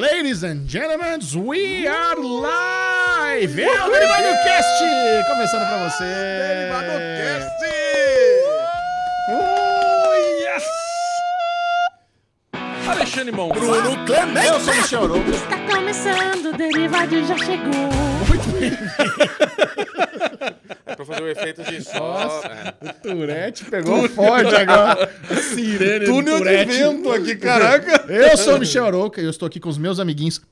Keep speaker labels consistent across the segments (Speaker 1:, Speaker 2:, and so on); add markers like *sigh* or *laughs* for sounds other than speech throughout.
Speaker 1: Ladies and gentlemen, we are live! É o Derivado Cast! Começando pra você!
Speaker 2: Derivado Cast!
Speaker 1: Oh, yes!
Speaker 2: Alexandre Monfá.
Speaker 1: Bruno Clemente! Eu sou o Michel Arouca.
Speaker 3: Está Tá começando, o Derivado já chegou.
Speaker 2: É pra fazer o efeito de só. É.
Speaker 1: O Turete pegou forte *laughs* agora. A Sirene
Speaker 4: Túnel
Speaker 1: do
Speaker 4: de
Speaker 1: Turete.
Speaker 4: vento aqui, caraca.
Speaker 1: Eu sou o Michel Arouca e eu estou aqui com os meus amiguinhos que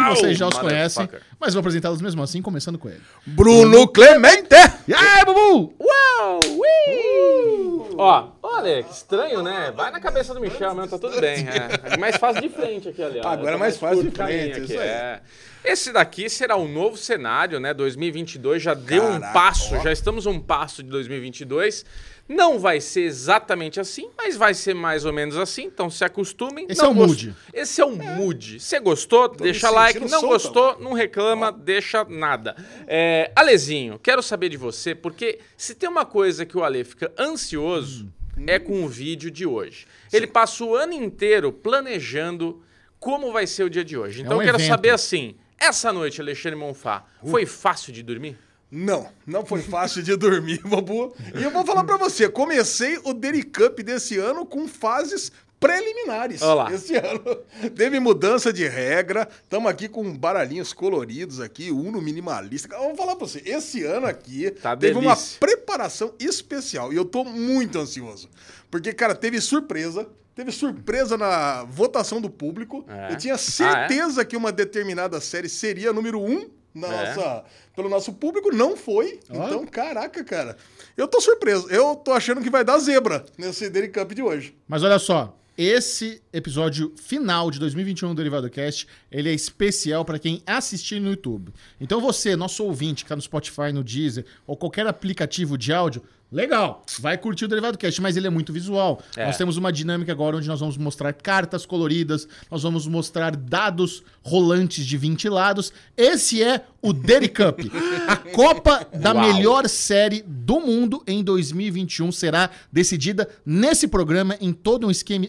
Speaker 2: Au,
Speaker 1: vocês já os conhecem,
Speaker 2: motherfucker.
Speaker 1: mas vou apresentá-los mesmo assim, começando com ele.
Speaker 4: Bruno Clemente!
Speaker 1: E aí, Bubu!
Speaker 2: Uau! Ui! Ó, olha, que estranho, né? Vai na cabeça do Michel mesmo, tá tudo bem. É. É mais fácil de frente aqui, ali, ó.
Speaker 4: Agora é
Speaker 2: Tá
Speaker 4: mais fácil de
Speaker 2: curto caminho
Speaker 4: frente, isso aí.
Speaker 2: é. Esse daqui será o novo cenário, né? 2022 já deu um
Speaker 4: Caraca,
Speaker 2: passo,
Speaker 4: ó.
Speaker 2: já estamos um passo de 2022. Não vai ser exatamente assim, mas vai ser mais ou menos assim, então se acostumem.
Speaker 1: Esse
Speaker 2: Não
Speaker 1: é o
Speaker 2: gost-
Speaker 1: mood.
Speaker 2: Esse é o mood. Você gostou? deixa
Speaker 4: sentindo
Speaker 2: like. Não
Speaker 4: solto
Speaker 2: gostou? Não reclama, deixa nada. É, Alezinho, quero saber de você, porque se tem uma coisa que o Ale fica ansioso, é com o vídeo de hoje. Ele passa o ano inteiro planejando como vai ser o dia de hoje. Então
Speaker 1: um
Speaker 2: eu quero
Speaker 1: evento.
Speaker 2: saber assim, essa noite, Alexandre Monfá, foi fácil de dormir?
Speaker 4: Não, não foi fácil de dormir, *laughs* Babu. E eu vou falar pra você, comecei o Dairy Cup desse ano com fases preliminares.
Speaker 2: Olha lá.
Speaker 4: Esse *laughs* ano teve mudança de regra, estamos aqui com baralhinhos coloridos aqui, Uno minimalista. Eu vou falar pra você, esse ano aqui
Speaker 2: Tá
Speaker 4: teve uma
Speaker 2: delícia.
Speaker 4: preparação especial e eu tô muito ansioso. Porque, cara, teve surpresa, teve surpresa na votação do público.
Speaker 2: É.
Speaker 4: Eu tinha
Speaker 2: Ah, é?
Speaker 4: certeza que uma determinada série seria a número um na
Speaker 2: É.
Speaker 4: nossa, pelo nosso público, não foi.
Speaker 1: Ó.
Speaker 4: Então, caraca, cara. Eu tô surpreso. Eu tô achando que vai dar zebra nesse Daily Cup de hoje.
Speaker 1: Mas olha só, esse episódio final de 2021 do Derivado Cast, ele é especial para quem assistir no YouTube. Então você, nosso ouvinte, que tá no Spotify, no Deezer ou qualquer aplicativo de áudio, legal, vai curtir o Derivado Cast, mas ele é muito visual.
Speaker 2: É.
Speaker 1: Nós temos uma dinâmica agora onde nós vamos mostrar cartas coloridas, nós vamos mostrar dados rolantes de 20 lados. Esse é o Derry Cup.
Speaker 2: *laughs*
Speaker 1: A Copa da
Speaker 2: Uau.
Speaker 1: melhor melhor série do mundo em 2021 será decidida nesse programa em todo um esquema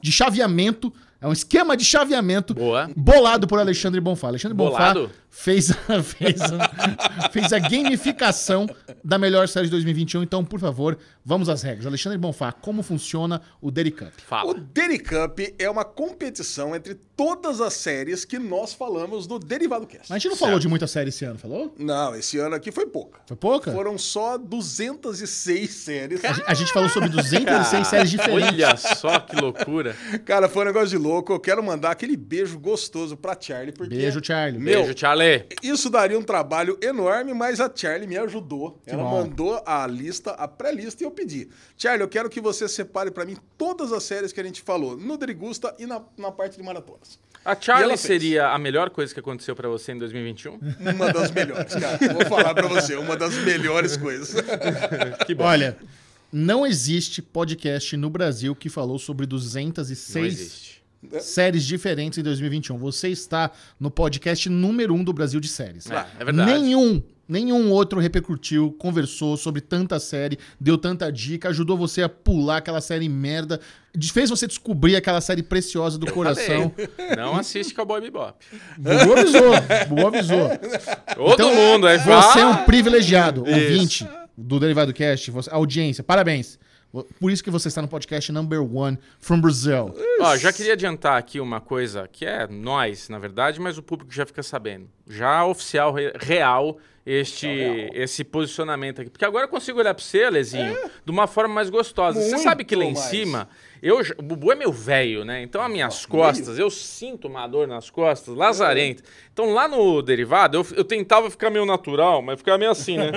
Speaker 1: de chaveamento. É um esquema de chaveamento
Speaker 2: Boa.
Speaker 1: bolado por Alexandre Bonfá. Alexandre Bonfá
Speaker 2: Bolado?
Speaker 1: fez a, *laughs* fez, a, fez a gamificação da melhor série de 2021. Então, por favor, vamos às regras. Alexandre Bonfá, como funciona o Daily Cup?
Speaker 4: O
Speaker 2: Fala.
Speaker 4: Daily Cup é uma competição entre todas as séries que nós falamos no Derivado Cast.
Speaker 1: A gente não falou de muita série esse ano, falou?
Speaker 4: Não, esse ano aqui foi pouca.
Speaker 1: Foi pouca?
Speaker 4: Foram só 206 séries.
Speaker 1: A, gen- a gente falou sobre
Speaker 4: Ah,
Speaker 1: 206 séries diferentes.
Speaker 2: Olha só que loucura.
Speaker 4: Cara, foi um negócio de louco. Eu quero mandar aquele beijo gostoso pra Charlie, porque
Speaker 1: Beijo, Charlie.
Speaker 4: Meu,
Speaker 2: Beijo, Tchale.
Speaker 4: Isso daria um trabalho enorme, mas a Charlie me ajudou. Ela
Speaker 1: bom.
Speaker 4: mandou a lista, a pré-lista, e eu pedi. Charlie, eu quero que você separe pra mim todas as séries que a gente falou no Drigusta e na, na parte de maratonas.
Speaker 2: A
Speaker 4: E
Speaker 2: Charlie
Speaker 4: ela fez.
Speaker 2: seria a melhor coisa que aconteceu pra você em 2021?
Speaker 4: Uma das
Speaker 2: *laughs*
Speaker 4: melhores, cara. Vou falar pra você, uma das melhores coisas.
Speaker 2: Que bom.
Speaker 1: Olha, não existe podcast no Brasil que falou sobre
Speaker 2: Não
Speaker 1: 206
Speaker 2: existe. É,
Speaker 1: séries diferentes em 2021. Você está no podcast número um do Brasil de séries.
Speaker 2: É, é verdade.
Speaker 1: Nenhum, nenhum outro repercutiu, conversou sobre tanta série, deu tanta dica, ajudou você a pular aquela série merda, de- fez você descobrir aquela série preciosa do coração.
Speaker 2: Falei, Não assiste Cowboy Bebop.
Speaker 1: Bubu avisou, Bubu avisou.
Speaker 2: *laughs* Todo mundo, é
Speaker 1: Você é
Speaker 2: fácil.
Speaker 1: um privilegiado,
Speaker 2: Isso.
Speaker 1: ouvinte do Derivado Cast, você- audiência, parabéns. Por isso que você está no podcast number one from Brazil.
Speaker 2: Ó, já queria adiantar aqui uma coisa que é nós, na verdade, mas o público já fica sabendo. Já oficial re- real este esse posicionamento aqui, porque agora eu consigo olhar para você, Lezinho, de uma forma mais gostosa. você
Speaker 4: É. Muito
Speaker 2: sabe que lá em
Speaker 4: mais.
Speaker 2: cima, eu, já- o Bubu é meu velho, né? Então as minhas costas, eu sinto uma dor nas costas, lazarenta. Então lá no derivado, eu, eu tentava ficar meio natural, mas ficava meio assim,
Speaker 4: *laughs*
Speaker 2: né?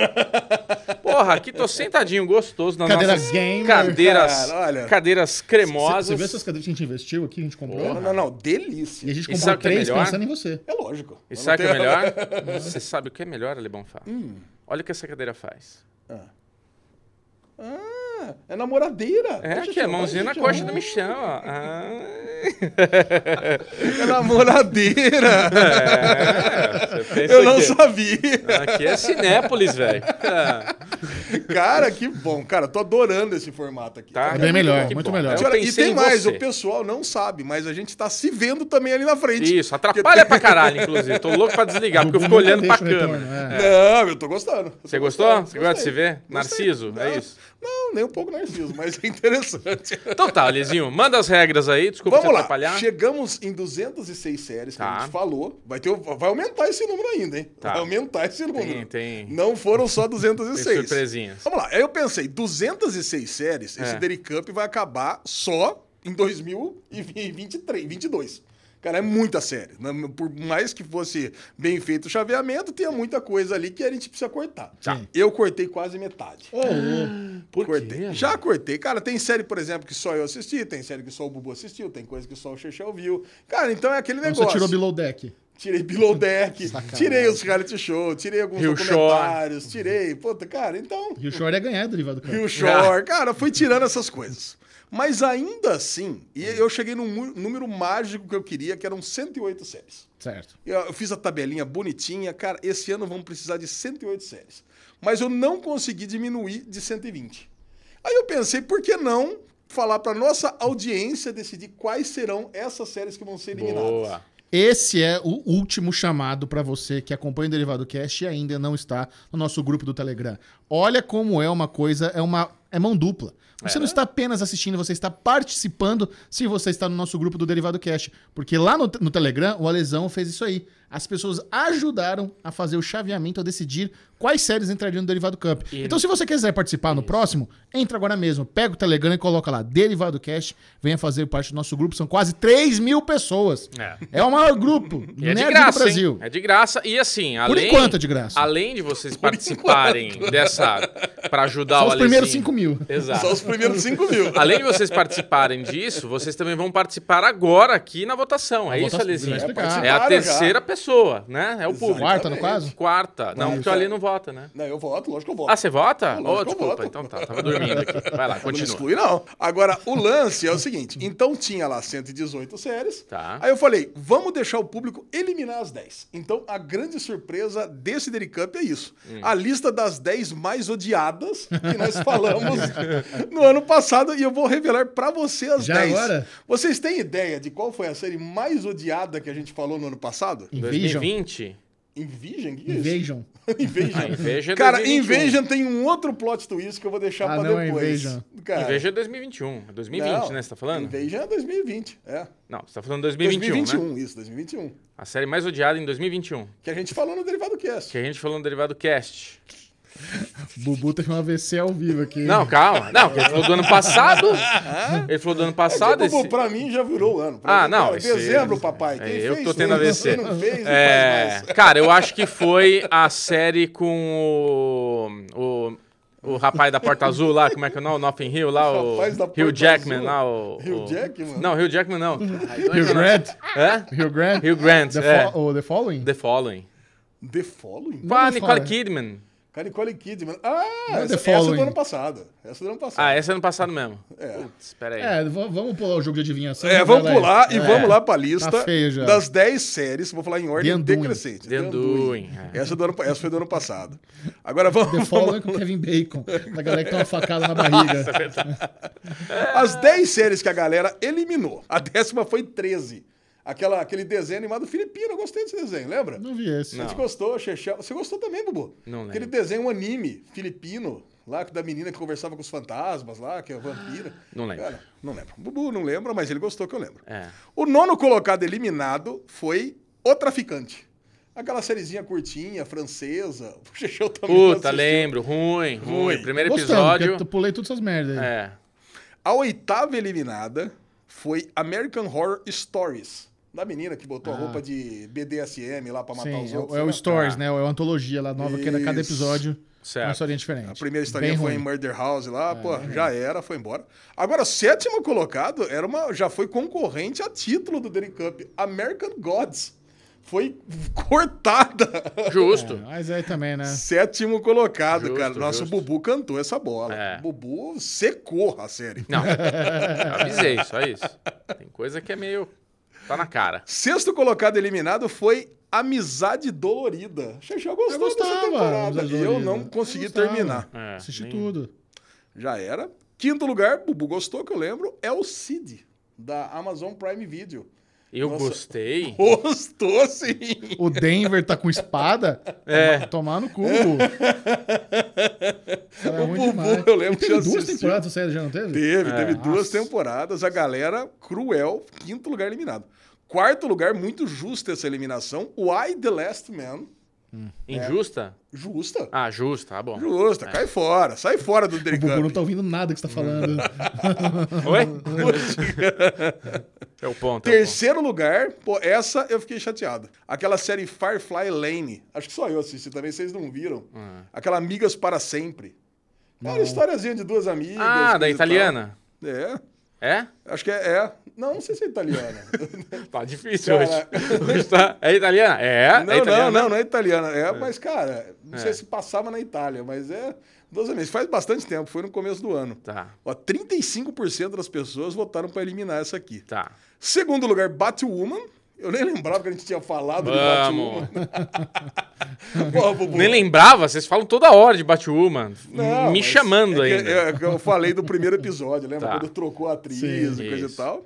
Speaker 2: Porra, aqui tô sentadinho gostoso na
Speaker 1: Cadeira
Speaker 2: nossa
Speaker 1: gamer.
Speaker 2: cadeiras,
Speaker 4: Cara, olha.
Speaker 2: cadeiras
Speaker 1: Você
Speaker 2: cremosas.
Speaker 1: você viu essas cadeiras que a gente investiu aqui, que a gente comprou?
Speaker 4: Não, não, não,
Speaker 1: E a
Speaker 4: delícia.
Speaker 1: gente
Speaker 2: E
Speaker 1: comprou
Speaker 2: sabe o que é
Speaker 1: três
Speaker 2: melhor?
Speaker 1: pensando em você.
Speaker 4: É lógico.
Speaker 2: E
Speaker 4: Eu não
Speaker 2: sabe o que é
Speaker 4: tenho- *laughs*
Speaker 2: melhor? Você sabe o que é melhor, Alemão Fá? Olha o que essa cadeira faz.
Speaker 4: Ah, é namoradeira.
Speaker 2: É,
Speaker 4: Deixa
Speaker 2: aqui, a
Speaker 4: eu-
Speaker 2: mãozinha na
Speaker 4: deixa eu-
Speaker 2: coxa do Michel, *laughs* ó. Ah,
Speaker 4: É namoradeira.
Speaker 2: *laughs* é, você Tem isso
Speaker 4: Eu não
Speaker 2: aqui.
Speaker 4: sabia.
Speaker 2: Aqui é Cinépolis, velho. Ah,
Speaker 4: Cara, que bom. Cara, tô adorando esse formato aqui.
Speaker 2: tá.
Speaker 1: É bem melhor,
Speaker 2: Que
Speaker 1: muito
Speaker 2: bom.
Speaker 1: melhor.
Speaker 2: Eu
Speaker 1: Agora,
Speaker 4: Agora, e
Speaker 2: pensei
Speaker 4: tem
Speaker 2: em
Speaker 4: mais,
Speaker 2: você.
Speaker 4: o pessoal não sabe, mas a gente tá se vendo também ali na frente.
Speaker 2: Isso, atrapalha pra caralho, inclusive. Tô louco pra desligar, porque eu fico
Speaker 1: Gugu nunca
Speaker 2: olhando pra
Speaker 1: deixa o retorno,
Speaker 2: câmera.
Speaker 1: é.
Speaker 4: Não, eu tô gostando. Eu
Speaker 2: Você
Speaker 4: tô
Speaker 2: gostou?
Speaker 4: gostando,
Speaker 2: Você gosta de se
Speaker 4: gostei.
Speaker 2: ver?
Speaker 4: Gostei.
Speaker 2: Narciso?
Speaker 4: Não,
Speaker 2: É isso.
Speaker 4: Não, nem um pouco narciso, mas é interessante. *laughs*
Speaker 2: Então tá, Lizinho, manda as regras aí, desculpa te
Speaker 4: Vamos lá.
Speaker 2: atrapalhar.
Speaker 4: Chegamos em 206 séries que
Speaker 2: Tá.
Speaker 4: a gente falou. Vai, ter, vai aumentar esse número ainda, hein?
Speaker 2: Tá.
Speaker 4: Vai aumentar esse número.
Speaker 2: tem-
Speaker 4: Não
Speaker 2: *laughs*
Speaker 4: foram só
Speaker 2: Tem
Speaker 4: 206.
Speaker 2: surpresinhas.
Speaker 4: Vamos lá. Aí eu pensei, 206 séries, esse
Speaker 2: É.
Speaker 4: Daily Cup vai acabar só em 2023, 22. Cara, é muita série. né? Por mais que fosse bem feito o chaveamento, tinha muita coisa ali que a gente precisa cortar.
Speaker 1: Tá.
Speaker 4: Eu cortei quase metade.
Speaker 1: Então
Speaker 2: Por quê,
Speaker 4: Cortei.
Speaker 2: mano?
Speaker 4: Já cortei. Cara, tem série, por exemplo, que só eu assisti, tem série que só o Bubu assistiu, tem coisa que só o Chechel viu. Cara, então é aquele
Speaker 1: Então
Speaker 4: negócio.
Speaker 1: você tirou Below Deck.
Speaker 4: Tirei Below Deck,
Speaker 1: Sacanagem.
Speaker 4: tirei os reality show, tirei alguns
Speaker 2: Rio
Speaker 4: documentários, tirei. Puta, cara, então.
Speaker 1: E o Shore ia ganhar do derivado do
Speaker 4: Rio Shore. Cara, fui tirando essas coisas. Mas ainda assim, e eu cheguei num mu- número mágico que eu queria, que eram 108 séries.
Speaker 1: Certo.
Speaker 4: Eu eu fiz a tabelinha bonitinha, cara, esse ano vamos precisar de 108 séries. Mas eu não consegui diminuir de 120. Aí eu pensei, por que não falar para nossa audiência decidir quais serão essas séries que vão ser eliminadas?
Speaker 2: Boa.
Speaker 1: Esse é o último chamado pra você que acompanha o Derivado Cast e ainda não está no nosso grupo do Telegram. Olha como é uma coisa, é uma é mão dupla. Você não está apenas assistindo, você está participando se você está no nosso grupo do Derivado Cast. Porque lá no, no Telegram, o Alesão fez isso aí. As pessoas ajudaram a fazer o chaveamento, a decidir quais séries entrariam no Derivado Cup.
Speaker 2: E-
Speaker 1: Então, se você quiser participar no próximo, entra agora mesmo. Pega o Telegram e coloca lá, Derivado Cast. Venha fazer parte do nosso grupo. São quase 3 mil pessoas.
Speaker 2: É.
Speaker 1: É o maior grupo
Speaker 2: E é de
Speaker 1: nerd do
Speaker 2: graça, hein?
Speaker 1: Brasil.
Speaker 2: É de graça. E assim,
Speaker 1: Por
Speaker 2: além...
Speaker 1: enquanto é de graça.
Speaker 2: Além de vocês
Speaker 4: *laughs* é
Speaker 2: participarem dessa... Pra ajudar
Speaker 1: São
Speaker 2: o
Speaker 1: os primeiros
Speaker 2: Alezinho.
Speaker 1: 5 mil.
Speaker 2: Exato.
Speaker 4: Só os primeiros 5 mil.
Speaker 2: Além de vocês participarem disso, vocês também vão participar agora aqui na votação. É isso,
Speaker 1: votação-
Speaker 2: Alezinho?
Speaker 1: vai
Speaker 4: explicar.
Speaker 2: É a
Speaker 4: Participaram já.
Speaker 2: terceira pessoa, né? É o
Speaker 1: *laughs*
Speaker 2: público.
Speaker 1: Quarta, no
Speaker 4: Exatamente.
Speaker 1: caso?
Speaker 2: Quarta. Não, porque o Ale não vota, né?
Speaker 4: Não, eu voto, lógico que eu voto.
Speaker 2: Ah, você vota?
Speaker 4: lógico
Speaker 2: Oh,
Speaker 4: que eu
Speaker 2: desculpa.
Speaker 4: voto.
Speaker 2: Então tá, tava dormindo aqui. Vai lá,
Speaker 4: Eu Não me
Speaker 2: continua.
Speaker 4: exclui, não. Agora, o lance é
Speaker 1: *laughs*
Speaker 4: o seguinte: então tinha lá 118 séries.
Speaker 2: Tá.
Speaker 4: Aí eu falei, vamos deixar o público eliminar as 10. Então, a grande surpresa desse Daily Cup é isso.
Speaker 1: Hum.
Speaker 4: A lista das 10 mais odiadas
Speaker 1: *laughs*
Speaker 4: que nós falamos no ano passado. E eu vou revelar pra você as
Speaker 1: Já
Speaker 4: 10.
Speaker 1: agora?
Speaker 4: Vocês têm ideia de qual foi a série mais odiada que a gente falou no ano passado?
Speaker 1: Invasion.
Speaker 2: 2020?
Speaker 4: Invasion? O que é isso?
Speaker 1: Invasion.
Speaker 4: *laughs* Invasion.
Speaker 2: Ah, Invasion é
Speaker 4: Cara,
Speaker 2: 2021.
Speaker 4: Invasion tem um outro plot twist que eu vou deixar
Speaker 1: Ah,
Speaker 4: pra
Speaker 1: não, é
Speaker 4: depois.
Speaker 1: Invasion.
Speaker 4: Cara,
Speaker 2: Inveja é 2021. É 2020, né? Você tá falando?
Speaker 4: Invasion é 2020, é.
Speaker 2: Não, você tá falando 2021, 2021, né?
Speaker 4: um, isso, 2021.
Speaker 2: A série mais odiada em 2021.
Speaker 4: Que a gente falou no Derivado Cast.
Speaker 2: Que a gente falou no derivado cast.
Speaker 1: Bubu teve um AVC ao vivo aqui.
Speaker 2: Não,
Speaker 4: *laughs*
Speaker 2: calma. Não, porque ele falou do ano passado. Ele falou do ano passado.
Speaker 4: Tipo,
Speaker 2: esse-
Speaker 4: pra mim já virou o ano.
Speaker 2: tá Ah,
Speaker 4: Pra mim,
Speaker 2: não,
Speaker 4: cara,
Speaker 2: esse-
Speaker 4: Dezembro, papai. Quem
Speaker 2: é, eu
Speaker 4: fez,
Speaker 2: tô tendo
Speaker 4: fez.
Speaker 2: AVC.
Speaker 4: Quem não fez, não
Speaker 2: É,
Speaker 4: faz
Speaker 2: cara, eu acho que foi a série com o, o, o rapaz da Porta Azul lá, como é que é o nome? Nothing Hill lá,
Speaker 4: O
Speaker 2: o
Speaker 4: rapaz da
Speaker 2: Hugh
Speaker 4: Porta
Speaker 2: Jackman
Speaker 4: Azul?
Speaker 2: lá. O,
Speaker 4: Hugh
Speaker 2: o-
Speaker 4: Jackman?
Speaker 2: Não, Hugh Jackman não.
Speaker 1: Rio
Speaker 4: é
Speaker 1: Grant.
Speaker 2: Hã?
Speaker 1: Rio Grant.
Speaker 2: Hugh Grant,
Speaker 1: The,
Speaker 2: é.
Speaker 1: fo- oh, the Following?
Speaker 2: The Following.
Speaker 4: mais. The Following?
Speaker 2: Com a
Speaker 1: The
Speaker 2: Nicole
Speaker 1: Following.
Speaker 2: Kidman.
Speaker 4: Cara, Nicole Kidman. Ah,
Speaker 1: The
Speaker 4: essa, essa é
Speaker 1: Following.
Speaker 4: do ano passado. Essa é do ano
Speaker 2: Ah,
Speaker 4: passado.
Speaker 2: essa é ano passado mesmo.
Speaker 4: É.
Speaker 2: Putz, peraí.
Speaker 1: É, v- vamos pular o jogo de adivinhação.
Speaker 4: É,
Speaker 1: né,
Speaker 4: vamos
Speaker 1: galera?
Speaker 4: pular e
Speaker 1: É.
Speaker 4: vamos lá pra lista
Speaker 1: Tá feio já.
Speaker 4: das 10 séries. Vou falar em ordem
Speaker 1: The Undoing.
Speaker 4: decrescente.
Speaker 2: The
Speaker 4: The
Speaker 2: Undoing,
Speaker 4: Undoing.
Speaker 2: é.
Speaker 4: Essa, é do ano, essa foi do ano passado. Agora vamos,
Speaker 1: The
Speaker 4: vamos
Speaker 1: Following com Kevin Bacon. Da galera que tá uma facada na
Speaker 4: é
Speaker 1: barriga.
Speaker 4: As 10 séries que a galera eliminou. A décima foi 13. Aquela, aquele desenho animado filipino. Eu gostei desse desenho,
Speaker 1: *laughs*
Speaker 4: lembra?
Speaker 1: Não vi esse.
Speaker 4: A gente gostou, Chechel. Você gostou também, Bubu?
Speaker 2: Não lembro.
Speaker 4: Aquele desenho, um anime filipino, lá da menina que conversava com os fantasmas lá, que é vampira.
Speaker 2: *gasps* Não lembro.
Speaker 4: Cara, não lembro. Bubu não lembra, mas ele gostou que eu lembro.
Speaker 2: É.
Speaker 4: O nono colocado eliminado foi O Traficante. Aquela sériezinha curtinha, francesa. *laughs* O Chechel também não
Speaker 2: Puta,
Speaker 4: assistiu.
Speaker 2: lembro. Ruim, ruim.
Speaker 4: Ruim.
Speaker 2: Primeiro
Speaker 1: Gostando,
Speaker 2: episódio.
Speaker 1: porque eu pulei todas essas merdas aí.
Speaker 2: É.
Speaker 4: A oitava eliminada foi American Horror Stories. Da menina que botou a roupa de BDSM lá pra matar os
Speaker 1: Ah. Sim, é, o-
Speaker 4: outros.
Speaker 1: é
Speaker 4: né?
Speaker 1: o Stories, né? É a antologia lá nova, que era cada
Speaker 4: Isso.
Speaker 1: episódio uma
Speaker 2: Certo.
Speaker 1: historinha diferente.
Speaker 4: A primeira historinha
Speaker 1: Bem
Speaker 4: foi
Speaker 1: ruim. É,
Speaker 4: em Murder House lá, pô, já era, foi embora. Agora, o sétimo colocado era uma, já foi concorrente a título do Daily Cup, American Gods. Foi cortada.
Speaker 2: Justo.
Speaker 1: É, mas aí também, né?
Speaker 4: Sétimo colocado,
Speaker 2: Justo,
Speaker 4: cara. Nosso
Speaker 2: justo.
Speaker 4: Bubu cantou essa bola.
Speaker 2: É.
Speaker 4: Bubu secou a série.
Speaker 1: *laughs*
Speaker 2: Não. Avisei, só isso. Tem coisa que é meio Tá na cara.
Speaker 4: Sexto colocado eliminado foi Amizade Dolorida. Xexel gostou
Speaker 1: Eu gostava,
Speaker 4: dessa temporada.
Speaker 1: Amizade
Speaker 4: Eu
Speaker 1: Dolorida.
Speaker 4: não consegui
Speaker 1: Eu gostava.
Speaker 4: terminar.
Speaker 2: É,
Speaker 1: Assisti
Speaker 2: nem-
Speaker 1: tudo.
Speaker 4: Já era. Quinto lugar, Bubu gostou, que eu lembro, é o Cid, da Amazon Prime Video. *laughs*
Speaker 2: Eu
Speaker 4: Nossa. É.
Speaker 2: gostei.
Speaker 4: Gostou, sim!
Speaker 1: O Denver tá com espada?
Speaker 2: É.
Speaker 1: Toma- Tomar no cu. O
Speaker 4: É.
Speaker 1: é
Speaker 4: *laughs* O Bubu, eu lembro que
Speaker 1: Teve
Speaker 4: eu
Speaker 1: duas
Speaker 4: assisti.
Speaker 1: temporadas, você já não teve?
Speaker 4: Teve, teve duas
Speaker 1: Nossa.
Speaker 4: temporadas, a galera cruel, quinto lugar eliminado. Quarto lugar, muito justa essa eliminação, Why the Last Man,
Speaker 2: Injusta?
Speaker 4: justa.
Speaker 2: Ah, justa, tá bom.
Speaker 4: Justa, cai fora, sai fora do
Speaker 1: O Bubu não
Speaker 4: *laughs* Dericamp.
Speaker 1: tá ouvindo nada
Speaker 4: Hum.
Speaker 1: que você tá falando.
Speaker 4: *laughs*
Speaker 2: Oi? é o ponto. É o ponto.
Speaker 4: Terceiro lugar, pô, essa eu fiquei chateado. Aquela série Firefly Lane, acho que só eu assisti também, vocês não viram.
Speaker 2: Ah.
Speaker 4: Aquela Amigas para Sempre. Era uma historiazinha de duas amigas.
Speaker 2: Ah,
Speaker 4: coisa
Speaker 2: da
Speaker 4: e tal.
Speaker 2: italiana.
Speaker 4: É,
Speaker 2: É?
Speaker 4: acho que é. é. Não, não sei se é
Speaker 2: *laughs*
Speaker 4: italiana.
Speaker 2: Tá difícil
Speaker 4: Cara.
Speaker 2: hoje. *laughs* Hoje tá- É italiana? É.
Speaker 4: Não,
Speaker 2: é italiana? É.
Speaker 4: não, não, não é italiana. É, mas, cara, não sei se passava na Itália, mas é duas amigas. Faz bastante tempo, foi no começo do ano.
Speaker 2: Tá,
Speaker 4: Ó, 35% das pessoas votaram pra eliminar essa aqui.
Speaker 2: tá.
Speaker 4: Segundo lugar, Batwoman. Eu nem lembrava que a gente tinha falado
Speaker 2: Vamos.
Speaker 4: de Batwoman. *laughs* Pô, Bubu.
Speaker 2: Nem lembrava, vocês falam toda hora de Batwoman.
Speaker 4: Não,
Speaker 2: Me
Speaker 4: mas
Speaker 2: chamando
Speaker 4: é que-
Speaker 2: ainda.
Speaker 4: é que eu falei do primeiro episódio, lembra?
Speaker 2: Tá.
Speaker 4: Quando trocou a atriz
Speaker 1: Sim,
Speaker 4: e coisa
Speaker 2: isso.
Speaker 4: e tal.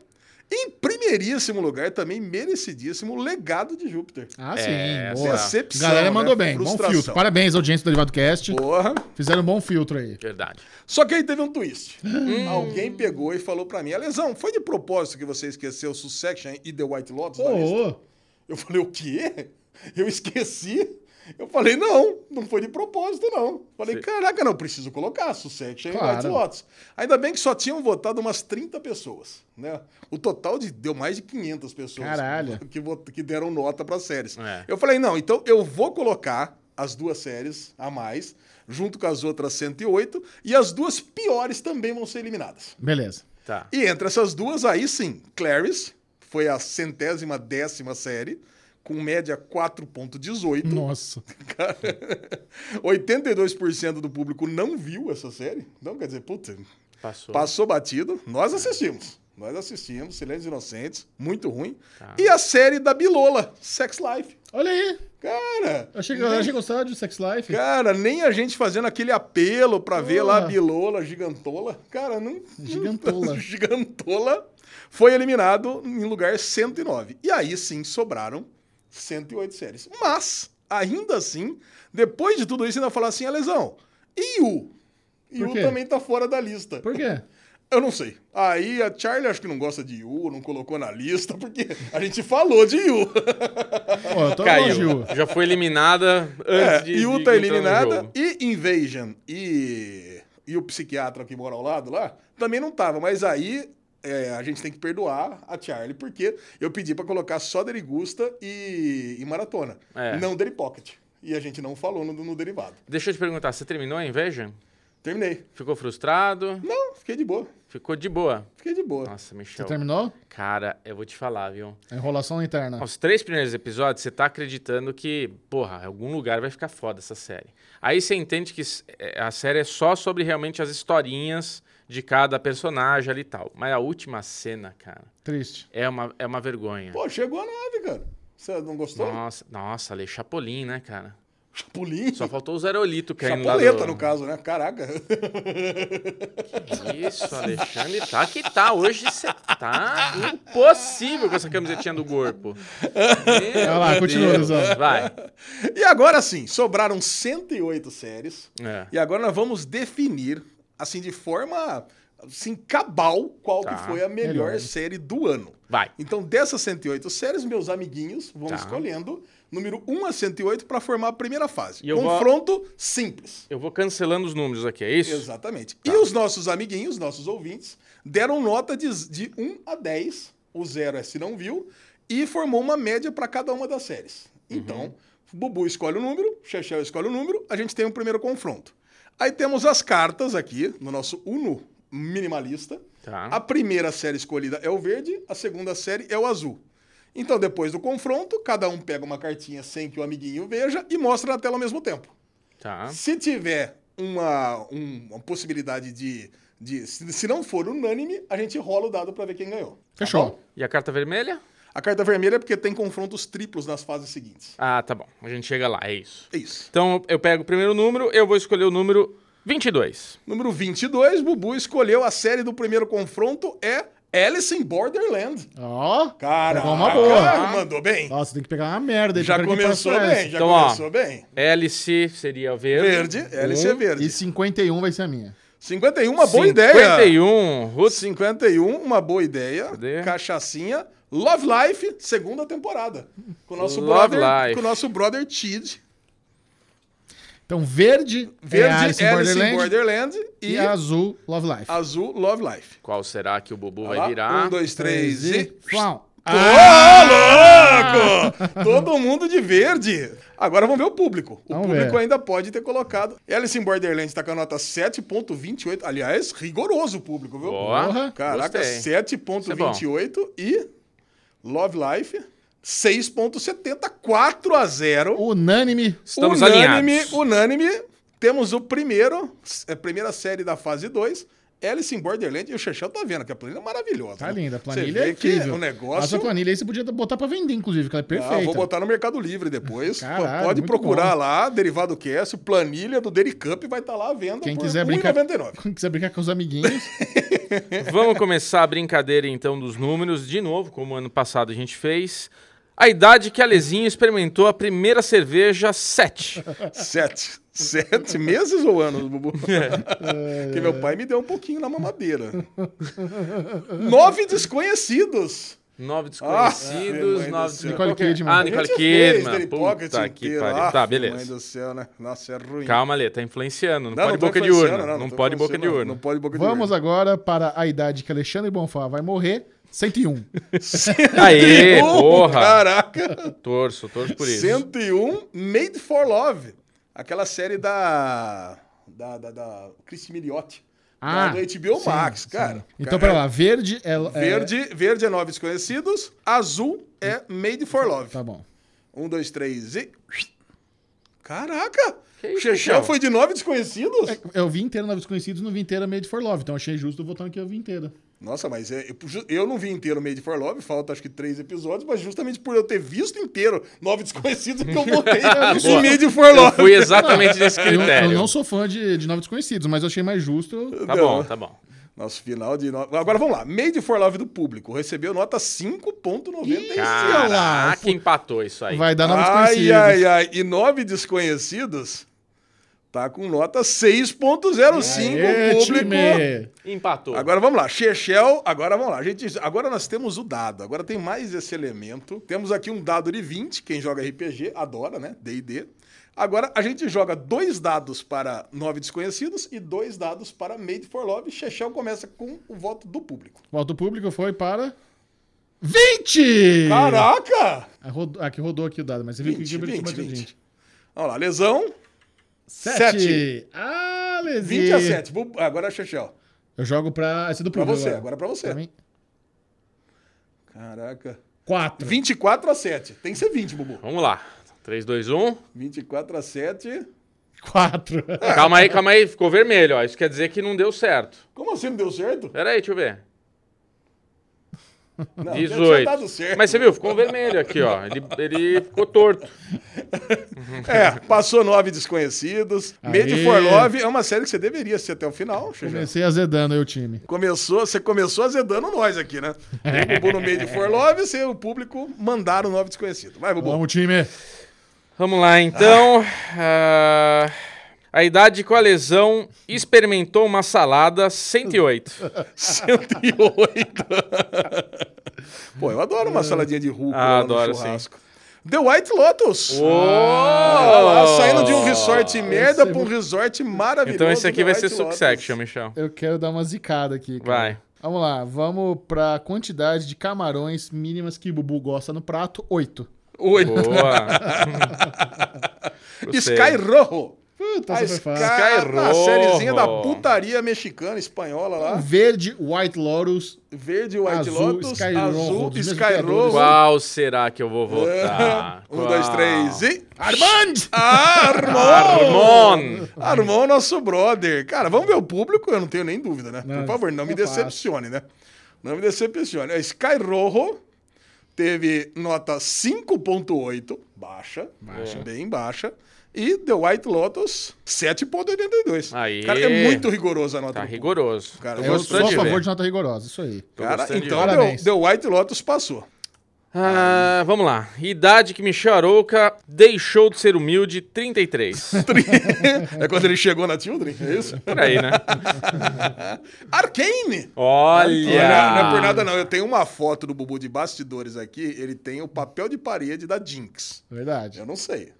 Speaker 4: Em primeiríssimo lugar, também merecidíssimo, Legado de Júpiter.
Speaker 1: Ah, sim.
Speaker 2: É,
Speaker 1: boa.
Speaker 4: decepção,
Speaker 1: Galera
Speaker 4: né?
Speaker 1: mandou bem. Bom
Speaker 4: Frustração.
Speaker 1: filtro. Parabéns, audiência do Derivado Cast.
Speaker 4: Porra.
Speaker 1: Fizeram um bom filtro aí.
Speaker 2: Verdade.
Speaker 4: Só que aí teve um twist.
Speaker 2: Hum.
Speaker 4: Alguém pegou e falou pra mim: Alesão, foi de propósito que você esqueceu Succession e The White Lotus? da lista?"
Speaker 1: Ô, ô.
Speaker 4: Eu falei: o quê? Eu esqueci? Eu falei: não, não foi de propósito, não. Falei: caraca, não, preciso colocar Succession e
Speaker 1: Claro.
Speaker 4: White Lotus. Ainda bem que só tinham votado umas 30 pessoas, né? O total de, deu mais de 500 pessoas
Speaker 1: Caralho.
Speaker 4: que, vot- que deram nota para séries.
Speaker 2: É.
Speaker 4: Eu falei: não, então eu vou colocar as duas séries a mais, junto com as outras 108, e as duas piores também vão ser eliminadas.
Speaker 1: Beleza.
Speaker 2: Tá.
Speaker 4: E entre essas duas, aí sim, Clarice, foi a centésima décima série, com média 4.18.
Speaker 1: Nossa.
Speaker 4: Cara, *laughs* 82% do público não viu essa série. Então, quer dizer, puta,
Speaker 2: Passou.
Speaker 4: passou batido. Nós assistimos. Nós assistimos, Silêncio Inocentes, muito ruim.
Speaker 2: Tá.
Speaker 4: E a série da Bilola, Sex Life.
Speaker 1: Olha aí.
Speaker 4: Cara,
Speaker 1: Eu achei que a galera tinha gostado de Sex Life.
Speaker 4: cara, nem a gente fazendo aquele apelo pra ver lá a
Speaker 1: Porra.
Speaker 4: Bilola, Gigantola. Cara, não.
Speaker 1: Gigantola.
Speaker 4: *laughs* Gigantola foi eliminado em lugar 109. E aí sim sobraram 108 séries. Mas, ainda assim, depois de tudo isso, ainda falar assim, Alesão, e o? E o
Speaker 1: quê?
Speaker 4: também tá fora da lista.
Speaker 1: Por quê?
Speaker 4: Eu não sei. Aí a Charlie acho que não gosta de Yu, não colocou na lista, porque a gente falou de Yu. *laughs*
Speaker 1: Ó, eu tô
Speaker 2: Caiu.
Speaker 1: elogio.
Speaker 2: Já foi eliminada antes
Speaker 4: É,
Speaker 2: de.
Speaker 4: Yu
Speaker 2: de
Speaker 4: tá
Speaker 2: entrar no
Speaker 4: eliminada
Speaker 2: jogo.
Speaker 4: e Invasion e, e o psiquiatra que mora ao lado lá também não tava, mas aí é, a gente tem que perdoar a Charlie, porque eu pedi pra colocar só Derigusta e, e Maratona,
Speaker 2: É.
Speaker 4: não Deri Pocket. E a gente não falou no, no derivado.
Speaker 2: Deixa eu te perguntar, você terminou a Invasion?
Speaker 4: Terminei.
Speaker 2: Ficou frustrado?
Speaker 4: Não, fiquei de boa.
Speaker 2: Ficou de boa.
Speaker 4: Fiquei de boa.
Speaker 2: Nossa,
Speaker 1: Você
Speaker 2: Michel.
Speaker 1: terminou?
Speaker 2: Cara, eu vou te falar, viu?
Speaker 1: A enrolação interna.
Speaker 2: Os três primeiros episódios, você tá acreditando que, porra, em algum lugar vai ficar foda essa série. Aí você entende que s- é, a série é só sobre realmente as historinhas de cada personagem ali e tal. Mas a última cena, cara,
Speaker 1: Triste.
Speaker 2: é uma, é uma vergonha.
Speaker 4: Pô, chegou a nave, cara. Você não gostou?
Speaker 2: Nossa, nossa, Ale, Chapolin, né, cara?
Speaker 4: Chapulinho.
Speaker 2: Só faltou o Zarolito caindo lá
Speaker 4: Chapuleta,
Speaker 2: do-
Speaker 4: no caso, né? Caraca. *laughs*
Speaker 2: Isso, Alexandre, tá que tá. Hoje você tá impossível com essa camisetinha do corpo. Meu
Speaker 1: Vai lá, continua,
Speaker 2: Deus.
Speaker 1: Luzão.
Speaker 2: Vai.
Speaker 4: E agora sim, sobraram 108 séries.
Speaker 2: É.
Speaker 4: E agora nós vamos definir, assim, de forma assim, cabal, qual
Speaker 2: Tá.
Speaker 4: que foi a melhor
Speaker 1: Melhor.
Speaker 4: série do ano.
Speaker 2: Vai.
Speaker 4: Então, dessas 108 séries, meus amiguinhos vão
Speaker 2: Tá.
Speaker 4: escolhendo número 1 a 108 para formar a primeira fase.
Speaker 2: E eu vou-
Speaker 4: Confronto simples.
Speaker 2: Eu vou cancelando os números aqui, é isso?
Speaker 4: Exatamente. E os nossos amiguinhos, nossos ouvintes, deram nota de, de 1 a 10. O zero é se não viu. E formou uma média para cada uma das séries.
Speaker 2: Uhum.
Speaker 4: Então, Bubu escolhe o número, Chechel escolhe o número, a gente tem um primeiro confronto. Aí temos as cartas aqui, no nosso Uno minimalista.
Speaker 2: Tá.
Speaker 4: A primeira série escolhida é o verde, a segunda série é o azul. Então, depois do confronto, cada um pega uma cartinha sem que o amiguinho veja e mostra na tela ao mesmo tempo.
Speaker 2: Tá.
Speaker 4: Se tiver uma, um- uma possibilidade de.
Speaker 2: Tá
Speaker 4: de- se, se não for unânime, a gente rola o dado pra ver quem ganhou.
Speaker 1: Fechou.
Speaker 2: E a carta vermelha?
Speaker 4: A carta vermelha é porque tem confrontos triplos nas fases seguintes.
Speaker 2: Ah, tá bom. A gente chega lá, é isso.
Speaker 4: É isso.
Speaker 2: Então eu pego o primeiro número, eu vou escolher o número 22.
Speaker 4: Número 22, Bubu escolheu a série do primeiro confronto é Alice in Borderland.
Speaker 1: Ó.
Speaker 4: Cara,
Speaker 1: Pegou uma boa.
Speaker 4: mandou bem.
Speaker 1: Nossa, tem que pegar uma merda. aí, tá
Speaker 4: Já
Speaker 1: eu quero que
Speaker 4: começou
Speaker 1: passe
Speaker 4: bem,
Speaker 1: essa.
Speaker 4: já
Speaker 2: Então, ó.
Speaker 4: começou bem.
Speaker 2: Hélice seria verde. Um.
Speaker 4: Verde, Alice é verde.
Speaker 1: E 51 vai ser a minha.
Speaker 4: 51, uma
Speaker 2: 51,
Speaker 4: boa ideia.
Speaker 2: Roots.
Speaker 4: 51, uma boa ideia.
Speaker 2: Cadê?
Speaker 4: Cachacinha. Love Life, segunda temporada. Com o nosso
Speaker 2: Love
Speaker 4: brother,
Speaker 2: Life.
Speaker 4: com o nosso brother Tid.
Speaker 1: Então, verde,
Speaker 4: Verde,
Speaker 1: é Alice in
Speaker 4: Alice in
Speaker 1: Borderland,
Speaker 4: Borderland e
Speaker 1: e azul, Love Life.
Speaker 4: azul Love Life.
Speaker 2: Qual será que o Bubu
Speaker 4: Olha lá.
Speaker 2: vai virar?
Speaker 4: Um, dois, três e...
Speaker 1: Flau.
Speaker 4: Ô,
Speaker 1: Ah,
Speaker 4: louco! Todo mundo de verde. Agora vamos ver o público. O
Speaker 1: Vamos
Speaker 4: público
Speaker 1: ver.
Speaker 4: ainda pode ter colocado. Alice in Borderland está com a nota 7.28. Aliás, rigoroso o público, viu?
Speaker 2: Boa,
Speaker 4: Caraca,
Speaker 2: gostei.
Speaker 4: 7.28 e Love Life 6.70, 4 a 0.
Speaker 1: Unânime.
Speaker 2: Estamos
Speaker 4: unânime,
Speaker 2: alinhados.
Speaker 4: unânime. Temos o primeiro, a primeira série da fase 2. Alice in Borderland e o Xexel tá vendo que a planilha é maravilhosa.
Speaker 1: Tá
Speaker 4: né?
Speaker 1: linda. A
Speaker 4: Você
Speaker 1: planilha é
Speaker 4: vê que
Speaker 1: incrível.
Speaker 4: O
Speaker 1: Essa
Speaker 4: negócio
Speaker 1: planilha aí você podia botar pra vender, inclusive, que ela é
Speaker 4: ah,
Speaker 1: perfeita. *laughs*
Speaker 4: vou botar no Mercado Livre depois.
Speaker 1: Caralho,
Speaker 4: Pode
Speaker 1: muito
Speaker 4: procurar
Speaker 1: bom.
Speaker 4: lá, Derivado Cast, planilha do Dericup vai estar lá à venda
Speaker 1: Quem
Speaker 4: por
Speaker 1: quiser brincar,
Speaker 4: R$1,99.
Speaker 1: quem quiser brincar com os amiguinhos,
Speaker 4: *laughs*
Speaker 2: Vamos começar a brincadeira então dos números, de novo, como ano passado a gente fez. A idade que Alezinho experimentou a primeira cerveja 7.
Speaker 4: Sete. Sete meses ou anos,
Speaker 1: *laughs*
Speaker 4: Bubu? Porque meu pai me deu um pouquinho na mamadeira. Nove desconhecidos.
Speaker 2: Nove
Speaker 4: Ah,
Speaker 2: desconhecidos,
Speaker 4: mãe do
Speaker 2: nove
Speaker 4: céu.
Speaker 2: desconhecidos.
Speaker 1: Nicole Kidman.
Speaker 2: Ah,
Speaker 1: A
Speaker 2: Nicole
Speaker 4: A gente fez
Speaker 2: Kidman.
Speaker 4: Daily Pocket
Speaker 2: Puta que
Speaker 4: inteiro.
Speaker 2: pariu.
Speaker 4: Ah,
Speaker 2: Tá,
Speaker 4: Mãe
Speaker 2: beleza.
Speaker 4: do céu, né? Nossa, é ruim.
Speaker 2: Calma, Lê, tá influenciando. Não,
Speaker 4: Não,
Speaker 2: pode
Speaker 4: não tô
Speaker 2: boca de
Speaker 4: influenciando,
Speaker 2: urna. Não,
Speaker 4: não tô
Speaker 2: pode boca de
Speaker 4: influenciando,
Speaker 2: urna.
Speaker 4: Não pode boca de urna.
Speaker 1: vamos agora para a idade que Alexandre Bonfá vai morrer. 101.
Speaker 2: Aê,
Speaker 4: 101,
Speaker 2: porra.
Speaker 4: Caraca!
Speaker 2: Torço, torço por isso.
Speaker 4: 101 Made for Love. Aquela série da. Da. Da. da Chris Miliotti.
Speaker 1: Ah,
Speaker 4: da HBO
Speaker 1: sim,
Speaker 4: Max,
Speaker 1: sim.
Speaker 4: cara.
Speaker 1: Então,
Speaker 4: Cara,
Speaker 1: pera lá. Verde é... é-
Speaker 4: Verde, verde é Nove Desconhecidos. Azul é Made for Love.
Speaker 1: Tá bom.
Speaker 4: Um, dois, três e. Caraca!
Speaker 2: isso,
Speaker 4: Chechel
Speaker 2: Chechel?
Speaker 4: foi de Nove Desconhecidos?
Speaker 1: É, Eu vi inteira Novos Desconhecidos, não vi inteira Made for Love. Então, achei justo votar no que eu vi inteira.
Speaker 4: Nossa, mas é, eu, eu não vi inteiro Made for Love, falta acho que três episódios, mas justamente por eu ter visto inteiro Nove Desconhecidos é que eu botei no
Speaker 1: *laughs*
Speaker 2: Boa.
Speaker 4: Made for
Speaker 2: Eu
Speaker 4: Love.
Speaker 2: fui
Speaker 4: *laughs*
Speaker 2: Tá exatamente desse
Speaker 1: Eu, eu
Speaker 2: critério.
Speaker 1: não sou fã de, de Novos Desconhecidos, mas eu achei mais justo...
Speaker 2: Tá
Speaker 4: Não.
Speaker 2: bom, tá bom.
Speaker 4: Nosso final de. no- Agora vamos lá. Made for Love do público recebeu nota 5,95.
Speaker 1: olha lá,
Speaker 2: Caraca, empatou isso aí.
Speaker 1: Vai dar Novos
Speaker 4: Ai,
Speaker 1: Desconhecidos.
Speaker 4: ai, ai. E nove desconhecidos tá com nota 6,05
Speaker 1: Aê,
Speaker 4: o público.
Speaker 1: time!
Speaker 2: Empatou.
Speaker 4: Agora vamos lá, Chechel, agora vamos lá. Gente, agora nós temos o dado, agora tem mais esse elemento. Temos aqui um dado de 20, quem joga RPG adora, né? D&D. Agora a gente joga dois dados para nove desconhecidos e dois dados para Made for Love. Chechel começa com o voto do público.
Speaker 1: O voto público foi para. 20!
Speaker 4: Caraca!
Speaker 1: Ah, rodou- ah, que rodou aqui o dado, mas você viu
Speaker 4: 20,
Speaker 1: que o Gilbert
Speaker 4: 20,
Speaker 1: bateu
Speaker 4: 20.
Speaker 1: 20.
Speaker 4: Vamos lá, lesão,
Speaker 1: 7! Ah,
Speaker 4: 20
Speaker 1: Lezinho!
Speaker 4: a 7. Bu- Agora é Chechel.
Speaker 1: Eu jogo pra. Esse é do
Speaker 4: Pra
Speaker 1: público.
Speaker 4: você, agora é pra você.
Speaker 1: Pra mim,
Speaker 4: Caraca.
Speaker 1: 4.
Speaker 4: 24 a 7. Tem que ser 20, Bubu.
Speaker 2: Vamos lá. um. 3, 2, 1.
Speaker 4: 24 a 7.
Speaker 1: 4.
Speaker 2: Calma aí, calma aí. Ficou vermelho, ó. Isso quer dizer que não deu certo.
Speaker 4: Como assim não deu certo?
Speaker 2: Pera aí, deixa eu ver.
Speaker 4: Não, já tinha
Speaker 2: 18.
Speaker 4: dado tá certo.
Speaker 2: Mas você viu, ficou vermelho aqui, ó. Ele, ele ficou torto.
Speaker 4: É, passou nove desconhecidos. Made
Speaker 1: Aê.
Speaker 4: for Love é uma série que você deveria assistir até o final. Xuxa.
Speaker 1: *laughs* Comecei azedando aí o time.
Speaker 4: Começou, você começou azedando nós aqui, né? Tem o Bubu no Made for Love, você, o público, mandaram nove desconhecidos. Vai, Bubu.
Speaker 1: Vamos, time!
Speaker 2: Vamos lá, então. Ah, a idade com a lesão experimentou uma salada
Speaker 4: *laughs*
Speaker 2: 108.
Speaker 4: 108. Pô, eu adoro uma saladinha de rúcula
Speaker 2: Ah,
Speaker 4: lá
Speaker 2: adoro,
Speaker 4: no churrasco. The White Lotus. Olha lá,
Speaker 2: Oh!
Speaker 4: saindo de um resort
Speaker 1: Esse
Speaker 4: merda
Speaker 1: é
Speaker 4: pra um
Speaker 1: muito-
Speaker 4: resort maravilhoso.
Speaker 2: Então esse aqui
Speaker 4: The
Speaker 2: vai
Speaker 4: White
Speaker 2: ser
Speaker 4: Lotus.
Speaker 2: Succession, Michel.
Speaker 1: Eu quero dar uma zicada aqui. cara.
Speaker 2: Vai.
Speaker 1: Vamos lá, vamos pra quantidade de camarões mínimas que o Bubu gosta no prato: 8.
Speaker 4: Oito.
Speaker 2: Boa.
Speaker 4: *laughs*
Speaker 2: Gostei.
Speaker 4: Sky Rojo.
Speaker 1: Puta,
Speaker 4: A
Speaker 1: super fácil.
Speaker 4: Sky
Speaker 2: Sky
Speaker 4: a
Speaker 2: Rojo.
Speaker 4: sériezinha da putaria mexicana, espanhola lá.
Speaker 1: Verde, White Lotus.
Speaker 4: Verde, White
Speaker 1: Azul,
Speaker 4: Lotus,
Speaker 1: Sky Rojo, um
Speaker 4: azul,
Speaker 1: dos mesmos
Speaker 4: Sky
Speaker 1: criadores.
Speaker 4: Rojo.
Speaker 2: Qual será que eu vou votar?
Speaker 4: Um, dois, três e...
Speaker 1: Armand!
Speaker 4: Armon!
Speaker 2: Harmon!
Speaker 4: Armon, nosso brother. Cara, vamos ver o público? Eu não tenho nem dúvida, né?
Speaker 1: Não, é
Speaker 4: Por favor, não me
Speaker 1: não faço.
Speaker 4: decepcione, né? Não me decepcione. É Sky Rojo, teve nota 5.8, baixa,
Speaker 1: Baixa.
Speaker 4: bem baixa. E The White Lotus, 7.82.
Speaker 2: Aí.
Speaker 4: Cara, é muito rigoroso a nota.
Speaker 2: Tá
Speaker 4: do público.
Speaker 2: rigoroso.
Speaker 4: Cara,
Speaker 2: Tô
Speaker 4: eu
Speaker 1: Eu
Speaker 2: gostando
Speaker 1: sou a
Speaker 2: de
Speaker 1: favor
Speaker 4: um
Speaker 2: ver.
Speaker 1: de nota rigorosa, isso aí.
Speaker 2: Tô
Speaker 4: Cara,
Speaker 2: gostando de
Speaker 4: então
Speaker 1: ver.
Speaker 4: The,
Speaker 1: Parabéns.
Speaker 4: The White Lotus passou. *laughs*
Speaker 2: Ah, vamos lá. Idade que Michel Arouca deixou de ser humilde, 33.
Speaker 4: Tri- é quando ele chegou na Children, é isso? *laughs*
Speaker 2: Por aí, né?
Speaker 4: Arcane!
Speaker 2: Olha!
Speaker 4: Olha, não é por nada não. Eu tenho uma foto do Bubu de bastidores aqui. Ele tem o papel de parede da Jinx.
Speaker 1: É Verdade.
Speaker 4: Eu não sei.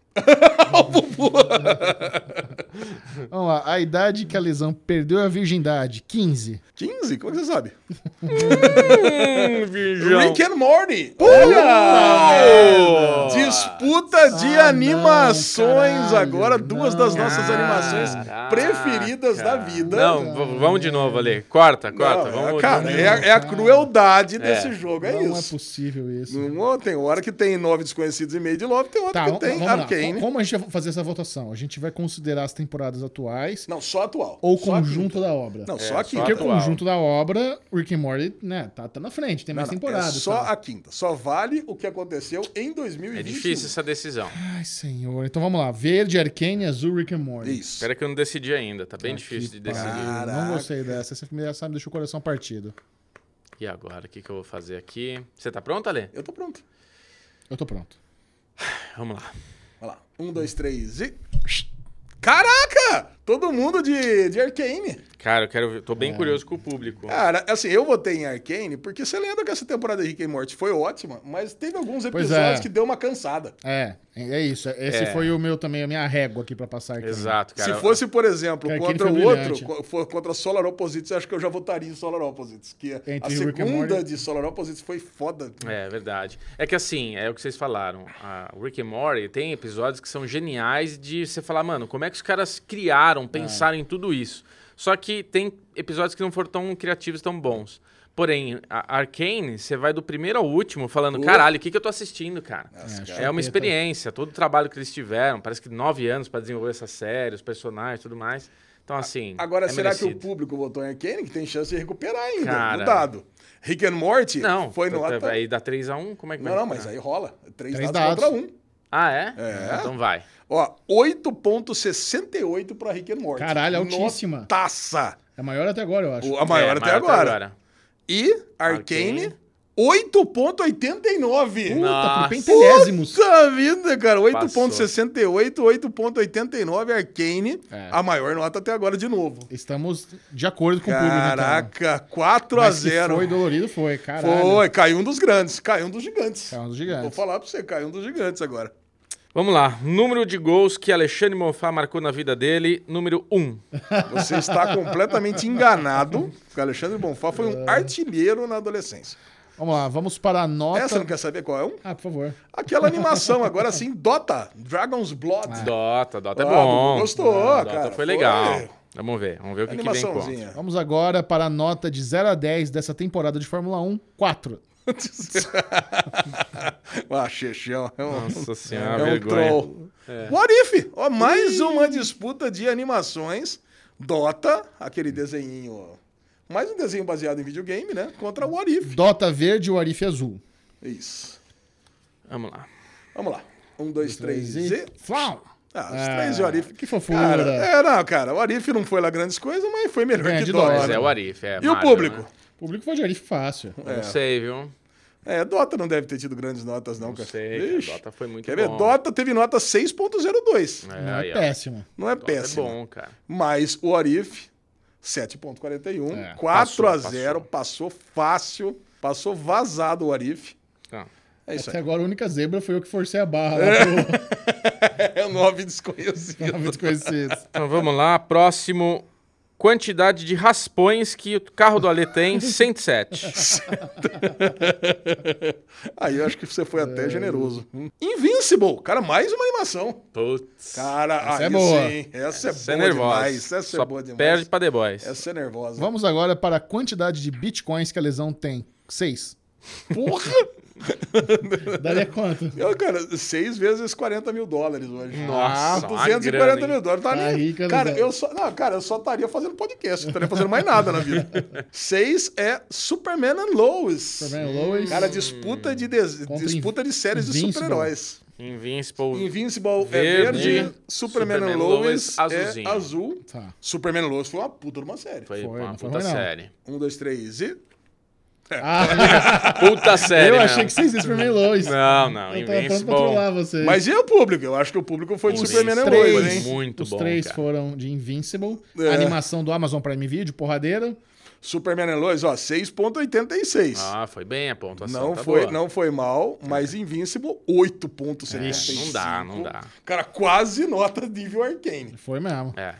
Speaker 1: Vamos lá. A idade que a lesão perdeu a virgindade, 15.
Speaker 4: 15? Como é que você sabe?
Speaker 2: Hum, virgão.
Speaker 4: Rick and Morty! Olha!
Speaker 2: merda!
Speaker 4: Disputa de
Speaker 1: Ah, não,
Speaker 4: animações
Speaker 1: caralho,
Speaker 4: agora. Duas das
Speaker 1: não.
Speaker 4: nossas é animações
Speaker 2: Caraca.
Speaker 4: preferidas da vida.
Speaker 2: Não, v- vamos de novo ali. Corta, corta.
Speaker 4: Não,
Speaker 2: vamos,
Speaker 4: cara,
Speaker 2: vamos-
Speaker 4: é, a- é a crueldade desse
Speaker 2: É.
Speaker 4: jogo, é
Speaker 1: não é
Speaker 4: isso.
Speaker 1: possível isso.
Speaker 4: Não, tem hora que tem nove desconhecidos e meio de love, tem hora
Speaker 1: Tá,
Speaker 4: que é né?
Speaker 1: vamos,
Speaker 4: tem
Speaker 1: vamos lá.
Speaker 4: Arcane.
Speaker 1: Como a gente vai fazer essa votação? A gente vai considerar as temporadas atuais
Speaker 4: Não, só atual.
Speaker 1: ou o
Speaker 4: Só
Speaker 1: conjunto da obra?
Speaker 4: a quinta. Não, só a quinta.
Speaker 1: Porque o
Speaker 2: É, atual.
Speaker 1: conjunto da obra, o Rick and Morty, né, tá, tá na frente, tem mais
Speaker 4: Não, não, é
Speaker 1: temporadas.
Speaker 4: só
Speaker 1: tá?
Speaker 4: a quinta. Só vale o que aconteceu em
Speaker 2: É
Speaker 4: 2020.
Speaker 2: difícil essa decisão.
Speaker 1: Ai, senhor. Então vamos lá. Verde, Arcane, Azul, Rick and Morty.
Speaker 4: Isso.
Speaker 2: Espera que eu não decidi ainda. Tá
Speaker 4: Ah,
Speaker 2: bem difícil de
Speaker 1: Que pariu,
Speaker 2: decidir.
Speaker 1: Não
Speaker 4: Caraca.
Speaker 1: gostei dessa. Essa primeira sabe, deixa o coração partido.
Speaker 2: E agora, o que, que eu vou fazer aqui? Você tá pronto, Ale?
Speaker 4: Eu tô pronto.
Speaker 1: Eu tô pronto.
Speaker 2: Vamos lá.
Speaker 4: Vai lá. Um, dois, três e. Caraca! Todo mundo de, de Arcane.
Speaker 2: Cara, eu quero ver. Tô
Speaker 4: É.
Speaker 2: bem curioso com o público.
Speaker 4: Cara, assim, eu votei em Arcane porque você lembra que essa temporada de Rick and Morty foi ótima, mas teve alguns
Speaker 1: Pois
Speaker 4: episódios
Speaker 1: é.
Speaker 4: que deu uma cansada.
Speaker 1: É, é isso. Esse
Speaker 2: É.
Speaker 1: foi o meu também, a minha régua aqui pra passar. Arcane.
Speaker 2: Exato, cara.
Speaker 4: Se fosse, por exemplo,
Speaker 1: Arcane
Speaker 4: contra
Speaker 1: foi
Speaker 4: o outro,
Speaker 1: brilhante.
Speaker 4: co- for contra Solar Opposites, eu acho que eu já votaria em Solar Opposites. Que a- a
Speaker 1: Entre Rick and
Speaker 4: segunda
Speaker 1: Morty.
Speaker 4: de Solar Opposites foi foda.
Speaker 2: É verdade. É que assim, é o que vocês falaram. A Rick and Morty tem episódios que são geniais de você falar, mano, como é que os caras
Speaker 4: É.
Speaker 2: criaram, pensaram em tudo isso? Só que tem episódios que não foram tão criativos, tão bons. Porém, a Arcane, você vai do primeiro ao último falando,
Speaker 4: Pô.
Speaker 2: caralho, o que, que eu tô assistindo, cara?
Speaker 4: Nossa,
Speaker 2: É uma experiência, todo o trabalho que eles tiveram, parece que nove anos pra desenvolver essa série, os personagens e tudo mais. Então, assim.
Speaker 4: Agora,
Speaker 2: é
Speaker 4: será que o
Speaker 2: merecido.
Speaker 4: público votou em Arcane? Que tem chance de recuperar ainda,
Speaker 2: Cara.
Speaker 4: no dado. Rick and Morty
Speaker 2: Não,
Speaker 4: foi no...
Speaker 2: tá-
Speaker 4: ato-
Speaker 2: Aí dá 3x1, como é que
Speaker 4: Não,
Speaker 2: vai
Speaker 4: não, mas
Speaker 2: ficar?
Speaker 4: aí rola. Três,
Speaker 1: Três
Speaker 4: dados,
Speaker 1: dados.
Speaker 4: contra um.
Speaker 2: Ah, é?
Speaker 4: É.
Speaker 2: Então vai.
Speaker 4: Ó, 8.68 pra Rick and Morty.
Speaker 1: Caralho, altíssima.
Speaker 4: Taça!
Speaker 1: É a maior até agora, eu acho.
Speaker 4: A maior,
Speaker 2: É,
Speaker 4: até, agora. E
Speaker 2: Arcane.
Speaker 4: Arcane, 8.89.
Speaker 1: Puta,
Speaker 2: Nossa.
Speaker 1: por pentelésimos.
Speaker 4: Puta vida, cara.
Speaker 2: Passou.
Speaker 4: 8.68, 8.89 Arcane.
Speaker 1: É.
Speaker 4: A maior nota até agora de novo.
Speaker 1: Estamos de acordo com o público. então, né?
Speaker 4: Caraca, 4 a
Speaker 1: Mas que
Speaker 4: 0
Speaker 1: Foi dolorido, foi, caralho.
Speaker 4: Foi, caiu um dos grandes, caiu um dos gigantes.
Speaker 1: Caiu um dos
Speaker 4: Vou
Speaker 1: gigantes.
Speaker 4: falar pra você, caiu um dos gigantes agora.
Speaker 2: Vamos lá. Número de gols que Alexandre Monfá marcou na vida dele, número 1.
Speaker 4: Você está completamente enganado. porque O Alexandre Bonfá foi
Speaker 1: É.
Speaker 4: um artilheiro na adolescência.
Speaker 1: Vamos lá, vamos para a nota.
Speaker 4: Essa não quer saber qual é um?
Speaker 1: Ah, por favor.
Speaker 4: Aquela animação, agora sim, Dota, Dragon's Blood.
Speaker 2: Dota, Dota é
Speaker 4: Ah,
Speaker 2: bom.
Speaker 4: gostou,
Speaker 2: Ah, Dota
Speaker 4: cara,
Speaker 2: foi
Speaker 4: foi.
Speaker 2: legal. Vamos ver, vamos ver o que, que vem com.
Speaker 4: *laughs* Animaçãozinha.
Speaker 1: Vamos agora para a nota de 0 a 10 dessa temporada de Fórmula 1, 4.
Speaker 4: Ah, Xexão, *laughs* é um,
Speaker 2: Nossa
Speaker 4: é
Speaker 2: senhora,
Speaker 4: um
Speaker 2: vergonha. É.
Speaker 4: troll. What If? Ó, mais uma disputa de animações. Dota, aquele desenhinho... Mais um desenho baseado em videogame, né? Contra What If.
Speaker 1: Dota verde e o Arif azul.
Speaker 4: É Isso.
Speaker 2: Vamos lá.
Speaker 4: Vamos lá. Um, dois, três e...
Speaker 1: Flau!
Speaker 4: Ah, os
Speaker 1: Ah,
Speaker 4: três e o Arif.
Speaker 1: que fofura.
Speaker 4: Cara, é, não, cara, o Arif não foi lá grandes coisas, mas foi melhor
Speaker 1: Ganha
Speaker 4: que
Speaker 1: de
Speaker 4: Dota.
Speaker 1: dólar.
Speaker 2: Mas é o Arif, é
Speaker 4: E o
Speaker 2: Marvel,
Speaker 4: público?
Speaker 2: né?
Speaker 1: O público foi de Arif fácil.
Speaker 2: Não sei, viu?
Speaker 4: É, Dota não deve ter tido grandes notas, não,
Speaker 2: Não
Speaker 4: cara.
Speaker 2: sei,
Speaker 4: Ixi.
Speaker 2: cara, Dota foi muito
Speaker 4: Quer ver?
Speaker 2: bom.
Speaker 4: Dota teve nota 6.02.
Speaker 2: É,
Speaker 1: Não é,
Speaker 2: aí, ó.
Speaker 1: péssimo.
Speaker 4: Não é
Speaker 2: Dota
Speaker 4: péssimo.
Speaker 2: é bom, cara.
Speaker 4: Mas o Arif, 7.41.
Speaker 1: É,
Speaker 4: 4 um, a
Speaker 2: passou,
Speaker 4: 0. Passou. fácil. Passou vazado o Arif.
Speaker 2: Então,
Speaker 4: É isso
Speaker 1: Até
Speaker 4: aí.
Speaker 1: agora a única zebra foi eu que forcei a barra lá
Speaker 4: *laughs* É
Speaker 2: *laughs*
Speaker 4: 9
Speaker 1: pro
Speaker 4: desconhecido.
Speaker 1: Nova Desconhecidos.
Speaker 2: então vamos lá. Próximo. Quantidade de raspões que o carro do Ale tem, 107.
Speaker 4: *laughs* aí eu acho que você foi
Speaker 2: É.
Speaker 4: até generoso. Invincible. Cara, mais uma animação.
Speaker 2: Putz.
Speaker 4: Cara,
Speaker 1: Essa
Speaker 4: aí
Speaker 1: é boa.
Speaker 4: sim. Essa é
Speaker 2: Você é
Speaker 4: boa
Speaker 2: nervosa.
Speaker 4: demais. Essa
Speaker 2: Só
Speaker 4: é boa demais.
Speaker 2: perde pra The Boys.
Speaker 4: Essa é nervosa.
Speaker 1: Vamos agora para a quantidade de bitcoins que a lesão tem. 6.
Speaker 4: Porra!
Speaker 1: *laughs* Daria quanto?
Speaker 4: Eu, cara, seis vezes 40 mil dólares hoje.
Speaker 2: Nossa, uma
Speaker 4: 240
Speaker 2: grana,
Speaker 4: mil
Speaker 2: hein?
Speaker 4: dólares. Tá
Speaker 1: Ah, Tá
Speaker 4: nem...
Speaker 1: rica, né,
Speaker 4: cara,
Speaker 1: velho?
Speaker 4: eu só, não, cara, eu só estaria fazendo podcast, não estaria fazendo mais nada na vida.
Speaker 2: *laughs*
Speaker 4: Seis é Superman and Lois.
Speaker 1: Superman and Lois.
Speaker 4: Cara, disputa de, des-
Speaker 1: Contra
Speaker 4: disputa de séries de
Speaker 1: Invincible.
Speaker 4: super-heróis.
Speaker 2: Invincible.
Speaker 4: Invincible
Speaker 2: Verde,
Speaker 4: é verde,
Speaker 2: Superman
Speaker 4: Superman, and
Speaker 2: Lois,
Speaker 4: Lois
Speaker 2: azulzinho.
Speaker 4: é azul.
Speaker 1: Tá.
Speaker 4: Superman and Lois foi uma puta de uma série.
Speaker 2: Foi,
Speaker 1: Foi,
Speaker 2: uma
Speaker 1: não foi
Speaker 2: puta
Speaker 1: ruim, não.
Speaker 2: série.
Speaker 4: Um, dois, três e... é.
Speaker 1: Ah,
Speaker 2: Puta série,
Speaker 1: *laughs* eu
Speaker 2: né?
Speaker 1: achei que vocês iam Superman e Lois.
Speaker 2: Não, não,
Speaker 1: Eu tava pronto pra trollar
Speaker 2: Invincible.
Speaker 1: vocês.
Speaker 4: Mas e o público? Eu acho que o público foi de
Speaker 2: Os
Speaker 4: Superman and
Speaker 1: três.
Speaker 4: Lois, hein?
Speaker 2: Muito
Speaker 1: Os
Speaker 2: bom,
Speaker 1: três
Speaker 2: cara.
Speaker 1: foram de Invincible,
Speaker 4: É.
Speaker 1: animação do Amazon Prime Video, porradeira.
Speaker 4: Superman and Lois, ó, 6.86.
Speaker 2: Ah, foi bem a pontuação.
Speaker 4: Não
Speaker 2: tá
Speaker 4: foi,
Speaker 2: boa.
Speaker 4: não foi mal, mas Invincible, 8.75.
Speaker 2: É, não dá, não dá.
Speaker 4: Cara, quase nota de Evil Arcane.
Speaker 1: Foi mesmo.
Speaker 2: É.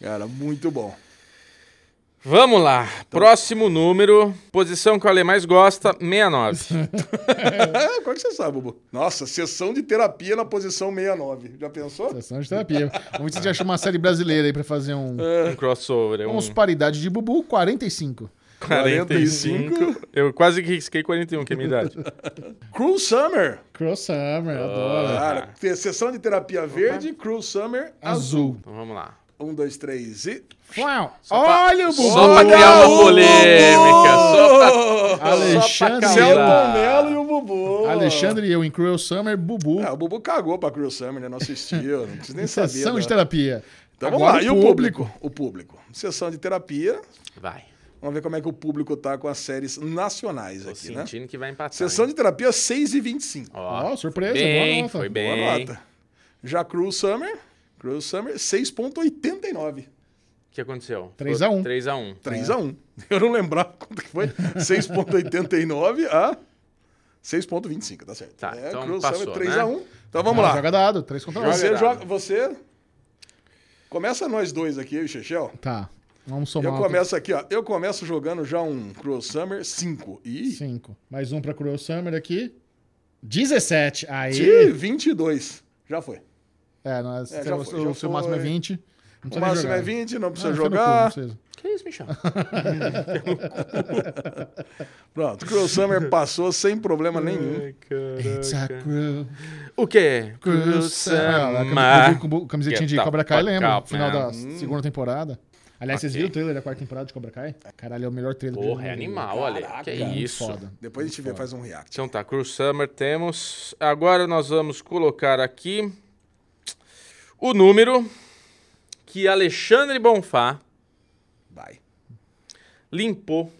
Speaker 4: Cara, muito bom.
Speaker 2: Vamos lá. Próximo número. Posição que o Ale mais gosta,
Speaker 4: *laughs*
Speaker 2: 69.
Speaker 4: É, Qual que você sabe, Bubu? Nossa, sessão de terapia na posição 69. Já pensou?
Speaker 1: Sessão de terapia. Vamos ver se a gente acha uma série brasileira aí pra fazer um...
Speaker 2: um crossover. é Um
Speaker 1: Vamos paridade de Bubu, 45.
Speaker 2: 45. Eu quase que risquei 41, que é a
Speaker 1: *laughs*
Speaker 2: minha idade.
Speaker 4: Cruel Summer.
Speaker 1: Cross Summer, adoro.
Speaker 2: Ah.
Speaker 4: Cara, te- sessão de terapia verde, Cruel Summer, azul.
Speaker 1: Azul.
Speaker 2: Então vamos lá.
Speaker 4: 1, 2, 3 e...
Speaker 1: Flau. Olha o Bubu!
Speaker 2: Só pra criar uma
Speaker 4: o
Speaker 2: polêmica. Só
Speaker 1: Alexandre,
Speaker 2: Só pra
Speaker 4: Celton
Speaker 2: Cara.
Speaker 4: Mello e o Bubu.
Speaker 1: Alexandre e eu em Cruel Summer, Bubu. é
Speaker 4: Ah, o Bubu cagou pra Cruel Summer, né? Não assistiu, não precisa nem saber.
Speaker 1: *laughs* Sessão
Speaker 4: né?
Speaker 1: de terapia.
Speaker 4: Então
Speaker 1: Agora
Speaker 4: vamos lá, e o público? O público. Sessão de terapia.
Speaker 2: pra... Vai.
Speaker 4: Vamos ver como é que o público tá com as séries nacionais
Speaker 2: Tô
Speaker 4: aqui, né?
Speaker 2: sentindo que vai empatar.
Speaker 4: Sessão
Speaker 2: hein?
Speaker 4: de terapia 6,25.
Speaker 2: Ó,
Speaker 1: Ó, surpresa,
Speaker 2: bem,
Speaker 1: boa nota.
Speaker 2: Foi
Speaker 4: Boa
Speaker 2: bem.
Speaker 4: nota. Já Cruel Summer. Cruel Summer, 6,89.
Speaker 2: O que aconteceu?
Speaker 1: 3 a 1.
Speaker 2: 3x1.
Speaker 4: 3
Speaker 1: É.
Speaker 4: a 1. *laughs* Eu não lembrava quanto que foi. 6,89 a 6,25, tá certo.
Speaker 2: Tá,
Speaker 4: é,
Speaker 2: então
Speaker 4: Cruel
Speaker 2: passou,
Speaker 4: Summer 3
Speaker 2: né?
Speaker 4: a 1. Então vamos
Speaker 1: Ah,
Speaker 4: lá.
Speaker 1: Joga dado, 3 contra 1.
Speaker 2: Joga-
Speaker 4: Você
Speaker 2: dado.
Speaker 4: joga. Você. Começa nós dois aqui, eu e o Chechel.
Speaker 1: Tá, vamos
Speaker 4: Eu
Speaker 1: somar.
Speaker 4: começo aqui, ó. Eu começo jogando já um Cruel Summer 5 e
Speaker 1: 5. Mais um pra Cruel Summer aqui. 17. Aí.
Speaker 4: Ih, 22. Já foi.
Speaker 1: É, não é- você-
Speaker 4: já
Speaker 1: o
Speaker 4: foi, já
Speaker 1: seu máximo é
Speaker 4: foi.
Speaker 1: 20. Não precisa nem
Speaker 4: O máximo
Speaker 1: jogar.
Speaker 4: é 20, não precisa
Speaker 1: Ah, enfia no cu,
Speaker 4: jogar.
Speaker 1: não precisa.
Speaker 2: Que isso, Michel?
Speaker 4: Pronto,
Speaker 1: *laughs*
Speaker 4: Cruel Summer passou sem problema nenhum.
Speaker 2: Ai, caraca.
Speaker 1: It's a cruel,
Speaker 2: O quê?
Speaker 1: cruel summer. Ah, eu vi com camisetinha de
Speaker 2: Get the
Speaker 1: Cobra Kai,
Speaker 2: fuck
Speaker 1: lembra?
Speaker 2: up,
Speaker 1: Final
Speaker 2: man.
Speaker 1: da segunda temporada. Aliás, vocês
Speaker 2: né? Hum.
Speaker 1: viram
Speaker 2: Ok.
Speaker 1: o trailer da quarta temporada de Cobra Kai? Caralho, é o melhor trailer que eu
Speaker 2: Porra,
Speaker 1: já
Speaker 2: é
Speaker 1: vi.
Speaker 2: animal, olha. Que
Speaker 1: Cara, muito
Speaker 2: isso.
Speaker 1: Foda.
Speaker 4: Depois a gente vê, faz um react.
Speaker 2: Então tá, Cruel Summer temos. Agora nós vamos colocar aqui o número que Alexandre Bonfá
Speaker 4: Vai.
Speaker 2: limpou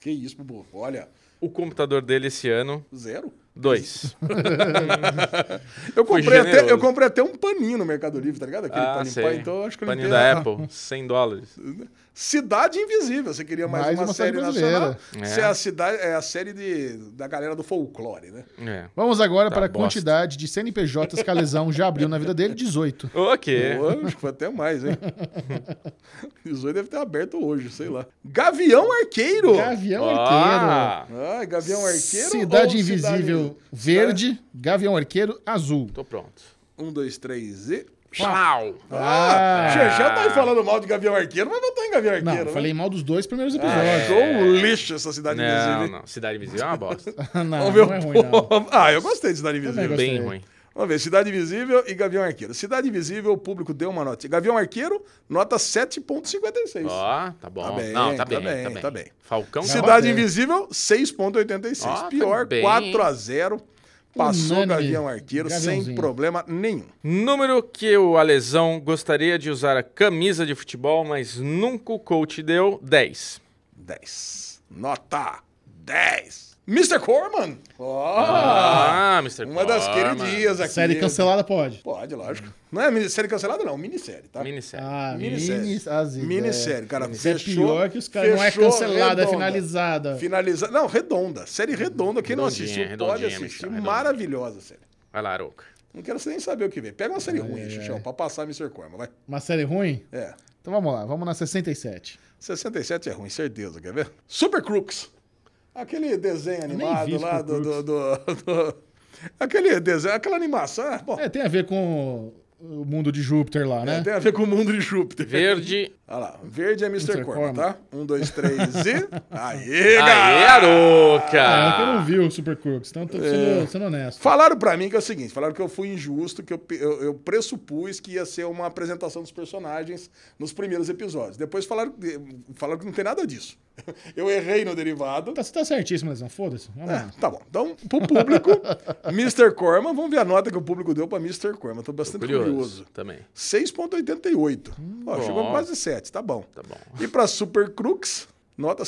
Speaker 4: Que isso, Bubu. Olha,
Speaker 2: o computador dele esse ano.
Speaker 4: zero.
Speaker 2: Dois.
Speaker 4: Eu
Speaker 2: Foi
Speaker 4: comprei,
Speaker 2: generoso.
Speaker 4: até, eu comprei até um paninho no Mercado Livre, tá ligado? Aquele
Speaker 2: Ah,
Speaker 4: pra limpar,
Speaker 2: sei.
Speaker 4: então eu acho que eu
Speaker 2: Paninho
Speaker 4: limpei
Speaker 2: da
Speaker 4: a-
Speaker 2: Apple, 100 dólares.
Speaker 4: Cidade Invisível. Você queria mais, uma, série nacional.
Speaker 2: brasileira.
Speaker 4: Isso
Speaker 2: É.
Speaker 4: é a, cidade, é a série de, da galera do folclore, né?
Speaker 2: É.
Speaker 1: Vamos agora
Speaker 2: Tá
Speaker 1: para a
Speaker 2: bosta.
Speaker 1: quantidade de CNPJs que a lesão já abriu na vida dele, 18.
Speaker 2: Ok.
Speaker 4: Pô, acho que foi até mais,
Speaker 1: *laughs*
Speaker 4: hein? 18 deve ter aberto hoje, sei lá. Gavião Arqueiro!
Speaker 1: Gavião é um Arqueiro.
Speaker 2: Ah,
Speaker 4: Ah, Gavião Arqueiro
Speaker 1: Cidade
Speaker 4: ou
Speaker 1: Invisível
Speaker 4: Cidade-
Speaker 1: Verde, Gavião Arqueiro Azul.
Speaker 2: tô pronto.
Speaker 4: Um, dois, três e...
Speaker 2: Tchau.
Speaker 4: Ah, Xexé tá aí falando mal de Gavião Arqueiro, mas votou em Gavião
Speaker 1: Não,
Speaker 4: Arqueiro,
Speaker 1: eu falei mal dos dois primeiros
Speaker 2: Ah,
Speaker 1: episódios.
Speaker 2: é.
Speaker 4: né? Achou um lixo essa Cidade
Speaker 2: Não,
Speaker 4: Invisível.
Speaker 2: não. Cidade Invisível é uma
Speaker 4: *laughs*
Speaker 2: bosta.
Speaker 1: não, *laughs* não,
Speaker 4: Vamos ver
Speaker 1: é
Speaker 4: o
Speaker 1: ruim, não.
Speaker 4: povo. Ah, eu gostei de Cidade Invisível.
Speaker 1: Também
Speaker 2: Bem
Speaker 1: Gostei.
Speaker 2: ruim.
Speaker 4: Vamos ver, Cidade Invisível e Gavião Arqueiro. Cidade Invisível, o público deu uma nota. Gavião Arqueiro, nota 7.56.
Speaker 2: Ó, tá bom.
Speaker 4: Tá bem,
Speaker 2: não, tá,
Speaker 4: tá
Speaker 2: bem,
Speaker 4: bem,
Speaker 2: tá bem.
Speaker 4: tá bem.
Speaker 2: Falcão
Speaker 4: Cidade
Speaker 1: bater.
Speaker 4: Invisível, 6.86.
Speaker 2: Ó, tá
Speaker 4: Pior,
Speaker 2: bem.
Speaker 4: 4 a 0. Passou
Speaker 1: Unânime.
Speaker 4: Gavião Arqueiro sem
Speaker 1: Gaviãozinho.
Speaker 4: problema nenhum.
Speaker 2: Número que o Alesão gostaria de usar a camisa de futebol, mas nunca o coach deu, 10.
Speaker 4: 10. Nota 10. Mr. Corman. Ó,
Speaker 2: Ah, Mr.
Speaker 4: uma das
Speaker 2: Corman.
Speaker 4: queridinhas aqui.
Speaker 1: Série cancelada pode.
Speaker 4: Pode, lógico. Não é mini- série cancelada, não. Minissérie, tá?
Speaker 2: É. Minissérie.
Speaker 1: Ah,
Speaker 4: Minissérie.
Speaker 1: minis- as ideias.
Speaker 4: Minissérie, cara.
Speaker 1: Isso é
Speaker 4: fechou,
Speaker 1: pior que os caras. Não é
Speaker 4: fechou
Speaker 1: cancelada, é
Speaker 4: redonda.
Speaker 1: finalizada.
Speaker 4: Finaliza... Não, redonda. Série redonda. Quem não
Speaker 2: Redondinha,
Speaker 4: assistiu pode
Speaker 2: redondinha,
Speaker 4: assistir.
Speaker 2: Michel, redondinha.
Speaker 4: Maravilhosa a série.
Speaker 2: Vai lá, Aroca.
Speaker 4: Não quero nem saber o que vem. Pega uma série
Speaker 1: É,
Speaker 4: ruim, Xuxão, pra passar Mr. Corman, vai.
Speaker 1: Uma série ruim?
Speaker 4: É.
Speaker 1: Então vamos lá, vamos na 67.
Speaker 4: 67 é ruim, certeza, quer ver? Super Crooks. Aquele desenho
Speaker 1: nem
Speaker 4: animado
Speaker 1: vi
Speaker 4: lá
Speaker 1: Super
Speaker 4: *laughs* do, do, do- do- Aquele desenho, aquela animação. ah, Bom,
Speaker 1: É, tem a ver com o mundo de Júpiter lá, É, né?
Speaker 4: Tem a ver com o mundo de Júpiter.
Speaker 2: Verde.
Speaker 4: Olha lá, verde é Mr.
Speaker 1: Mr.
Speaker 4: Corn,
Speaker 1: Corn.
Speaker 4: tá? Um, dois, três
Speaker 1: *laughs*
Speaker 4: e...
Speaker 2: Aê,
Speaker 4: Aê, galera!
Speaker 1: Ah, é que eu
Speaker 2: Aroca!
Speaker 1: não vi o Super Crooks, então tô sendo, sendo honesto.
Speaker 4: Falaram pra mim que é o seguinte, falaram que eu fui injusto, que eu, pe- eu, eu pressupus que ia ser uma apresentação dos personagens nos primeiros episódios. Depois falaram, de- falaram que não tem nada disso. *laughs* Eu errei no derivado.
Speaker 1: Tá, você tá certíssimo, Lesão, foda-se. Vamos
Speaker 4: É,
Speaker 1: lá.
Speaker 4: tá bom. Então, pro *laughs* público, Mr. Corman, vamos ver a nota que o público deu pra Mr. Corman. Tô bastante curioso.
Speaker 2: Curioso. Também.
Speaker 4: 6,88. Ó, chegou
Speaker 2: bom.
Speaker 4: quase 7, tá bom.
Speaker 2: Tá bom.
Speaker 4: E pra Super Crux, nota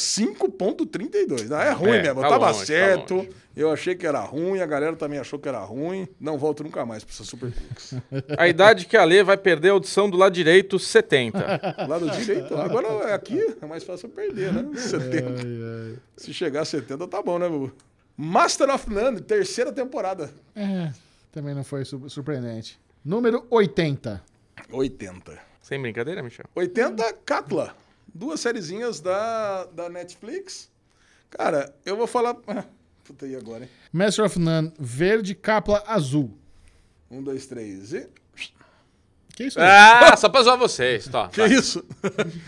Speaker 4: 5,32. Ah, é ruim
Speaker 2: É,
Speaker 4: mesmo,
Speaker 2: tá
Speaker 4: tava
Speaker 2: longe, tá
Speaker 4: certo.
Speaker 2: longe.
Speaker 4: eu achei que era ruim, a galera também achou que era ruim. Não volto nunca mais pra essa Super Crux.
Speaker 2: A
Speaker 4: *laughs*
Speaker 2: idade que a Lê vai perder a audição do lado direito, 70.
Speaker 4: *laughs* Lá do direito, agora aqui é mais fácil eu perder, né? 70. Se chegar a 70, tá bom, né, Bubu? Master of None, terceira temporada.
Speaker 1: É, também não foi su- surpreendente. Número 80.
Speaker 4: 80.
Speaker 2: Sem brincadeira, Michel?
Speaker 4: 80, Catla. Duas sériezinhas da, da Netflix. Cara, eu vou falar. *laughs* Ah, Puta aí agora, hein?
Speaker 1: Master of None, verde, capa azul.
Speaker 4: Um, dois, três e.
Speaker 1: Que isso? aí?
Speaker 2: Ah, só pra zoar vocês, tá.
Speaker 4: Que isso?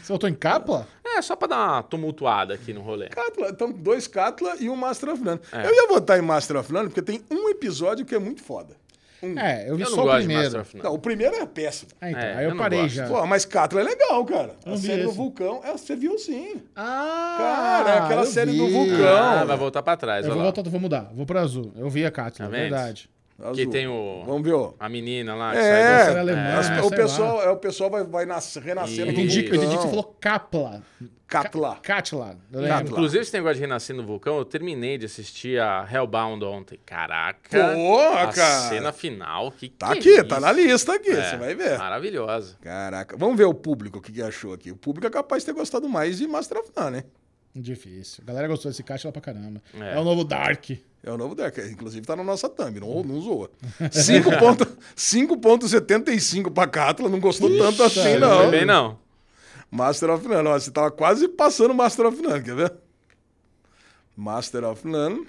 Speaker 1: Soltou em capa?
Speaker 2: É, só pra dar uma tumultuada aqui no rolê.
Speaker 4: Catla. Então, dois Catla e um Master of None.
Speaker 2: É.
Speaker 4: Eu ia votar em Master of None porque tem um episódio que é muito foda.
Speaker 1: É, eu vi
Speaker 2: Eu não
Speaker 1: só o
Speaker 2: gosto de
Speaker 1: primeiro.
Speaker 2: Master of None.
Speaker 4: Não, o primeiro é péssimo.
Speaker 1: Ah, então,
Speaker 2: É,
Speaker 1: aí eu,
Speaker 2: eu não
Speaker 1: parei
Speaker 2: gosto.
Speaker 1: já.
Speaker 4: Pô, mas Catla é legal, cara.
Speaker 1: não
Speaker 4: A
Speaker 1: vi
Speaker 4: série do
Speaker 1: esse.
Speaker 4: vulcão. É, você viu sim.
Speaker 1: Ah,
Speaker 4: Cara, é aquela
Speaker 1: eu
Speaker 4: série
Speaker 1: vi.
Speaker 4: do vulcão.
Speaker 2: Ah, vai voltar pra trás,
Speaker 1: Eu
Speaker 2: olha
Speaker 1: vou,
Speaker 2: lá.
Speaker 1: voltar, vou mudar, vou pra azul. Eu vi a Cátia,
Speaker 2: Tá
Speaker 1: é
Speaker 2: vendo?
Speaker 1: verdade.
Speaker 2: Que
Speaker 4: Azul.
Speaker 2: tem o...
Speaker 4: Vamos ver, ó.
Speaker 2: A menina lá que
Speaker 4: É,
Speaker 1: Será
Speaker 2: sai
Speaker 1: alemã,
Speaker 2: dançando.
Speaker 1: né? sei
Speaker 4: o,
Speaker 1: lá.
Speaker 4: pessoal, é, o pessoal vai, vai nas- renascer
Speaker 1: Eu
Speaker 2: Eu
Speaker 4: no
Speaker 1: entendi, eu entendi que você
Speaker 4: vulcão.
Speaker 1: falou Capla.
Speaker 4: Catla.
Speaker 1: Catla. Eu
Speaker 4: Tá,
Speaker 2: É,
Speaker 1: lembro.
Speaker 2: Inclusive, esse negócio de renascer no vulcão, eu terminei de assistir a Hellbound ontem. Caraca!
Speaker 4: Porra,
Speaker 2: a
Speaker 4: cara.
Speaker 2: cena final, que
Speaker 4: Tá
Speaker 2: que
Speaker 4: aqui,
Speaker 2: é
Speaker 4: tá
Speaker 2: isso?
Speaker 4: na lista aqui,
Speaker 2: É,
Speaker 4: você vai ver.
Speaker 2: Maravilhosa.
Speaker 4: Caraca, vamos ver o público, o que, que achou aqui. O público é capaz de ter gostado mais de Master of None, né?
Speaker 1: Difícil. A galera gostou desse Catla pra caramba.
Speaker 2: É.
Speaker 1: É, o novo Dark.
Speaker 4: É o novo Dark, inclusive tá na nossa thumb,
Speaker 1: Hum.
Speaker 4: não, não zoa.
Speaker 1: *laughs*
Speaker 4: 5 ponto- 5.75 pra Catla, não gostou tanto assim,
Speaker 1: cara,
Speaker 4: não.
Speaker 2: Foi bem, não.
Speaker 4: Master of None, ó, você tava quase passando Master of None, quer ver? Master of None,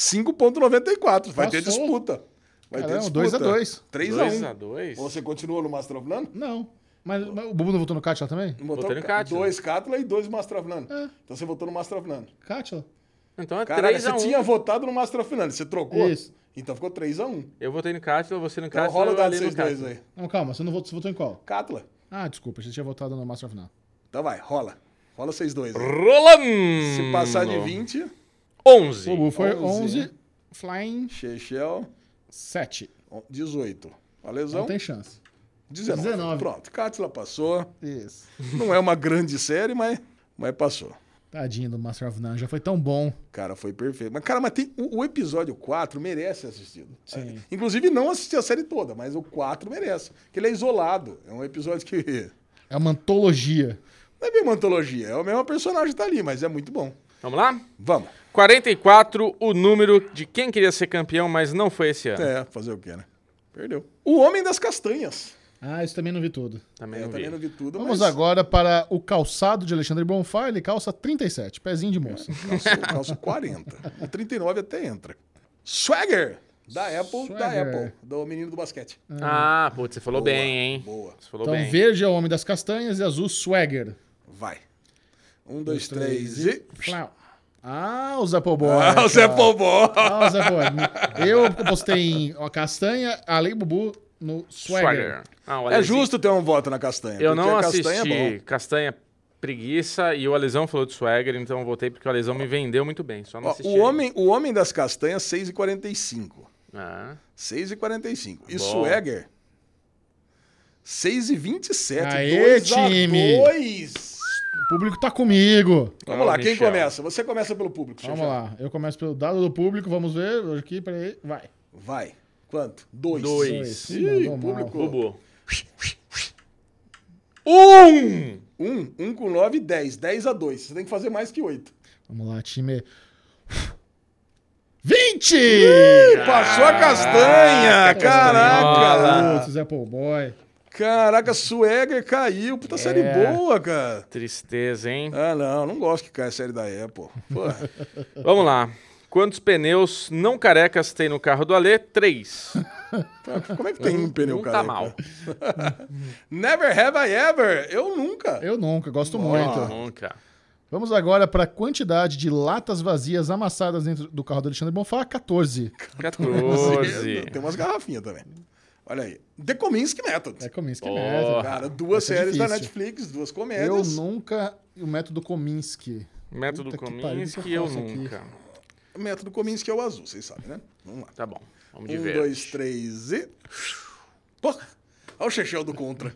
Speaker 4: 5.94, vai ter
Speaker 1: Passou.
Speaker 4: disputa. Vai ter
Speaker 1: Caramba,
Speaker 4: disputa.
Speaker 1: dois a dois.
Speaker 4: 3x1.
Speaker 2: 2x2.
Speaker 4: Você continua no Master of None?
Speaker 1: Não. Mas, mas o Bubu não votou no Catla também?
Speaker 4: Botou
Speaker 2: Botei no Cátula.
Speaker 4: dois Cátula e dois Master of None.
Speaker 1: É.
Speaker 4: Então você votou no Master of None.
Speaker 1: Catla.
Speaker 2: Então é
Speaker 4: Caralho, você
Speaker 2: 3x1.
Speaker 4: tinha votado no Master of None, você trocou?
Speaker 1: Isso.
Speaker 4: Então ficou 3x1.
Speaker 2: Eu votei no Cátula, você no
Speaker 4: Então
Speaker 2: Cátula,
Speaker 4: rola o
Speaker 2: eu
Speaker 4: dado
Speaker 2: ali no
Speaker 4: vocês dois
Speaker 2: Cátula.
Speaker 4: aí.
Speaker 1: Não, calma, você não votou, você votou em qual?
Speaker 4: Cátula.
Speaker 1: Ah, desculpa, você tinha votado no Master of None.
Speaker 4: Então vai, rola. Rola vocês dois.
Speaker 2: Hum,
Speaker 4: aí.
Speaker 2: Rolando!
Speaker 4: Se passar de 20,
Speaker 2: 11.
Speaker 1: O Bubu foi
Speaker 4: 11.
Speaker 1: 11, Flying
Speaker 4: Chechel,
Speaker 1: 7.
Speaker 4: 18.
Speaker 1: Não
Speaker 4: Valezão,
Speaker 1: tem chance.
Speaker 4: 19.
Speaker 1: 19.
Speaker 4: Pronto, Cátula passou.
Speaker 1: Isso.
Speaker 4: Não é uma grande série, mas, mas passou.
Speaker 1: Tadinho do Master of None, já foi tão bom.
Speaker 4: Cara, foi perfeito. Mas, cara, mas tem, o, o episódio 4 merece ser assistido.
Speaker 1: Sim.
Speaker 4: Inclusive, não assisti a série toda, mas o 4 merece. Porque ele é isolado. É um episódio que. *laughs*
Speaker 1: É uma antologia.
Speaker 4: Não é bem uma antologia, é o mesmo personagem que tá ali, mas é muito bom.
Speaker 2: Vamos lá?
Speaker 4: Vamos.
Speaker 2: 44, o número de quem queria ser campeão, mas não foi esse ano.
Speaker 4: É, fazer o quê, né? Perdeu. O Homem das Castanhas.
Speaker 1: Ah, isso também não vi tudo.
Speaker 2: Também
Speaker 4: É,
Speaker 2: não
Speaker 4: também
Speaker 2: vi.
Speaker 4: não vi tudo,
Speaker 1: Vamos
Speaker 4: mas
Speaker 1: agora para o calçado de Alexandre Bonfá. Ele calça 37, pezinho de moça.
Speaker 4: calço, calço 40. O 39 até entra. Swagger! Da Apple, da
Speaker 1: Swagger.
Speaker 4: Apple. Do menino do basquete.
Speaker 2: Ah, putz, você falou
Speaker 4: Boa,
Speaker 2: bem, hein?
Speaker 4: boa.
Speaker 2: Você falou
Speaker 1: Então,
Speaker 2: bem.
Speaker 1: verde é o homem das castanhas e azul, swagger.
Speaker 4: Vai. Um, dois,
Speaker 1: três
Speaker 4: três e...
Speaker 1: Flau. Ah, o Zé Pobó.
Speaker 4: Ah, o Zé Pobó!
Speaker 1: Ah, o Zé Pobó. Eu postei em a castanha, a Lei Bubu no swagger.
Speaker 2: Swagger. Ah, o
Speaker 4: É
Speaker 2: Alezinho-
Speaker 4: justo ter um voto na castanha.
Speaker 2: Eu
Speaker 4: porque
Speaker 2: não
Speaker 4: a
Speaker 2: assisti
Speaker 4: castanha é
Speaker 2: castanha,
Speaker 4: bom.
Speaker 2: Preguiça e o Alisão falou de Swagger, então eu voltei porque o Alisão me vendeu muito bem. Só não
Speaker 4: Ó,
Speaker 2: assisti.
Speaker 4: o,
Speaker 2: ainda.
Speaker 4: homem, o Homem das Castanhas, 6,45.
Speaker 2: Ah,
Speaker 4: 6,45. E
Speaker 2: Bom.
Speaker 4: Swagger, 6,27.
Speaker 1: Aê,
Speaker 4: Dois a
Speaker 1: time.
Speaker 4: dois.
Speaker 1: O público tá comigo.
Speaker 4: Vamos
Speaker 2: Vamos
Speaker 4: lá,
Speaker 2: lá,
Speaker 4: quem
Speaker 2: Michel.
Speaker 4: começa? Você começa pelo público,
Speaker 1: Vamos
Speaker 4: Xixi.
Speaker 1: lá. Eu começo pelo dado do público. Vamos ver. Aqui, peraí. Vai.
Speaker 4: Vai. Quanto? Dois.
Speaker 2: Dois.
Speaker 4: Ih,
Speaker 1: Mandou mal.
Speaker 4: público.
Speaker 2: Bubu. Um!
Speaker 4: Um, um com nove, dez. Dez a dois. Você tem que fazer mais que oito.
Speaker 1: Vamos lá, time. 20!
Speaker 4: Passou a castanha! Caraca!
Speaker 1: Putz, Zé Boy.
Speaker 4: Caraca, Swagger caiu.
Speaker 1: É.
Speaker 4: Puta série boa, cara.
Speaker 2: Tristeza, hein?
Speaker 4: Ah, não. Não gosto que caia série da Apple. Pô. *laughs*
Speaker 2: Vamos lá. Quantos pneus não carecas tem no carro do Alê? Três.
Speaker 4: Como é que tem um pneu
Speaker 2: não
Speaker 4: careca?
Speaker 2: tá mal.
Speaker 4: Never have I ever. Eu nunca.
Speaker 1: Eu nunca, gosto
Speaker 2: Não,
Speaker 1: muito.
Speaker 4: *laughs*
Speaker 2: Nunca.
Speaker 1: Vamos agora para a quantidade de latas vazias amassadas dentro do carro do Alexandre Bonfá, 14.
Speaker 2: 14.
Speaker 4: Tem umas garrafinhas também. Olha aí. The Kominsky Method.
Speaker 1: É Kominsky
Speaker 2: Oh.
Speaker 1: mesmo.
Speaker 4: Cara, duas
Speaker 1: Essa é
Speaker 4: séries da
Speaker 1: difícil.
Speaker 4: Netflix, duas comédias.
Speaker 1: Eu nunca... O método Kominsky.
Speaker 2: Método
Speaker 1: Puta que pariu,
Speaker 2: Kominsky,
Speaker 1: que eu
Speaker 2: eu
Speaker 1: faço aqui?
Speaker 2: nunca.
Speaker 4: O método Kominsky é o azul, vocês sabem, né? Vamos lá.
Speaker 2: Tá bom. Vamos de
Speaker 4: Um,
Speaker 2: verde.
Speaker 4: dois, três e... Pô, olha o Chechel do contra.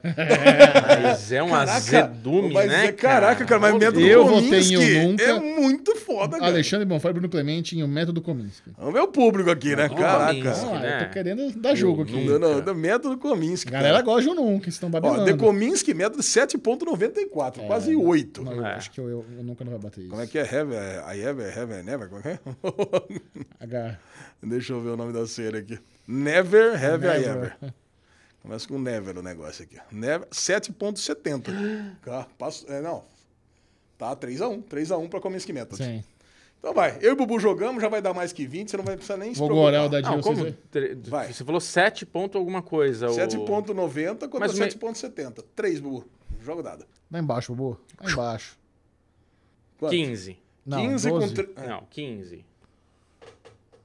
Speaker 2: Mas é um azedume,
Speaker 4: mas
Speaker 2: né?
Speaker 4: é- caraca, cara, mas o método
Speaker 1: Eu votei em
Speaker 4: Kominsky
Speaker 1: Eu Nunca.
Speaker 4: é muito foda, cara.
Speaker 1: Alexandre Bonfá e Bruno Clemente em o método Kominsky.
Speaker 4: Vamos ver o público aqui,
Speaker 2: Não,
Speaker 4: né?
Speaker 1: Vamos
Speaker 4: Caraca.
Speaker 2: Kominsky.
Speaker 1: lá,
Speaker 2: né?
Speaker 1: eu tô querendo dar jogo aqui.
Speaker 4: Não, não, do método Kominsky.
Speaker 1: A galera
Speaker 4: cara.
Speaker 1: gosta né? de eu nunca, estão
Speaker 4: Ó, The
Speaker 1: babelando.
Speaker 4: Kominsky, método 7.94,
Speaker 1: É, né?
Speaker 4: quase 8.
Speaker 1: Não, eu
Speaker 2: É.
Speaker 1: Acho que eu, eu- eu nunca não vai bater isso.
Speaker 4: Como é que é? Have, I ever, have I never? Como é? que é? *laughs*
Speaker 1: H.
Speaker 4: Deixa eu ver o nome da série aqui. Never have I
Speaker 1: Never.
Speaker 4: ever. Começa com never o negócio aqui. Never, 7.70. Tá, passo- é, não. Tá, 3x1. 3x1 pra Cominsky Method.
Speaker 1: Sim.
Speaker 4: Então vai. Eu e o Bubu jogamos, já vai dar mais que 20, você não vai precisar nem se
Speaker 1: Vou gorar o
Speaker 4: preocupar.
Speaker 1: da Dilma.
Speaker 2: Não, como?
Speaker 1: vocês-
Speaker 2: Tre-
Speaker 4: Vai.
Speaker 2: Você falou 7 ponto alguma coisa. o-
Speaker 4: 7.90 contra
Speaker 2: Mas o me-
Speaker 4: 7.70. 3, Bubu. Joga o dado.
Speaker 1: Lá embaixo, Bobo. Lá embaixo.
Speaker 4: Quanto? É.
Speaker 2: 15.
Speaker 1: Não,
Speaker 4: 15 com
Speaker 1: 12.
Speaker 4: 3.
Speaker 2: Não, 15.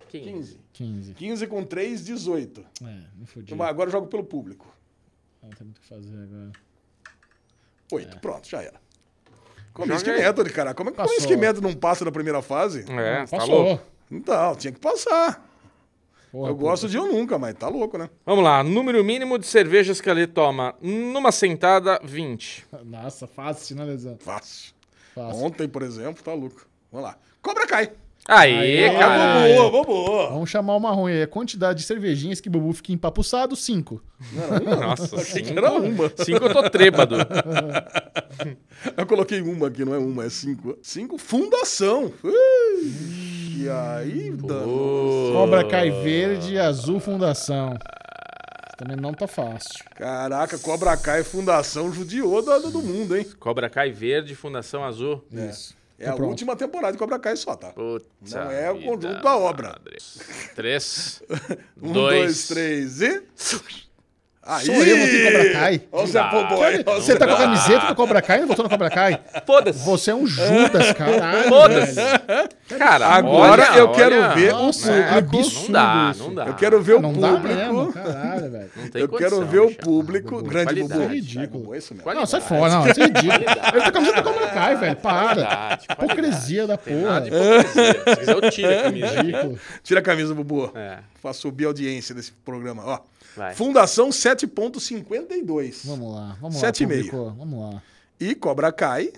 Speaker 2: 15.
Speaker 4: 15.
Speaker 1: 15.
Speaker 4: 15 com 3, 18.
Speaker 1: É, me fodi.
Speaker 4: Então, vai, agora eu jogo pelo público.
Speaker 1: Não tem muito o que fazer agora.
Speaker 4: 8. Pronto, já era.
Speaker 2: Joga
Speaker 4: Cominsky
Speaker 2: aí.
Speaker 4: Method, cara. Como é que o
Speaker 1: É. Passou.
Speaker 4: Cominsky Method não passa da primeira fase?
Speaker 2: É, tá
Speaker 1: Passou.
Speaker 2: louco.
Speaker 4: Então, tinha que passar.
Speaker 1: Porra,
Speaker 4: eu
Speaker 1: pô.
Speaker 4: gosto de eu nunca, mas tá louco, né?
Speaker 2: Vamos lá. Número mínimo de cervejas que ele toma numa sentada, 20.
Speaker 1: Nossa, fácil, né, Lesão?
Speaker 4: Fácil.
Speaker 1: Fácil.
Speaker 4: Ontem, por exemplo, tá louco. Vamos lá. Cobra cai.
Speaker 2: Aê,
Speaker 1: Aê,
Speaker 2: cara.
Speaker 1: Caralho.
Speaker 4: Boa, boa, boa.
Speaker 1: Vamos chamar uma ruim aí. A quantidade de cervejinhas que Bubu fica empapuçado, 5.
Speaker 2: Nossa, cinco,
Speaker 4: era uma. Tá.
Speaker 2: cinco eu tô
Speaker 4: *laughs*
Speaker 2: trêbado.
Speaker 4: Eu coloquei uma aqui, não é uma, é cinco. Cinco, fundação. Ui, E aí, dano.
Speaker 1: Cobra cai verde, azul, fundação. Também não tá fácil.
Speaker 4: Caraca, Cobra Kai Fundação judiou da- do, do mundo, hein?
Speaker 2: Cobra Kai verde, Fundação Azul.
Speaker 1: Isso.
Speaker 4: É
Speaker 1: Tô
Speaker 4: a
Speaker 1: Tá pronto.
Speaker 4: última temporada de Cobra Kai só, tá?
Speaker 2: Puta
Speaker 4: Não é o
Speaker 2: vida
Speaker 4: conjunto da obra.
Speaker 2: madre. Três,
Speaker 4: *laughs* Um,
Speaker 2: dois,
Speaker 4: dois, três e. Aí!
Speaker 1: Sou eu, votei em Cobra Kai.
Speaker 4: *laughs* Olha o Zé
Speaker 2: Não dá.
Speaker 4: Poboy. ó o
Speaker 1: Você
Speaker 4: Zé
Speaker 1: tá com a
Speaker 4: Poboy.
Speaker 1: camiseta do Cobra Kai e não votou no Cobra Kai?
Speaker 2: Foda-se.
Speaker 1: Você é um Judas, caralho.
Speaker 2: Foda-se.
Speaker 1: velho.
Speaker 2: Cara,
Speaker 4: Agora
Speaker 2: olha,
Speaker 4: eu quero
Speaker 2: olha.
Speaker 4: ver o
Speaker 1: Nossa,
Speaker 4: público.
Speaker 1: absurdo
Speaker 2: Não dá,
Speaker 1: isso.
Speaker 2: não dá.
Speaker 4: Eu quero ver o
Speaker 1: Não dá mesmo,
Speaker 4: público.
Speaker 1: caralho, velho.
Speaker 2: Não tem
Speaker 4: Eu quero
Speaker 2: condição,
Speaker 4: ver o
Speaker 2: Michel.
Speaker 4: público.
Speaker 1: Bubu,
Speaker 4: Grande
Speaker 2: qualidade.
Speaker 4: Bubu.
Speaker 1: Ridículo.
Speaker 4: Ai, Bubu, é isso mesmo.
Speaker 1: Não, sai fora, não. Isso é ridículo. Eu tô com a camiseta do Cobra Kai, velho. Para.
Speaker 2: Qualidade, qualidade.
Speaker 1: Hipocrisia da
Speaker 2: Tem nada
Speaker 1: porra.
Speaker 2: de hipocrisia. Se quiser, eu tiro a camisa.
Speaker 1: *laughs* Ridículo.
Speaker 4: Tira a camisa, Bubu.
Speaker 2: É.
Speaker 4: Pra subir a audiência desse programa. Ó.
Speaker 2: Vai.
Speaker 4: Fundação 7.52.
Speaker 1: Vamos lá, vamos
Speaker 4: Sete e
Speaker 1: lá.
Speaker 4: meio.
Speaker 1: público. Vamos lá.
Speaker 4: E Cobra Kai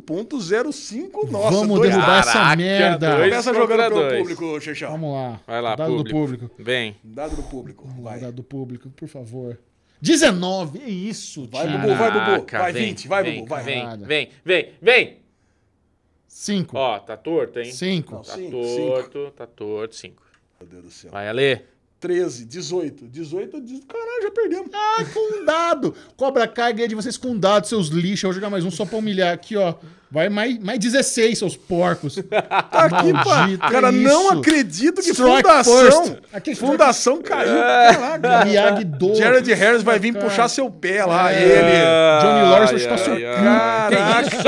Speaker 4: 8.05. Nossa,
Speaker 1: Vamos
Speaker 4: dois
Speaker 1: derrubar essa
Speaker 2: Caraca,
Speaker 1: merda.
Speaker 2: dois.
Speaker 4: Começa jogando
Speaker 2: contra
Speaker 4: pro
Speaker 2: dois.
Speaker 4: público, Xexão.
Speaker 1: Vamos lá.
Speaker 2: Vai lá,
Speaker 1: Dado
Speaker 2: público.
Speaker 1: do público.
Speaker 2: Vem.
Speaker 4: Dado do público. Vai.
Speaker 1: Dado do público, por favor. 19. É isso,
Speaker 4: Vai,
Speaker 1: tio.
Speaker 4: Bubu, vai, Bubu.
Speaker 2: Caraca,
Speaker 4: Vai,
Speaker 2: vem,
Speaker 4: 20, vai,
Speaker 2: vem,
Speaker 4: Bubu, vai.
Speaker 2: Vem,
Speaker 1: Nada.
Speaker 2: vem, vem, vem.
Speaker 1: 5.
Speaker 2: Ó, tá torto, hein?
Speaker 1: 5.
Speaker 4: Nossa.
Speaker 2: Tá
Speaker 4: Cinco,
Speaker 2: torto, tá torto. Cinco.
Speaker 4: Meu Deus do céu.
Speaker 2: Vai, Ale.
Speaker 4: 13, 18. 18, 18. Caralho, já perdemos.
Speaker 1: Ah, com dado. Cobra Kai ganha de vocês com um dado, seus lixos. Eu vou jogar mais um só pra humilhar aqui, ó. Vai mais, mais 16, seus
Speaker 4: *laughs*
Speaker 1: porcos.
Speaker 4: Tá aqui,
Speaker 1: Maldito,
Speaker 4: pá. Cara,
Speaker 1: é
Speaker 4: não
Speaker 1: isso.
Speaker 4: acredito que
Speaker 1: Strike
Speaker 4: fundação.
Speaker 1: first. Aqui, é
Speaker 4: Fundação caiu. Caraca.
Speaker 1: Miyagi Do.
Speaker 4: Jared Harris vai vir puxar seu pé lá,
Speaker 1: É.
Speaker 4: ele.
Speaker 1: Johnny Lawrence vai
Speaker 2: Ah, Ai,
Speaker 1: chutar seu
Speaker 2: ai,
Speaker 1: cu.
Speaker 2: ai. Que isso?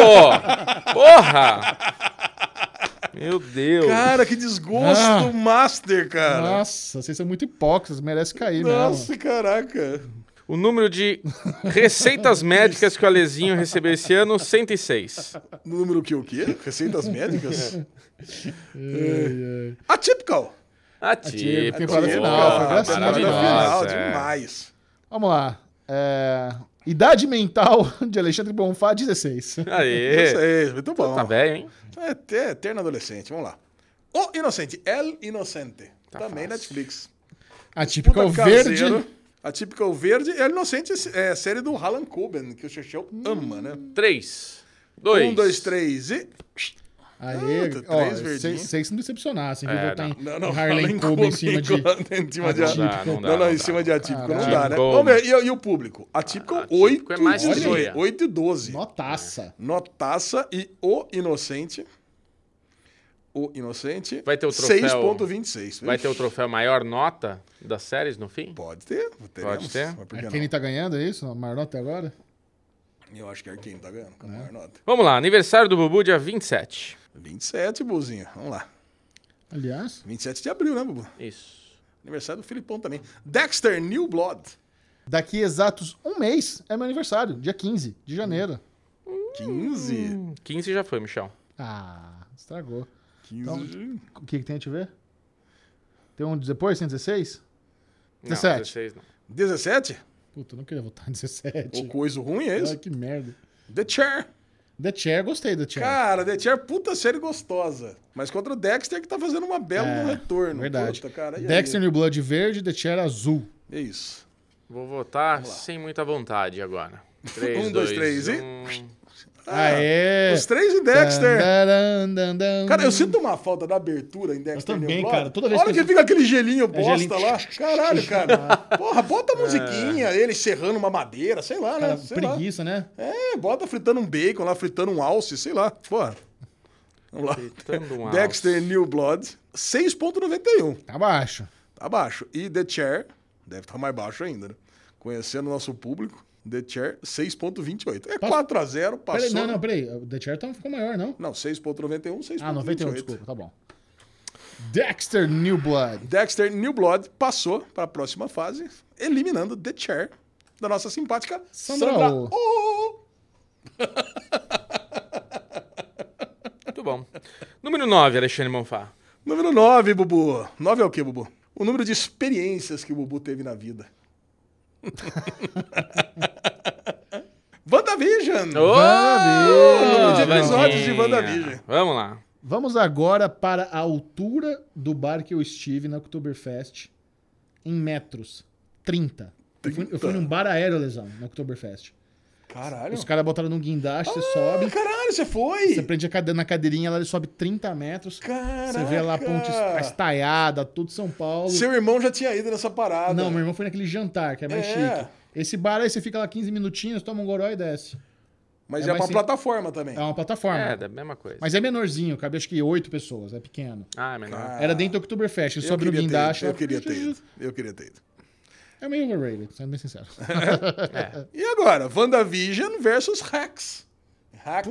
Speaker 2: Porra! Meu Deus.
Speaker 4: Cara, que desgosto,
Speaker 1: Ah.
Speaker 4: Master, cara.
Speaker 1: Nossa, vocês são muito hipócritas, merece cair mesmo.
Speaker 4: Nossa, caraca.
Speaker 2: O número de receitas médicas que o Alezinho recebeu esse ano, 106.
Speaker 4: No número que o quê? Receitas
Speaker 1: *laughs*
Speaker 4: médicas?
Speaker 1: Ai, ai.
Speaker 4: Atypical. Ah,
Speaker 1: Atípico,
Speaker 2: Atípico.
Speaker 1: temporada
Speaker 2: Nossa,
Speaker 1: final, foi
Speaker 4: Cara,
Speaker 1: engraçado,
Speaker 4: temporada
Speaker 2: maravilhosa,
Speaker 4: final,
Speaker 2: é.
Speaker 4: demais.
Speaker 1: Vamos lá. É, Idade mental *laughs* de Alexandre Bonfá,
Speaker 4: *laughs*
Speaker 1: 16.
Speaker 4: Eu
Speaker 2: Aê.
Speaker 4: sei, muito bom.
Speaker 2: Tá velho, hein?
Speaker 4: É até eterno adolescente, vamos lá. O Inocente, El Inocente.
Speaker 2: Tá fácil.
Speaker 4: Também Netflix.
Speaker 1: Atípico
Speaker 4: Puta
Speaker 1: verde.
Speaker 4: caseiro. Atípica o Verde e El Inocente é a série do Harlan Coben, que o Chechel ama, né?
Speaker 2: Três. Dois.
Speaker 4: Um, dois, três e...
Speaker 1: Aê,
Speaker 4: Puta,
Speaker 1: ó,
Speaker 4: três verdinho.
Speaker 1: vocês vocês não decepcionassem, viu?
Speaker 2: É,
Speaker 1: Votar em-
Speaker 4: Não,
Speaker 1: em
Speaker 4: não,
Speaker 1: Harlem
Speaker 4: Harlan
Speaker 1: Coben em cima de...
Speaker 4: *laughs* em cima de...
Speaker 1: Não dá,
Speaker 4: atípico.
Speaker 1: não
Speaker 2: dá,
Speaker 4: Não, não,
Speaker 2: não
Speaker 4: em
Speaker 2: dá.
Speaker 4: cima de atípico não
Speaker 1: Caralho.
Speaker 4: dá, né?
Speaker 2: Atípico.
Speaker 4: Vamos ver, e, e o público? Atípico
Speaker 2: Ah, atípico
Speaker 4: 8
Speaker 2: é
Speaker 4: e
Speaker 2: mais
Speaker 4: 18,
Speaker 2: magia.
Speaker 4: 8 e 12.
Speaker 1: Notaça.
Speaker 4: Notaça e O Inocente. o Inocente.
Speaker 2: Vai ter o troféu-
Speaker 4: 6.26.
Speaker 2: Vai ter o troféu maior nota das séries no fim?
Speaker 4: Pode ter. teremos,
Speaker 2: ter.
Speaker 4: mas por que
Speaker 1: A Kenny
Speaker 4: não?
Speaker 1: tá ganhando, é isso? A maior nota até agora?
Speaker 4: Eu acho que a Arkane tá ganhando com a
Speaker 1: É.
Speaker 4: maior nota.
Speaker 2: Vamos lá, aniversário do Bubu, dia 27.
Speaker 4: 27, Buzinha. Vamos lá.
Speaker 1: Aliás,
Speaker 4: 27 de abril, né, Bubu?
Speaker 2: Isso.
Speaker 4: Aniversário do Filipão também. Dexter New Blood.
Speaker 1: daqui exatos um mês é meu aniversário, dia 15 de janeiro.
Speaker 4: Hum. 15.
Speaker 1: Hum.
Speaker 2: 15 já foi, Michel.
Speaker 1: Ah, estragou.
Speaker 4: 15.
Speaker 1: Então, O que, que tem? Deixa eu ver. Tem um depois, 116? 17.
Speaker 2: Não, 16 não.
Speaker 4: 17?
Speaker 1: Puta, eu não queria votar em 17.
Speaker 4: O coisa ruim é
Speaker 1: Ai,
Speaker 4: isso?
Speaker 1: que merda.
Speaker 4: The Chair.
Speaker 1: The Chair, gostei da Chair.
Speaker 4: Cara, The Chair, puta série gostosa. Mas contra o Dexter, que tá fazendo uma bela
Speaker 1: É,
Speaker 4: no retorno.
Speaker 1: Verdade.
Speaker 4: Puta, cara, e aí?
Speaker 1: Dexter New Blood verde, The Chair azul.
Speaker 4: É isso.
Speaker 2: Vou votar sem muita vontade agora. 3,
Speaker 4: *laughs* Um, dois, três e-
Speaker 1: Ah, Aê!
Speaker 4: Ah, Os três em
Speaker 1: Tá,
Speaker 4: Dexter.
Speaker 1: é. Tan, dan, dan, dan.
Speaker 4: Cara, eu sinto uma falta da abertura em Dexter
Speaker 1: tá. também,
Speaker 4: New Blood.
Speaker 1: cara, toda vez
Speaker 4: a hora
Speaker 1: que
Speaker 4: que,
Speaker 1: eu- É
Speaker 4: fica aquele gelinho bosta
Speaker 1: gelinho.
Speaker 4: lá. Caralho, cara. Porra, bota a musiquinha, ele serrando uma madeira, sei lá, né?
Speaker 1: É. Cara,
Speaker 4: Sei lá.
Speaker 1: preguiça, né?
Speaker 4: É, bota fritando um bacon lá, fritando um alce, sei lá. Porra. Vamos lá.
Speaker 2: Fritando um
Speaker 4: Dexter
Speaker 2: alce.
Speaker 4: New Blood, 6.91.
Speaker 1: Tá baixo.
Speaker 4: Tá baixo. E The Chair, deve estar mais baixo ainda, né? Conhecendo o nosso público, The Chair 6.28. É 4x0, passou.
Speaker 1: Peraí, não, não, peraí. The Chair tá, ficou maior, não?
Speaker 4: Não, 6.91, 6.28.
Speaker 1: Ah, 91, desculpa, tá bom. Dexter New Blood.
Speaker 4: Dexter New Blood passou para a próxima fase, eliminando The Chair da nossa simpática
Speaker 1: Sandra
Speaker 4: Sandra,
Speaker 1: Oh.
Speaker 4: Oh.
Speaker 2: Muito bom. Número 9, Alexandre Monfá.
Speaker 4: Número 9, Bubu. 9 é o quê, Bubu? O número de experiências que o Bubu teve
Speaker 1: *laughs*
Speaker 4: na vida. *laughs* WandaVision!
Speaker 2: Ô,
Speaker 1: Ah, Vamos,
Speaker 4: de episódios de
Speaker 2: Vandinha.
Speaker 4: WandaVision.
Speaker 2: Vamos lá.
Speaker 1: Vamos agora para a altura do bar que eu estive na Oktoberfest em metros. 30. Eu fui, eu fui
Speaker 4: 30?
Speaker 1: num bar aéreo, Lesão, na Oktoberfest.
Speaker 4: Caralho.
Speaker 1: Os caras botaram num guindaste, você sobe,
Speaker 4: Caralho, você foi!
Speaker 1: você prende a cade- na cadeirinha, ela sobe 30 metros.
Speaker 4: Caraca!
Speaker 1: Você vê lá a ponte est- estaiada, tudo São Paulo.
Speaker 4: Seu irmão já tinha ido nessa parada.
Speaker 1: Não, meu irmão foi naquele jantar, que é mais
Speaker 4: É.
Speaker 1: chique. Esse bar aí, você fica lá 15 minutinhos, toma um goró e desce.
Speaker 4: Mas
Speaker 1: É,
Speaker 4: é,
Speaker 1: mas
Speaker 4: uma
Speaker 1: sim.
Speaker 4: plataforma também.
Speaker 1: É uma plataforma.
Speaker 2: É, da mesma coisa.
Speaker 1: Mas é menorzinho, cabe acho que 8 pessoas, é pequeno.
Speaker 2: Ah, é menor.
Speaker 4: Ah,
Speaker 1: Era dentro do Oktoberfest, ele
Speaker 4: eu
Speaker 1: sobe no
Speaker 4: queria ter
Speaker 1: guindaste.
Speaker 4: ido,
Speaker 1: lá-
Speaker 4: Eu queria ter
Speaker 1: *laughs*
Speaker 4: ido. Eu queria ter ido.
Speaker 1: É meio overrated, sendo bem
Speaker 2: *laughs*
Speaker 1: sincero.
Speaker 2: É.
Speaker 4: E agora, WandaVision versus Rex. Rex.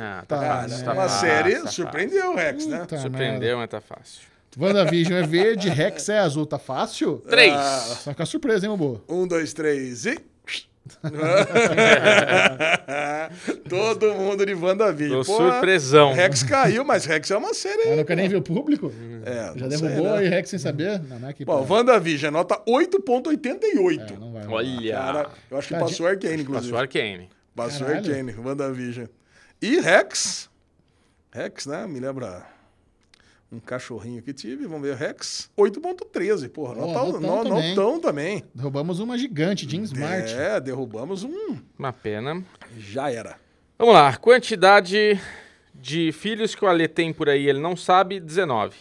Speaker 2: Ah, tá
Speaker 1: Tá,
Speaker 4: Cara,
Speaker 2: fácil.
Speaker 1: né?
Speaker 2: Tá
Speaker 4: uma
Speaker 2: fácil,
Speaker 4: série
Speaker 2: tá
Speaker 4: surpreendeu o Rex, né?
Speaker 1: Puta
Speaker 2: fácil. Surpreendeu, mas tá fácil.
Speaker 1: merda. WandaVision é verde, Rex é azul, tá fácil?
Speaker 2: 3.
Speaker 4: Ah,
Speaker 1: Só fica surpresa, hein, Bobo?
Speaker 4: Um, dois,
Speaker 1: *laughs*
Speaker 4: três e. Todo mundo de WandaVision.
Speaker 2: Tô
Speaker 4: Pô,
Speaker 2: surpresão.
Speaker 4: Rex caiu, mas Rex é uma
Speaker 1: Eu
Speaker 4: série.
Speaker 1: não quero nem ver o público.
Speaker 2: Uhum.
Speaker 4: É,
Speaker 1: Já
Speaker 4: não sei,
Speaker 1: derrubou
Speaker 4: né?
Speaker 1: aí Rex sem saber? Não, não é que.
Speaker 4: Bom, WandaVision, nota
Speaker 1: É,
Speaker 4: 8,88.
Speaker 1: não vai. rolar.
Speaker 2: Olha.
Speaker 4: Cara, eu acho que
Speaker 1: Tadinho.
Speaker 4: passou Arkane,
Speaker 2: Passou
Speaker 4: inclusive.
Speaker 2: Arcane.
Speaker 4: Passou
Speaker 1: Caralho.
Speaker 4: Arkane, WandaVision. E Rex. Rex, né? Me lembra um cachorrinho que tive. Vamos ver, Rex. 8,13. Porra,
Speaker 1: Ó,
Speaker 4: notão,
Speaker 1: notão
Speaker 4: no-
Speaker 1: também.
Speaker 4: notão também.
Speaker 1: Derrubamos uma gigante, Jean Smart.
Speaker 4: É, derrubamos um.
Speaker 2: Uma pena.
Speaker 4: Já era.
Speaker 2: Vamos lá. Quantidade de filhos que o Ale tem por aí, ele não sabe, 19.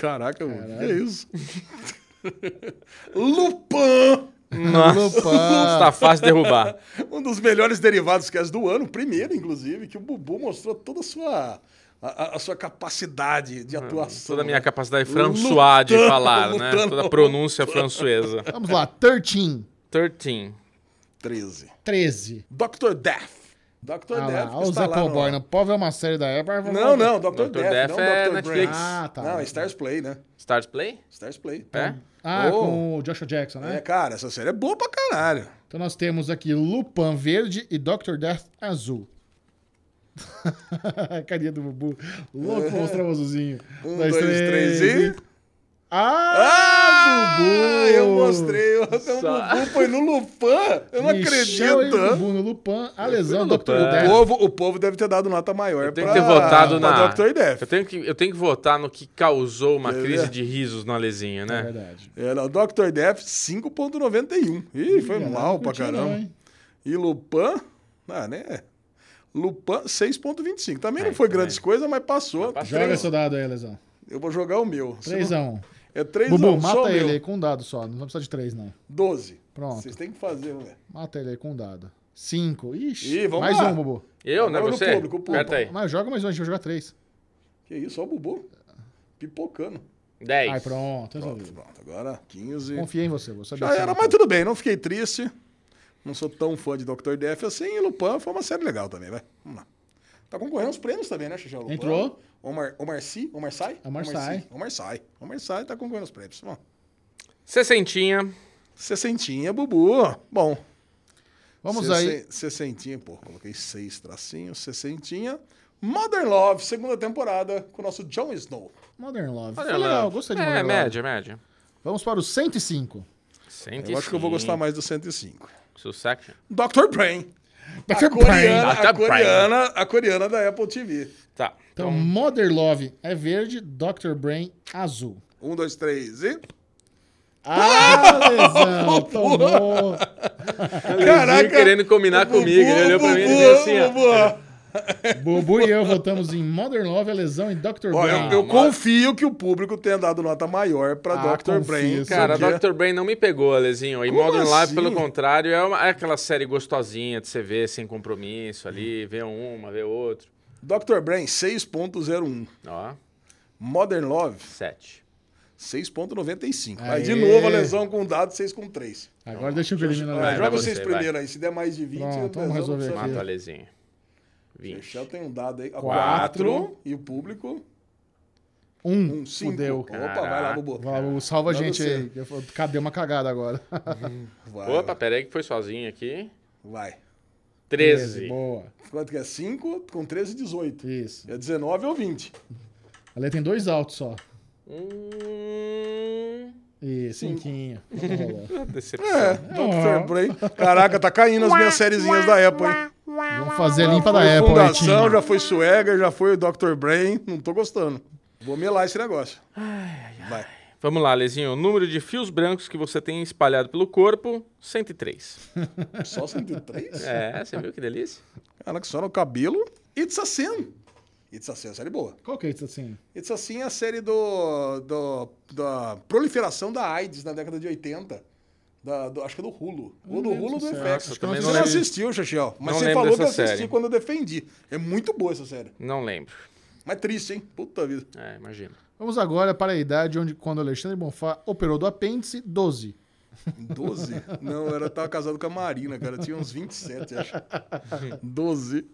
Speaker 4: Caraca, o que é isso? *laughs* Lupin!
Speaker 2: Nossa, *laughs*
Speaker 1: Opa!
Speaker 2: tá fácil derrubar.
Speaker 4: Um dos melhores derivados que é do ano, o primeiro, inclusive, que o Bubu mostrou toda a sua, a- a, a sua capacidade de atuação.
Speaker 2: É, Toda a minha
Speaker 4: capacidade.
Speaker 2: capacidade François de
Speaker 4: Lutando,
Speaker 2: falar, né?
Speaker 4: lutando.
Speaker 2: Toda a pronúncia francesa.
Speaker 1: Vamos lá, 13,
Speaker 2: 13.
Speaker 4: 13.
Speaker 1: 13.
Speaker 4: Dr. Death. Dr.
Speaker 1: Ah
Speaker 4: Death
Speaker 1: lá,
Speaker 4: que
Speaker 1: olha o Zé
Speaker 4: está tá lá
Speaker 1: Paul
Speaker 4: no-
Speaker 1: Boy. Não pode ver uma série da época.
Speaker 4: Não, não, Dr.
Speaker 2: Dr.
Speaker 4: Death,
Speaker 2: Death
Speaker 4: não
Speaker 2: é
Speaker 4: Dr.
Speaker 2: Netflix.
Speaker 4: Brain.
Speaker 1: Ah, tá.
Speaker 4: Não, é Stars Play, né?
Speaker 2: Stars Play?
Speaker 4: Stars Play.
Speaker 2: É?
Speaker 1: Ah,
Speaker 4: Oh.
Speaker 1: com o Joshua Jackson, né?
Speaker 4: É, cara, essa série é boa pra caralho.
Speaker 1: Então nós temos aqui Lupin verde e Dr. Death azul. *laughs* Carinha do Bubu. Louco mostrar o azulzinho.
Speaker 4: *laughs* Um, dois, três, e...
Speaker 1: Ah, Bubu!
Speaker 4: Eu mostrei. O Bubu foi no Lupin. Eu não
Speaker 1: Michel e
Speaker 4: acredito.
Speaker 1: Bubu no Lupin, a lesão
Speaker 2: no
Speaker 1: do Dr.
Speaker 2: Lupin.
Speaker 4: O
Speaker 1: Death.
Speaker 4: povo, o povo deve ter dado nota maior
Speaker 2: Eu tenho
Speaker 4: pra, tá
Speaker 2: que ter votado na.
Speaker 4: pra Dr. Death.
Speaker 2: Eu tenho que, eu tenho que votar no que causou uma
Speaker 4: É
Speaker 2: crise
Speaker 4: verdade.
Speaker 2: de risos no Alezinho,
Speaker 1: É
Speaker 2: né?
Speaker 1: verdade.
Speaker 4: É, não, Dr. Death, 5.91. Ih, foi
Speaker 1: Galera,
Speaker 4: mal
Speaker 1: não
Speaker 4: pra
Speaker 1: curtiu
Speaker 4: caramba.
Speaker 1: não, É, hein?
Speaker 4: e Lupin, ah, né? Lupin, 6.25. Também
Speaker 2: É,
Speaker 4: não foi
Speaker 2: também.
Speaker 4: grandes coisas, mas passou.
Speaker 2: Mas passou.
Speaker 1: Joga
Speaker 4: Três-
Speaker 1: esse dado aí, lesão.
Speaker 4: Eu vou jogar o meu. Se
Speaker 1: 3
Speaker 4: não-
Speaker 1: a 1
Speaker 4: É 3 a 1.
Speaker 1: Bubu,
Speaker 4: só o
Speaker 1: mata ele aí
Speaker 4: Meu.
Speaker 1: com um dado só. Não vai precisar de 3, não.
Speaker 4: 12.
Speaker 1: Pronto.
Speaker 4: Vocês têm que fazer, né?
Speaker 1: Mata ele aí com um dado. 5. Ixi,
Speaker 4: Ih, vamos
Speaker 1: mais
Speaker 4: lá.
Speaker 1: um, Bubu.
Speaker 2: Eu, né?
Speaker 4: Agora no
Speaker 2: Você?
Speaker 4: público, o público.
Speaker 2: Aperta aí.
Speaker 1: Mas joga mais um, a gente vai jogar 3.
Speaker 4: Que isso, ó o Bubu. Pipocando.
Speaker 2: 10.
Speaker 1: Ai, pronto,
Speaker 4: Pronto,
Speaker 1: resolvido.
Speaker 4: pronto. Agora 15.
Speaker 1: Confiei em você, vou saber. é
Speaker 4: Já era, mas tudo bem, não fiquei triste. Não sou tão fã de Dr. Death assim. E Lupin foi uma série legal também, vai. Vamos lá. Tá concorrendo aos prêmios também, né, Xixão? Lupin.
Speaker 1: Entrou.
Speaker 4: Omar, Omar Si? Omar Sai?
Speaker 1: Omar
Speaker 4: Sy.
Speaker 1: Sy.
Speaker 4: Omar Sai. Omar Sai tá concorrendo aos prêmios. Bom,
Speaker 2: Sessentinha.
Speaker 4: sessentinha, Bubu. Bom.
Speaker 1: Vamos
Speaker 4: sessen-
Speaker 1: aí.
Speaker 4: Sessentinha, pô, coloquei seis tracinhos. Sessentinha. Modern Love, segunda temporada, com o nosso Jon Snow.
Speaker 1: Modern Love. Foi
Speaker 2: Olha lá.
Speaker 1: legal, gostei de
Speaker 2: É,
Speaker 1: Modern Love.
Speaker 2: média, média.
Speaker 1: Vamos para o 105.
Speaker 4: É, Eu acho que eu vou gostar mais do 105.
Speaker 2: Succession.
Speaker 4: Dr. Brain.
Speaker 1: Dr.
Speaker 4: A coreana,
Speaker 2: Brain.
Speaker 4: a,
Speaker 2: Dr. Brain.
Speaker 4: coreana, a coreana da Apple TV.
Speaker 2: Tá.
Speaker 1: Então,
Speaker 2: Então,
Speaker 1: Mother Love é verde, Dr. Brain azul.
Speaker 4: Um, dois, três e.
Speaker 1: Ah,
Speaker 4: *laughs*
Speaker 1: lesão, tomou.
Speaker 2: Caraca, querendo combinar comigo. Ele olhou pra mim e ele disse assim, ó.
Speaker 1: Bubu e eu votamos em Modern Love, a lesão e Dr.
Speaker 4: Ó,
Speaker 1: Brain.
Speaker 4: eu, eu confio que o público tenha dado nota maior pra
Speaker 1: Ah,
Speaker 4: Dr.
Speaker 1: confio,
Speaker 4: Brain.
Speaker 1: sim.
Speaker 2: Cara,
Speaker 4: porque-
Speaker 2: Dr. Brain não me pegou, Alezinho. E
Speaker 4: Como
Speaker 2: Modern Life,
Speaker 4: assim?
Speaker 2: pelo contrário, é, uma- é aquela série gostosinha de você ver sem compromisso ali, ver um, uma, ver outra.
Speaker 4: Dr. Brain, 6.01.
Speaker 2: Ó,
Speaker 4: Modern Love,
Speaker 2: sete.
Speaker 4: 6.95. Aí de
Speaker 1: Aê.
Speaker 4: novo a lesão com dado, 6 com 3.
Speaker 1: Agora deixa eu ver eliminar
Speaker 2: Vai,
Speaker 4: joga
Speaker 2: vai
Speaker 4: os seis
Speaker 2: você,
Speaker 4: primeiro aí. Se der mais de 20,
Speaker 1: Pronto,
Speaker 4: a
Speaker 1: vamos
Speaker 4: lesão
Speaker 1: resolver
Speaker 4: precisa-
Speaker 1: aqui.
Speaker 2: Mata o Alezinho. Vinte.
Speaker 4: Michel tem um dado aí.
Speaker 1: Quatro.
Speaker 4: 4. E o público,
Speaker 1: Um,
Speaker 4: 1, 5.
Speaker 1: fudeu.
Speaker 4: Opa, vai lá,
Speaker 2: Caraca.
Speaker 4: Bubu.
Speaker 1: Vai, Bubu, salva a
Speaker 4: Vai
Speaker 1: gente
Speaker 4: você.
Speaker 1: aí. Eu falo, Cadê uma cagada *laughs* agora?
Speaker 4: Vai,
Speaker 2: Opa, peraí que foi sozinho aqui.
Speaker 4: Vai.
Speaker 2: Treze.
Speaker 1: Boa.
Speaker 4: Quanto que é? 5 com 13, 18.
Speaker 1: Isso.
Speaker 4: É 19 ou 20.
Speaker 1: Ali tem dois altos só.
Speaker 2: Hum...
Speaker 1: Isso, *laughs* cinquinho. Tá bom, ó.
Speaker 2: Decepção.
Speaker 4: É, Dr. Brain. Caraca, tá caindo as minhas sériezinhas da Apple, hein?
Speaker 1: Vamos fazer a limpa da
Speaker 4: Foi
Speaker 1: Apple, hein,
Speaker 4: Fundação,
Speaker 1: time?
Speaker 4: já foi Swagger, já foi o Dr. Brain. Não tô gostando. Vou melar esse negócio. Vai.
Speaker 2: Vamos lá, Alezinho. O número de fios brancos que você tem espalhado pelo corpo, 103.
Speaker 4: Só 103?
Speaker 2: É, você viu que delícia?
Speaker 4: Caraca, só no cabelo. It's a Sin. It's a Sin é uma série boa.
Speaker 1: Qual que é isso assim?
Speaker 4: It's a Sin é a série do, do- da proliferação da AIDS na década de 80. Da- do- acho que é do Hulu. Ou do Hulu ou do FX.
Speaker 2: Nossa, também
Speaker 4: Você
Speaker 2: não
Speaker 4: já
Speaker 2: lembro.
Speaker 4: assistiu, Xaxiel. Mas
Speaker 2: Não
Speaker 4: você
Speaker 2: lembro
Speaker 4: falou que
Speaker 2: dessa
Speaker 4: assisti
Speaker 2: série.
Speaker 4: quando eu defendi. É muito boa essa série.
Speaker 2: Não lembro.
Speaker 4: Mas triste, hein? Puta vida.
Speaker 2: É, imagina.
Speaker 1: Vamos agora para a idade onde quando Alexandre Bonfá operou do apêndice, 12.
Speaker 4: 12? Não, eu era, tava casado com a Marina, cara. Eu tinha uns 27, acho. 12.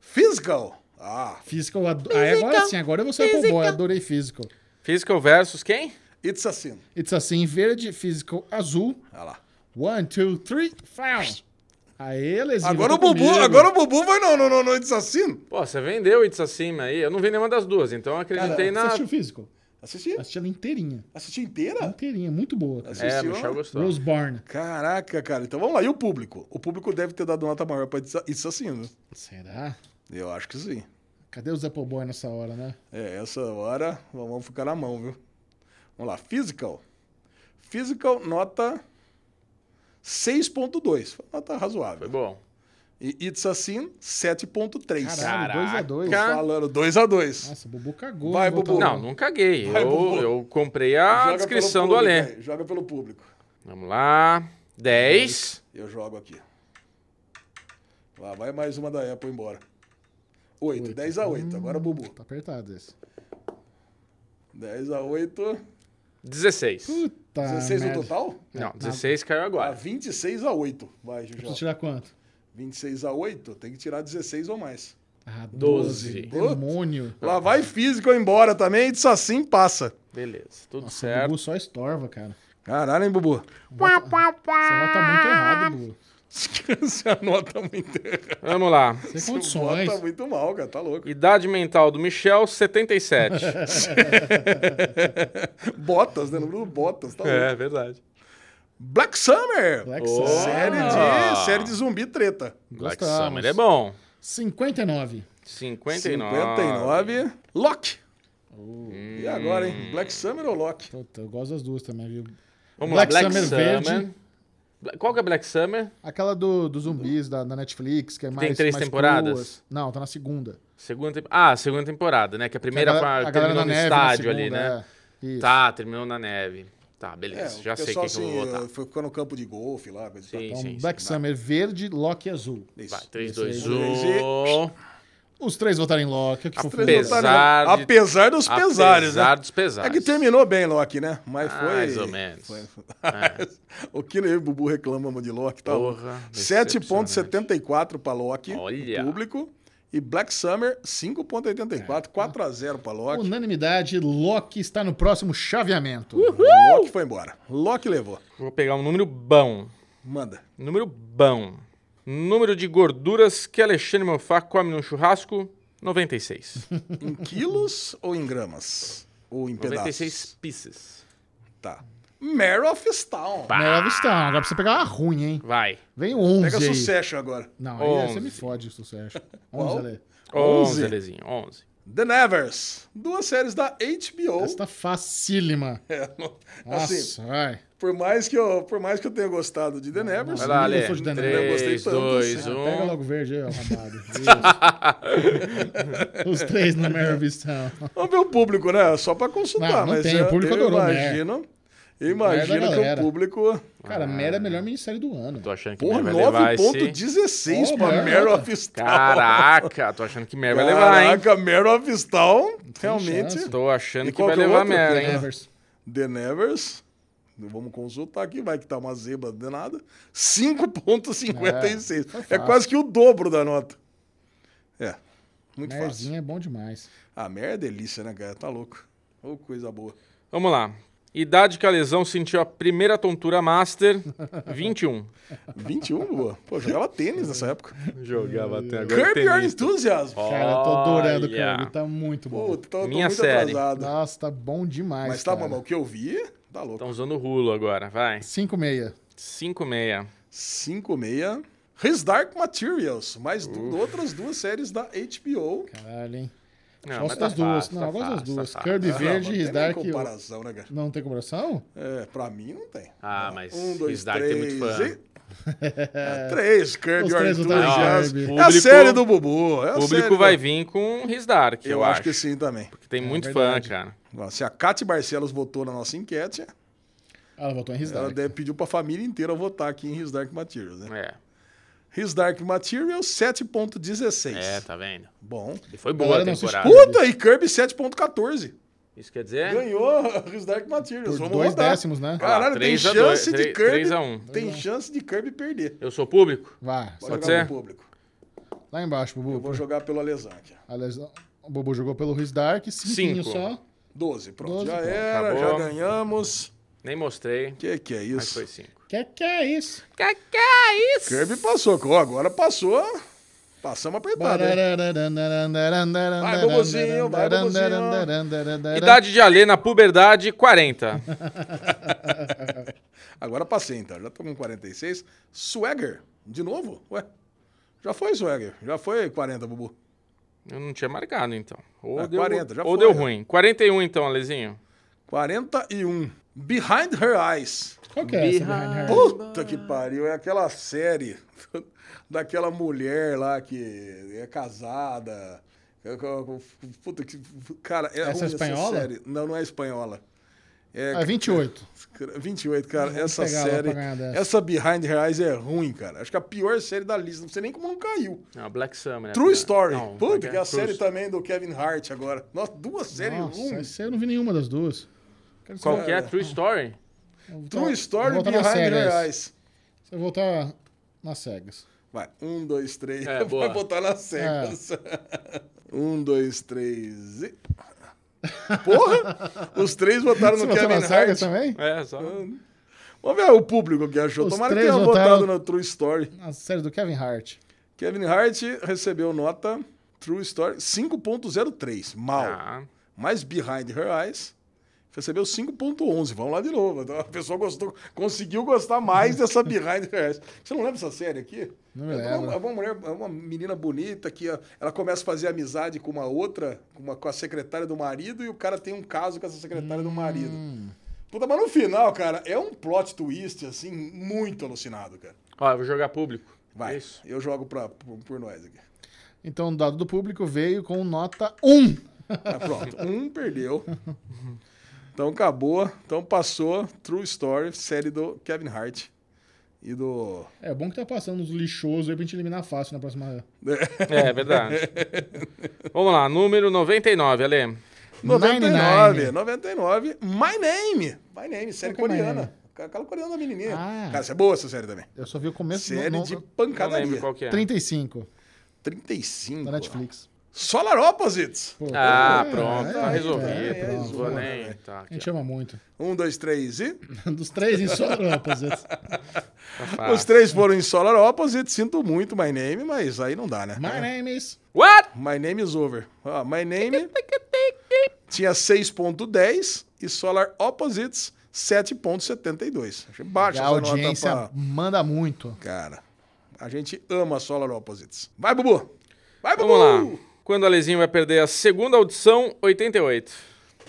Speaker 4: Physical. Ah,
Speaker 1: Physical, ado... ah, agora sim, agora eu vou ser Apple Boy, adorei Physical.
Speaker 2: Physical versus quem?
Speaker 4: It's a Sin.
Speaker 1: It's assim, verde, Physical azul.
Speaker 4: Olha lá.
Speaker 1: One, two, three, found. Aê, Lezinho.
Speaker 4: Agora o
Speaker 1: vem
Speaker 4: Bubu,
Speaker 1: comigo.
Speaker 4: agora o Bubu vai não, não, não, não, It's a Sin.
Speaker 2: Pô, você vendeu It's Acima aí. Eu não vi nenhuma das duas, então eu acreditei
Speaker 1: Você assistiu
Speaker 2: na.
Speaker 1: Physical?
Speaker 4: Assisti?
Speaker 1: Assisti ela inteirinha.
Speaker 4: Assisti inteira?
Speaker 1: Inteirinha, muito boa. cara.
Speaker 2: É, o
Speaker 4: Assistiu?
Speaker 2: Michel gostou.
Speaker 1: Rose Barn.
Speaker 4: Caraca, cara. Então vamos lá. E o público? O público deve ter dado nota maior pra It's a- It's a Sin, né?
Speaker 1: Será?
Speaker 4: Eu acho que sim.
Speaker 1: Cadê os Apple Boy nessa hora, né?
Speaker 4: É, essa hora vamos ficar na mão, viu? Vamos lá, physical. Physical, nota 6.2. Foi uma Nota
Speaker 2: Foi
Speaker 4: razoável.
Speaker 2: bom.
Speaker 4: E It's a Sin, 7.3.
Speaker 1: Caralho, 2 a 2
Speaker 4: Tô falando 2 a 2
Speaker 1: Nossa, o Bubu cagou.
Speaker 4: Vai,
Speaker 1: de botar
Speaker 4: Bubu.
Speaker 1: lá.
Speaker 2: Não, não caguei.
Speaker 4: Vai,
Speaker 2: Eu,
Speaker 4: Bubu.
Speaker 2: eu comprei
Speaker 4: Ah,
Speaker 2: a descrição do Alê.
Speaker 4: Joga pelo público.
Speaker 2: Vamos lá. 10.
Speaker 4: Eu jogo aqui. Lá vai mais uma da Apple embora. 8, 10 a 8. Agora Bubu.
Speaker 1: Tá apertado esse.
Speaker 4: 10 a 8.
Speaker 2: 16.
Speaker 1: Puta
Speaker 4: 16 no
Speaker 1: Ah, merda.
Speaker 4: total?
Speaker 2: Não, 16 caiu
Speaker 4: Ah,
Speaker 2: agora.
Speaker 4: 26 a 8. Vai, Juju.
Speaker 1: Preciso tirar quanto?
Speaker 4: 26 a 8, tem que tirar 16 ou mais.
Speaker 1: Ah,
Speaker 2: Doze.
Speaker 1: 12. Demônio.
Speaker 4: Lá vai físico embora também, e assim passa.
Speaker 2: Beleza, tudo
Speaker 1: Nossa, o
Speaker 2: certo.
Speaker 1: Bubu só estorva, cara.
Speaker 4: Caralho, hein, Bubu?
Speaker 1: Você nota muito errado, Bubu.
Speaker 4: *laughs* Você anota muito errado.
Speaker 2: Vamos lá.
Speaker 1: Sem condições.
Speaker 4: Tá muito mal, cara, tá louco.
Speaker 2: Idade mental do Michel, 77.
Speaker 4: *laughs* Botas, né? Número do Botas,
Speaker 2: É.
Speaker 4: tá louco.
Speaker 2: verdade.
Speaker 4: Black Summer!
Speaker 1: Black
Speaker 2: Ô.
Speaker 1: Sun.
Speaker 4: Série,
Speaker 2: Ah.
Speaker 4: de, série de zumbi treta.
Speaker 2: Black
Speaker 1: Gostamos.
Speaker 2: Summer é bom.
Speaker 1: 59.
Speaker 2: 59.
Speaker 4: 59. Loki. E agora, hein? Black Summer ou Loki?
Speaker 1: Puta, eu gosto das duas também, viu?
Speaker 2: Vamos lá,
Speaker 1: Black
Speaker 2: Black
Speaker 1: Summer
Speaker 2: Summer.
Speaker 1: verde.
Speaker 2: Bla- Qual que é Black Summer?
Speaker 1: Aquela do, dos zumbis da, da Netflix, que é mais.
Speaker 2: três
Speaker 1: mais
Speaker 2: temporadas?
Speaker 1: cruas. Não, tá na segunda.
Speaker 2: Segunda tem- Ah, segunda temporada, né? Que a primeira
Speaker 1: ga-
Speaker 2: pa- terminou no
Speaker 1: na
Speaker 2: estádio ali,
Speaker 1: segunda,
Speaker 2: né?
Speaker 1: é. Isso.
Speaker 2: Tá, terminou na neve. Tá,
Speaker 4: É,
Speaker 2: beleza.
Speaker 4: o
Speaker 2: Já sei quem
Speaker 4: pessoal,
Speaker 2: que eu vou
Speaker 4: assim,
Speaker 2: votar.
Speaker 4: Foi ficando no campo de golfe lá. coisa e
Speaker 2: Sim,
Speaker 1: Então,
Speaker 2: sim.
Speaker 1: Black Summer verde, Loki azul.
Speaker 2: um.
Speaker 4: tal. Isso.
Speaker 2: Vai, 3,
Speaker 1: Isso aí.
Speaker 2: 2,
Speaker 4: Dois
Speaker 2: 1.
Speaker 1: Os três votaram em Loki. O que foi
Speaker 4: Apesar,
Speaker 2: Apesar de-
Speaker 4: apesar dos pesares, né?
Speaker 2: Apesar dos pesares.
Speaker 4: É que terminou bem Loki, né? Mas foi.
Speaker 2: Mais
Speaker 4: *laughs*
Speaker 2: ou menos. É.
Speaker 4: foi- o Kino e o Bubu reclamamos de Loki. Tá?
Speaker 2: Porra,
Speaker 4: 7,74 para Loki,
Speaker 2: Olha.
Speaker 4: o público. E Black Summer, 5,84. 4 a 0 para Loki.
Speaker 1: Unanimidade, Loki está no próximo chaveamento.
Speaker 2: Uh,
Speaker 4: Loki foi embora. Loki levou.
Speaker 2: Vou pegar um número bom.
Speaker 4: Manda.
Speaker 2: Número bom. Número de gorduras que Alexandre Mofá come num churrasco,
Speaker 4: *laughs*
Speaker 2: 96.
Speaker 4: Em quilos *laughs* ou em gramas? Ou em pedaços?
Speaker 2: 96 pieces.
Speaker 4: Tá. Mare of Town.
Speaker 1: Melhor vistão. Agora precisa pegar uma ruim, hein?
Speaker 2: Vai.
Speaker 1: Vem 11
Speaker 4: Pega
Speaker 1: aí.
Speaker 4: Succession agora.
Speaker 1: Não, aí você
Speaker 2: 11.
Speaker 1: me fode o
Speaker 4: *laughs*
Speaker 1: sucesso. 11,
Speaker 4: Qual?
Speaker 1: Ale.
Speaker 2: 11,
Speaker 4: 11.
Speaker 2: Elezinho, 11.
Speaker 4: The Nevers. Duas séries da HBO.
Speaker 1: Essa tá facílima.
Speaker 4: É, não-
Speaker 1: Nossa,
Speaker 4: assim,
Speaker 1: vai.
Speaker 4: por mais, que eu, por mais que eu tenha gostado de The Nevers,
Speaker 1: Nossa,
Speaker 2: Vai lá,
Speaker 1: ninguém
Speaker 2: Ale.
Speaker 1: gostou de Daniel.
Speaker 4: Eu gostei
Speaker 2: 3,
Speaker 4: tanto, assim.
Speaker 2: 2,
Speaker 1: Ah, Pega
Speaker 2: 1.
Speaker 1: logo o verde aí, ó,
Speaker 4: *laughs*
Speaker 1: arrombado. Isso. Os três no Mary Vistão.
Speaker 4: vamos ver o público, né? Só pra consultar.
Speaker 1: Não, não
Speaker 4: mas
Speaker 1: tem,
Speaker 4: eu-
Speaker 1: o público
Speaker 4: eu
Speaker 1: adorou, né?
Speaker 4: imagino, eu
Speaker 1: Merda,
Speaker 4: imagino que
Speaker 1: galera.
Speaker 4: o público...
Speaker 1: Cara, Mera é a melhor minissérie do ano.
Speaker 2: Tô achando que
Speaker 4: Porra,
Speaker 2: Mary vai levar esse...
Speaker 4: 9.16
Speaker 1: Ó,
Speaker 4: pra
Speaker 1: merda.
Speaker 4: Mare of Town.
Speaker 2: *laughs* Caraca, tô achando que Mary vai levar, hein?
Speaker 4: Caraca, Mare of Town, realmente...
Speaker 1: chance.
Speaker 2: Tô achando
Speaker 4: E
Speaker 2: que
Speaker 4: qual
Speaker 2: vai
Speaker 4: que é o
Speaker 2: levar
Speaker 4: outro?
Speaker 2: Mary, hein?
Speaker 1: Nevers.
Speaker 4: The Nevers... Vamos consultar aqui, vai que tá uma zebra danada. 5,56.
Speaker 1: É, foi
Speaker 4: É,
Speaker 1: fácil.
Speaker 4: quase que o dobro da nota. É, muito fácil.
Speaker 1: Merzinha é bom demais.
Speaker 4: Ah, merda é delícia, né, cara? Tá louco. Ô, coisa boa.
Speaker 2: Vamos lá. Idade que a lesão sentiu a primeira tontura
Speaker 4: *laughs*
Speaker 2: master, 21.
Speaker 4: 21, boa. Pô, eu jogava tênis nessa época.
Speaker 2: Jogava até
Speaker 4: Curb Your Enthusiasm.
Speaker 1: Cara, eu tô adorando o
Speaker 2: Olha.
Speaker 1: Kirby. Tá muito bom.
Speaker 4: Pô, tô, tô
Speaker 2: Minha
Speaker 4: muito
Speaker 2: série.
Speaker 4: atrasado.
Speaker 1: Nossa, tá bom demais.
Speaker 4: Mas tá,
Speaker 1: cara.
Speaker 4: mano, o que eu vi, tá louco.
Speaker 2: Estão usando o rulo agora, vai.
Speaker 1: 5,6.
Speaker 2: 5,6.
Speaker 4: 5,6. His Dark Materials, mais du- outras duas séries da HBO.
Speaker 1: Caralho, hein?
Speaker 2: Não,
Speaker 1: gosto
Speaker 2: mas
Speaker 1: das
Speaker 2: tá
Speaker 1: duas.
Speaker 2: fácil,
Speaker 1: não,
Speaker 2: tá
Speaker 1: eu gosto das
Speaker 2: fácil,
Speaker 1: duas.
Speaker 2: tá
Speaker 1: Kirby
Speaker 2: fácil.
Speaker 1: Verde, His
Speaker 4: Ah, não tem
Speaker 1: Dark.
Speaker 4: nem comparação, né, cara?
Speaker 1: Não tem comparação?
Speaker 4: É, pra mim não tem.
Speaker 2: Ah, mas
Speaker 4: Um, dois,
Speaker 2: His Dark
Speaker 4: três
Speaker 2: tem muito fã.
Speaker 1: Tá, *laughs*
Speaker 4: e- É, três, Curb
Speaker 1: Os
Speaker 4: Your
Speaker 1: três do Dark
Speaker 4: Enthusiasm.
Speaker 1: Kirby.
Speaker 4: É a
Speaker 2: Público-
Speaker 4: série do Bubu. É a
Speaker 2: O
Speaker 4: série
Speaker 2: público
Speaker 4: do-
Speaker 2: vai vir com His Dark, eu,
Speaker 4: Eu acho que sim também.
Speaker 2: Porque tem muito
Speaker 1: É verdade.
Speaker 2: fã, cara.
Speaker 4: Ó, Se a Cátia Barcelos votou na nossa enquete,
Speaker 1: Ela votou em His
Speaker 4: ela
Speaker 1: Dark.
Speaker 4: deve pediu pra família inteira votar aqui em His Dark Materials, né?
Speaker 2: É,
Speaker 4: His Dark Materials 7.16.
Speaker 2: é tá vendo?
Speaker 4: Bom.
Speaker 2: E foi boa
Speaker 1: Galera,
Speaker 2: a
Speaker 1: não se
Speaker 2: temporada.
Speaker 4: Puta, e Kirby 7.14.
Speaker 2: Isso quer dizer?
Speaker 4: Ganhou His Dark Materials.
Speaker 1: Por
Speaker 4: Vamos
Speaker 1: dois
Speaker 4: votar.
Speaker 1: décimos, né?
Speaker 2: Vai lá,
Speaker 4: Caralho, tem
Speaker 2: três a
Speaker 4: chance
Speaker 2: dois,
Speaker 4: de
Speaker 2: três- três
Speaker 4: Kirby.
Speaker 2: a um.
Speaker 4: Tem chance de Kirby perder.
Speaker 2: Eu sou público?
Speaker 1: Vai.
Speaker 4: Vou
Speaker 2: Pode
Speaker 4: jogar
Speaker 2: ser?
Speaker 4: no público.
Speaker 1: Lá embaixo, Bubu.
Speaker 4: Eu vou jogar pela lesão aqui.
Speaker 1: Aliás, o Bubu jogou pelo His Dark. Cinquinho
Speaker 2: Cinco.
Speaker 1: só.
Speaker 4: 12, pronto.
Speaker 1: 12,
Speaker 4: já
Speaker 1: pronto.
Speaker 4: era,
Speaker 2: Acabou.
Speaker 4: já ganhamos.
Speaker 2: Nem mostrei,
Speaker 4: Que que é
Speaker 2: mas
Speaker 4: isso?
Speaker 2: foi 5.
Speaker 1: Que que é isso?
Speaker 2: Que que é isso?
Speaker 4: Kirby passou. Ó, Agora passou. Passamos apertado. hein?
Speaker 1: Vai,
Speaker 4: Bubuzinho, Tá, vai, Bubuzinho.
Speaker 2: Idade de Alê na puberdade, 40.
Speaker 4: Agora passei, então. Já tô com 46. Swagger, de novo? Ué, já foi Swagger. Já foi 40, Bubu.
Speaker 2: Eu não tinha marcado, então. Ou,
Speaker 4: Ah,
Speaker 2: deu,
Speaker 4: 40, já
Speaker 2: ou
Speaker 4: foi,
Speaker 2: deu
Speaker 4: né?
Speaker 2: ruim. 41, então, Alezinho.
Speaker 4: 41. Behind Her Eyes.
Speaker 1: Qual que é essa, Behind Her?
Speaker 4: Puta que pariu. É aquela série *laughs* daquela mulher lá que é casada. Puta que... Cara, é
Speaker 1: Essa é
Speaker 4: ruim
Speaker 1: espanhola?
Speaker 4: série. Não, não é espanhola. É,
Speaker 1: Ah, 28.
Speaker 4: 28, cara, essa
Speaker 1: pegar lá
Speaker 4: série.
Speaker 1: pra ganhar dessa.
Speaker 4: Essa Behind Her Eyes é ruim, cara. Acho que é a pior série da lista. Não sei nem como não caiu.
Speaker 2: Não, Black Summer. né?
Speaker 4: True Story.
Speaker 2: Não,
Speaker 4: Puta, que é a
Speaker 2: True-
Speaker 4: série também do Kevin Hart agora. Nossa, duas séries
Speaker 1: Nossa,
Speaker 4: ruins.
Speaker 1: essa eu não vi nenhuma das duas. Quero saber-
Speaker 2: Qual que é? True Story?
Speaker 1: Eu vou
Speaker 4: True
Speaker 1: voltar- vou
Speaker 4: Story
Speaker 1: voltar
Speaker 4: Behind
Speaker 1: nas cegas.
Speaker 4: Her Eyes.
Speaker 1: Você vai voltar nas cegas.
Speaker 4: Vai, um, dois, três.
Speaker 2: É, boa.
Speaker 4: *laughs* Vai botar nas cegas.
Speaker 1: É.
Speaker 4: um, dois, três e... Porra! Os três votaram
Speaker 1: Você
Speaker 4: no
Speaker 1: votou
Speaker 4: Kevin
Speaker 1: nas cegas
Speaker 4: Hart.
Speaker 1: também?
Speaker 2: É, só.
Speaker 4: Vamos ver o público que achou.
Speaker 1: Os
Speaker 4: Tomara que
Speaker 1: três
Speaker 4: tenha
Speaker 1: votaram-
Speaker 4: votado no True Story.
Speaker 1: Na série do Kevin Hart.
Speaker 4: Kevin Hart recebeu nota True Story 5.03, mal.
Speaker 2: Ah,
Speaker 4: Mas Behind Her Eyes recebeu 5.11. Vamos lá de novo. Então, A pessoa gostou, conseguiu gostar
Speaker 1: *laughs*
Speaker 4: mais dessa Behind Her Eyes. Você não lembra dessa série aqui?
Speaker 1: Não me
Speaker 4: é uma,
Speaker 1: lembro.
Speaker 4: é uma mulher, é uma menina bonita que ó, ela começa a fazer amizade com uma outra, com uma- com a secretária do marido, e o cara tem um caso com essa secretária
Speaker 1: Hum.
Speaker 4: do marido. Puta, mas no final, cara, é um plot twist, assim, muito alucinado, cara.
Speaker 2: ó, eu vou jogar público. É
Speaker 4: Vai,
Speaker 2: Isso.
Speaker 4: eu jogo pra, por, por nós aqui.
Speaker 1: Então, o dado do público veio com nota 1.
Speaker 4: Ah, pronto, um perdeu. Então acabou, então passou True Story, série do Kevin Hart. e do.
Speaker 1: É bom que tá passando uns lixosos aí pra gente eliminar fácil na próxima.
Speaker 4: né?
Speaker 1: *laughs*
Speaker 2: É, verdade. Vamos lá, número 99, Ale.
Speaker 4: 99, 99. My Name. My Name, série
Speaker 1: Qual que é My
Speaker 4: coreana. Aquela coreana da menininha.
Speaker 1: Ah.
Speaker 4: Cara, isso é boa essa série também.
Speaker 1: Eu só vi o começo
Speaker 4: Série
Speaker 1: no, no,
Speaker 4: de
Speaker 2: Não lembro
Speaker 4: pancadaria.
Speaker 2: qual que é.
Speaker 1: 35
Speaker 4: 35.
Speaker 1: da Netflix.
Speaker 4: Solar Opposites.
Speaker 1: Pô,
Speaker 2: Ah,
Speaker 1: é,
Speaker 2: pronto, tá
Speaker 1: é,
Speaker 2: resolvido.
Speaker 1: é,
Speaker 2: não
Speaker 1: pronto,
Speaker 2: vou
Speaker 1: pronto.
Speaker 2: nem. Tá,
Speaker 1: A
Speaker 2: aqui,
Speaker 1: gente ama muito. *laughs*
Speaker 4: Um, dois, três e.
Speaker 1: Dos três em Sorão, Pazetes.
Speaker 2: ó, tá
Speaker 4: Os três foram em Solar Opposites. Sinto muito, My Name, mas aí não dá, né?
Speaker 1: My name is.
Speaker 2: What?
Speaker 4: My Name is over. Ó, My Name tinha 6.10 e Solar Opposites 7.72. Achei baixo
Speaker 1: A
Speaker 4: essa nota
Speaker 1: audiência
Speaker 4: pra-
Speaker 1: manda muito.
Speaker 4: Cara, a gente ama Solar Opposites. Vai, Bubu! Vai, Bubu!
Speaker 2: Vamos lá. Quando o Alezinho vai perder a segunda audição, 88.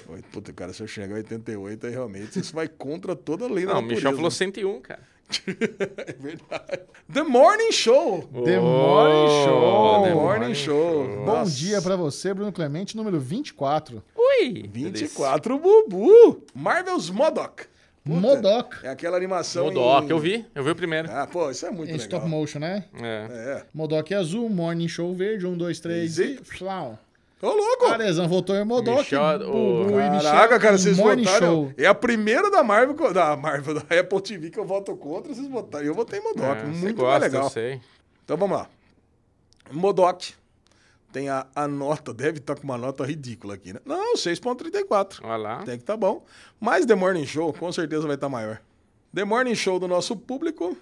Speaker 4: Oi, Puta, cara, se eu chegar a 88, aí realmente isso vai contra toda a lei da
Speaker 2: Não, o
Speaker 4: natureza.
Speaker 2: Michel falou assim. 101, cara.
Speaker 4: *laughs* É verdade. The Morning Show!
Speaker 1: The Morning Show.
Speaker 4: The Morning Show.
Speaker 1: Bom
Speaker 4: Nossa.
Speaker 1: dia pra você, Bruno Clemente, número 24.
Speaker 2: Ui!
Speaker 4: 24 Bubu! Marvel's Modoc. Puta,
Speaker 1: Modoc.
Speaker 4: É aquela animação.
Speaker 2: Modoc,
Speaker 4: em-
Speaker 2: eu vi. Eu vi o primeiro.
Speaker 4: Ah, pô, isso é muito
Speaker 1: Em stop
Speaker 4: legal.
Speaker 1: motion, né?
Speaker 2: É.
Speaker 4: É.
Speaker 1: Modoc é azul, Morning Show verde, um, dois, três e.
Speaker 4: Easy.
Speaker 1: Flau.
Speaker 4: Ô, louco!
Speaker 1: Arezão voltou em Modoc.
Speaker 2: Michel-
Speaker 1: Bubu
Speaker 2: o-
Speaker 1: e Michel
Speaker 4: Caraca, cara,
Speaker 1: em
Speaker 4: vocês
Speaker 1: Morning
Speaker 4: votaram.
Speaker 1: Show.
Speaker 4: É a primeira da Marvel, que eu- da Marvel, da Apple TV que eu voto contra, vocês votaram. Eu votei em Modoc,
Speaker 2: É, você
Speaker 4: muito
Speaker 2: gosta,
Speaker 4: mais legal.
Speaker 2: eu sei.
Speaker 4: Então vamos lá. Modoc tem a, a nota, deve estar com uma nota ridícula aqui, né? Não, 6.34.
Speaker 2: Olha lá.
Speaker 4: Até que tá bom. Mas The Morning Show com certeza vai estar maior. The Morning Show do nosso público,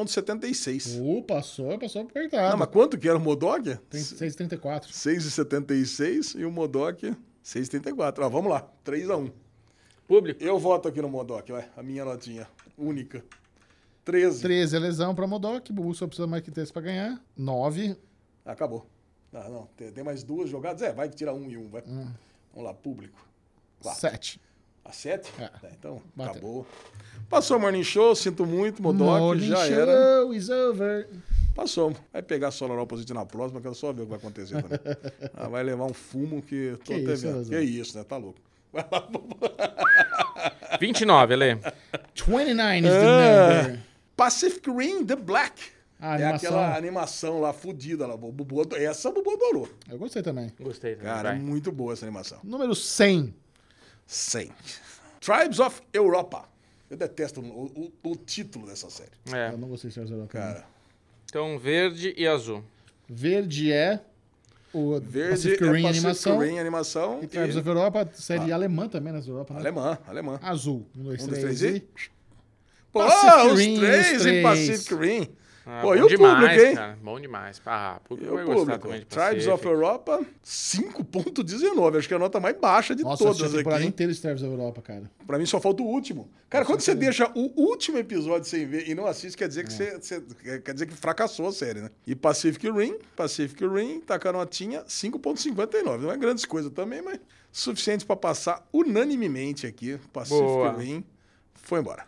Speaker 4: 6.76.
Speaker 1: Uh, passou, passou
Speaker 4: Não, mas
Speaker 1: apertado.
Speaker 4: quanto que era o Modoc?
Speaker 1: 6,34.
Speaker 4: 6,76 e o Modoc 6,34. Ó, vamos lá, 3x1.
Speaker 2: Público.
Speaker 4: Eu voto aqui no Modoc, vai. A minha notinha. Única. 13.
Speaker 1: 13 é lesão pra Modoc. Bubu só precisa mais que 3 pra ganhar. 9.
Speaker 4: Acabou. Ah, não. Tem, tem mais duas jogadas? É, vai que tira um e um, vai.
Speaker 1: Hum.
Speaker 4: Vamos lá, público. Quatro.
Speaker 1: 7.
Speaker 4: A sete?
Speaker 1: É.
Speaker 4: Tá, então,
Speaker 1: Bateu.
Speaker 4: acabou. Passou o Morning Show, sinto muito, Modoc,
Speaker 1: Morning
Speaker 4: já
Speaker 1: show
Speaker 4: era.
Speaker 1: is over.
Speaker 4: Passou. Vai pegar Solarol positivo na próxima, quero só ver o que vai acontecer
Speaker 1: *laughs*
Speaker 4: também. Ah, vai levar um fumo que eu tô
Speaker 1: Que
Speaker 4: até
Speaker 1: isso,
Speaker 4: vendo.
Speaker 1: Leozão.
Speaker 4: Que isso, né? Tá louco. Vai lá, Bubu.
Speaker 2: 29, Ale.
Speaker 1: 29 is the number.
Speaker 4: Pacific Rim The Black.
Speaker 1: Ah,
Speaker 4: é
Speaker 1: animação.
Speaker 4: aquela animação lá, fodida lá. O Bubu ado- Essa o Bubu adorou.
Speaker 1: Eu gostei também.
Speaker 2: Gostei também.
Speaker 4: Cara, é
Speaker 2: vai.
Speaker 4: muito boa essa animação.
Speaker 1: Número 100.
Speaker 4: 100. Tribes of Europa. Eu detesto o, o- o título dessa série.
Speaker 1: Eu
Speaker 2: É.
Speaker 1: não gostei de Senhor Zorro.
Speaker 4: Cara,
Speaker 2: Então, verde e azul.
Speaker 1: Verde é o
Speaker 4: verde
Speaker 1: Pacific Rim
Speaker 4: é
Speaker 1: animação.
Speaker 4: Rim animação
Speaker 1: E Tribes of Europa, série alemã também, né? Europa, né?
Speaker 4: alemã, alemã.
Speaker 1: Azul. 1, 2,
Speaker 4: Um,
Speaker 1: 3
Speaker 4: dois, três
Speaker 1: e...
Speaker 4: e... Pô,
Speaker 1: Ah, Pacific
Speaker 4: os
Speaker 1: Rim, os
Speaker 4: três em
Speaker 1: três.
Speaker 4: Pacific Rim.
Speaker 2: Ah,
Speaker 4: Pô, e
Speaker 2: bom
Speaker 4: o
Speaker 2: demais,
Speaker 4: público, hein?
Speaker 2: cara. Bom demais. Ah, o
Speaker 4: E
Speaker 2: público vai
Speaker 4: o
Speaker 2: gostar
Speaker 4: público,
Speaker 2: também de
Speaker 4: Tribes of
Speaker 2: Pacific.
Speaker 4: Europa, 5.19. Acho que é a nota mais baixa de
Speaker 1: Nossa, eu assisti
Speaker 4: todas
Speaker 1: a
Speaker 4: aqui.
Speaker 1: temporada
Speaker 4: hein?
Speaker 1: inteira de Tribes of Europa, cara.
Speaker 4: Pra mim só falta o último. Cara, quando você deixa o último episódio sem ver e não assiste, quer dizer que você, você- Quer dizer que fracassou a série, né? E Pacific Rim, Pacific Rim, tá com a notinha 5.59. Não é grandes coisas também, mas suficiente pra passar unanimemente aqui. Pacific
Speaker 2: Boa.
Speaker 4: Rim foi embora.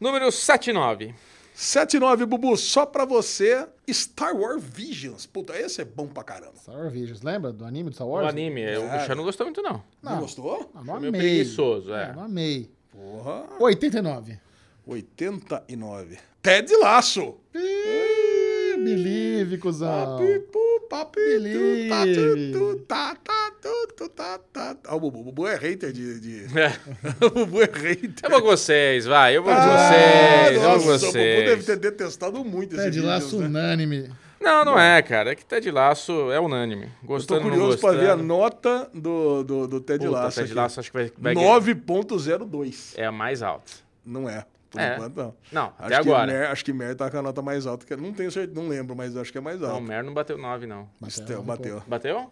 Speaker 2: Número 79.
Speaker 4: 7-9, Bubu, só pra você. Star Wars Visions. Puta, esse é bom pra caramba.
Speaker 1: Star Wars Visions. Lembra do anime do Star
Speaker 2: O
Speaker 1: Wars?
Speaker 2: anime. O
Speaker 4: Cara.
Speaker 2: Michel não gostou muito, não.
Speaker 4: Não, gostou?
Speaker 1: Ah, não
Speaker 2: Foi meio
Speaker 1: amei.
Speaker 2: preguiçoso, é.
Speaker 1: Ah, Não amei.
Speaker 4: Porra.
Speaker 1: 89.
Speaker 4: 89. Ted Laço.
Speaker 1: Ih, Believe,
Speaker 4: Ah,
Speaker 1: cuzão.
Speaker 2: Então,
Speaker 4: Papipu, papitu,
Speaker 1: Believe.
Speaker 4: tatu, tá, tá, tu, tu, tá, tá. Ah, o Bubu, o Bubu é hater
Speaker 2: *laughs*
Speaker 4: de... de- o Bubu é hater.
Speaker 2: Eu vou com vocês, vai. Eu vou com
Speaker 4: Ah,
Speaker 2: vocês. eu vou com
Speaker 4: nossa, o Bubu deve
Speaker 2: vocês.
Speaker 4: ter detestado
Speaker 2: Tá
Speaker 4: muito esse
Speaker 1: Pé de
Speaker 4: vídeo,
Speaker 1: laço
Speaker 4: né?
Speaker 1: unânime.
Speaker 2: Não, não é, cara. É que Ted Laço é unânime.
Speaker 4: Eu tô
Speaker 2: Gostando, não
Speaker 4: curioso pra
Speaker 2: gostando.
Speaker 4: ver a nota do, do, do Ted
Speaker 2: Puta,
Speaker 4: Laço.
Speaker 2: Ted
Speaker 4: aqui.
Speaker 2: Laço acho que é? vai, vai ganhar.
Speaker 4: 9.02.
Speaker 2: É a mais alta.
Speaker 4: Não é. Por
Speaker 2: É.
Speaker 4: enquanto, não.
Speaker 2: Não,
Speaker 4: Acho
Speaker 2: até
Speaker 4: que
Speaker 2: agora.
Speaker 4: Mer, acho que Mer tá com a nota mais alta. Que, não tenho certeza, não lembro, mas acho que é mais
Speaker 2: Não, o
Speaker 4: alta.
Speaker 2: Mer não bateu 9, não.
Speaker 4: Bateu,
Speaker 1: um
Speaker 4: bateu.
Speaker 2: Bateu?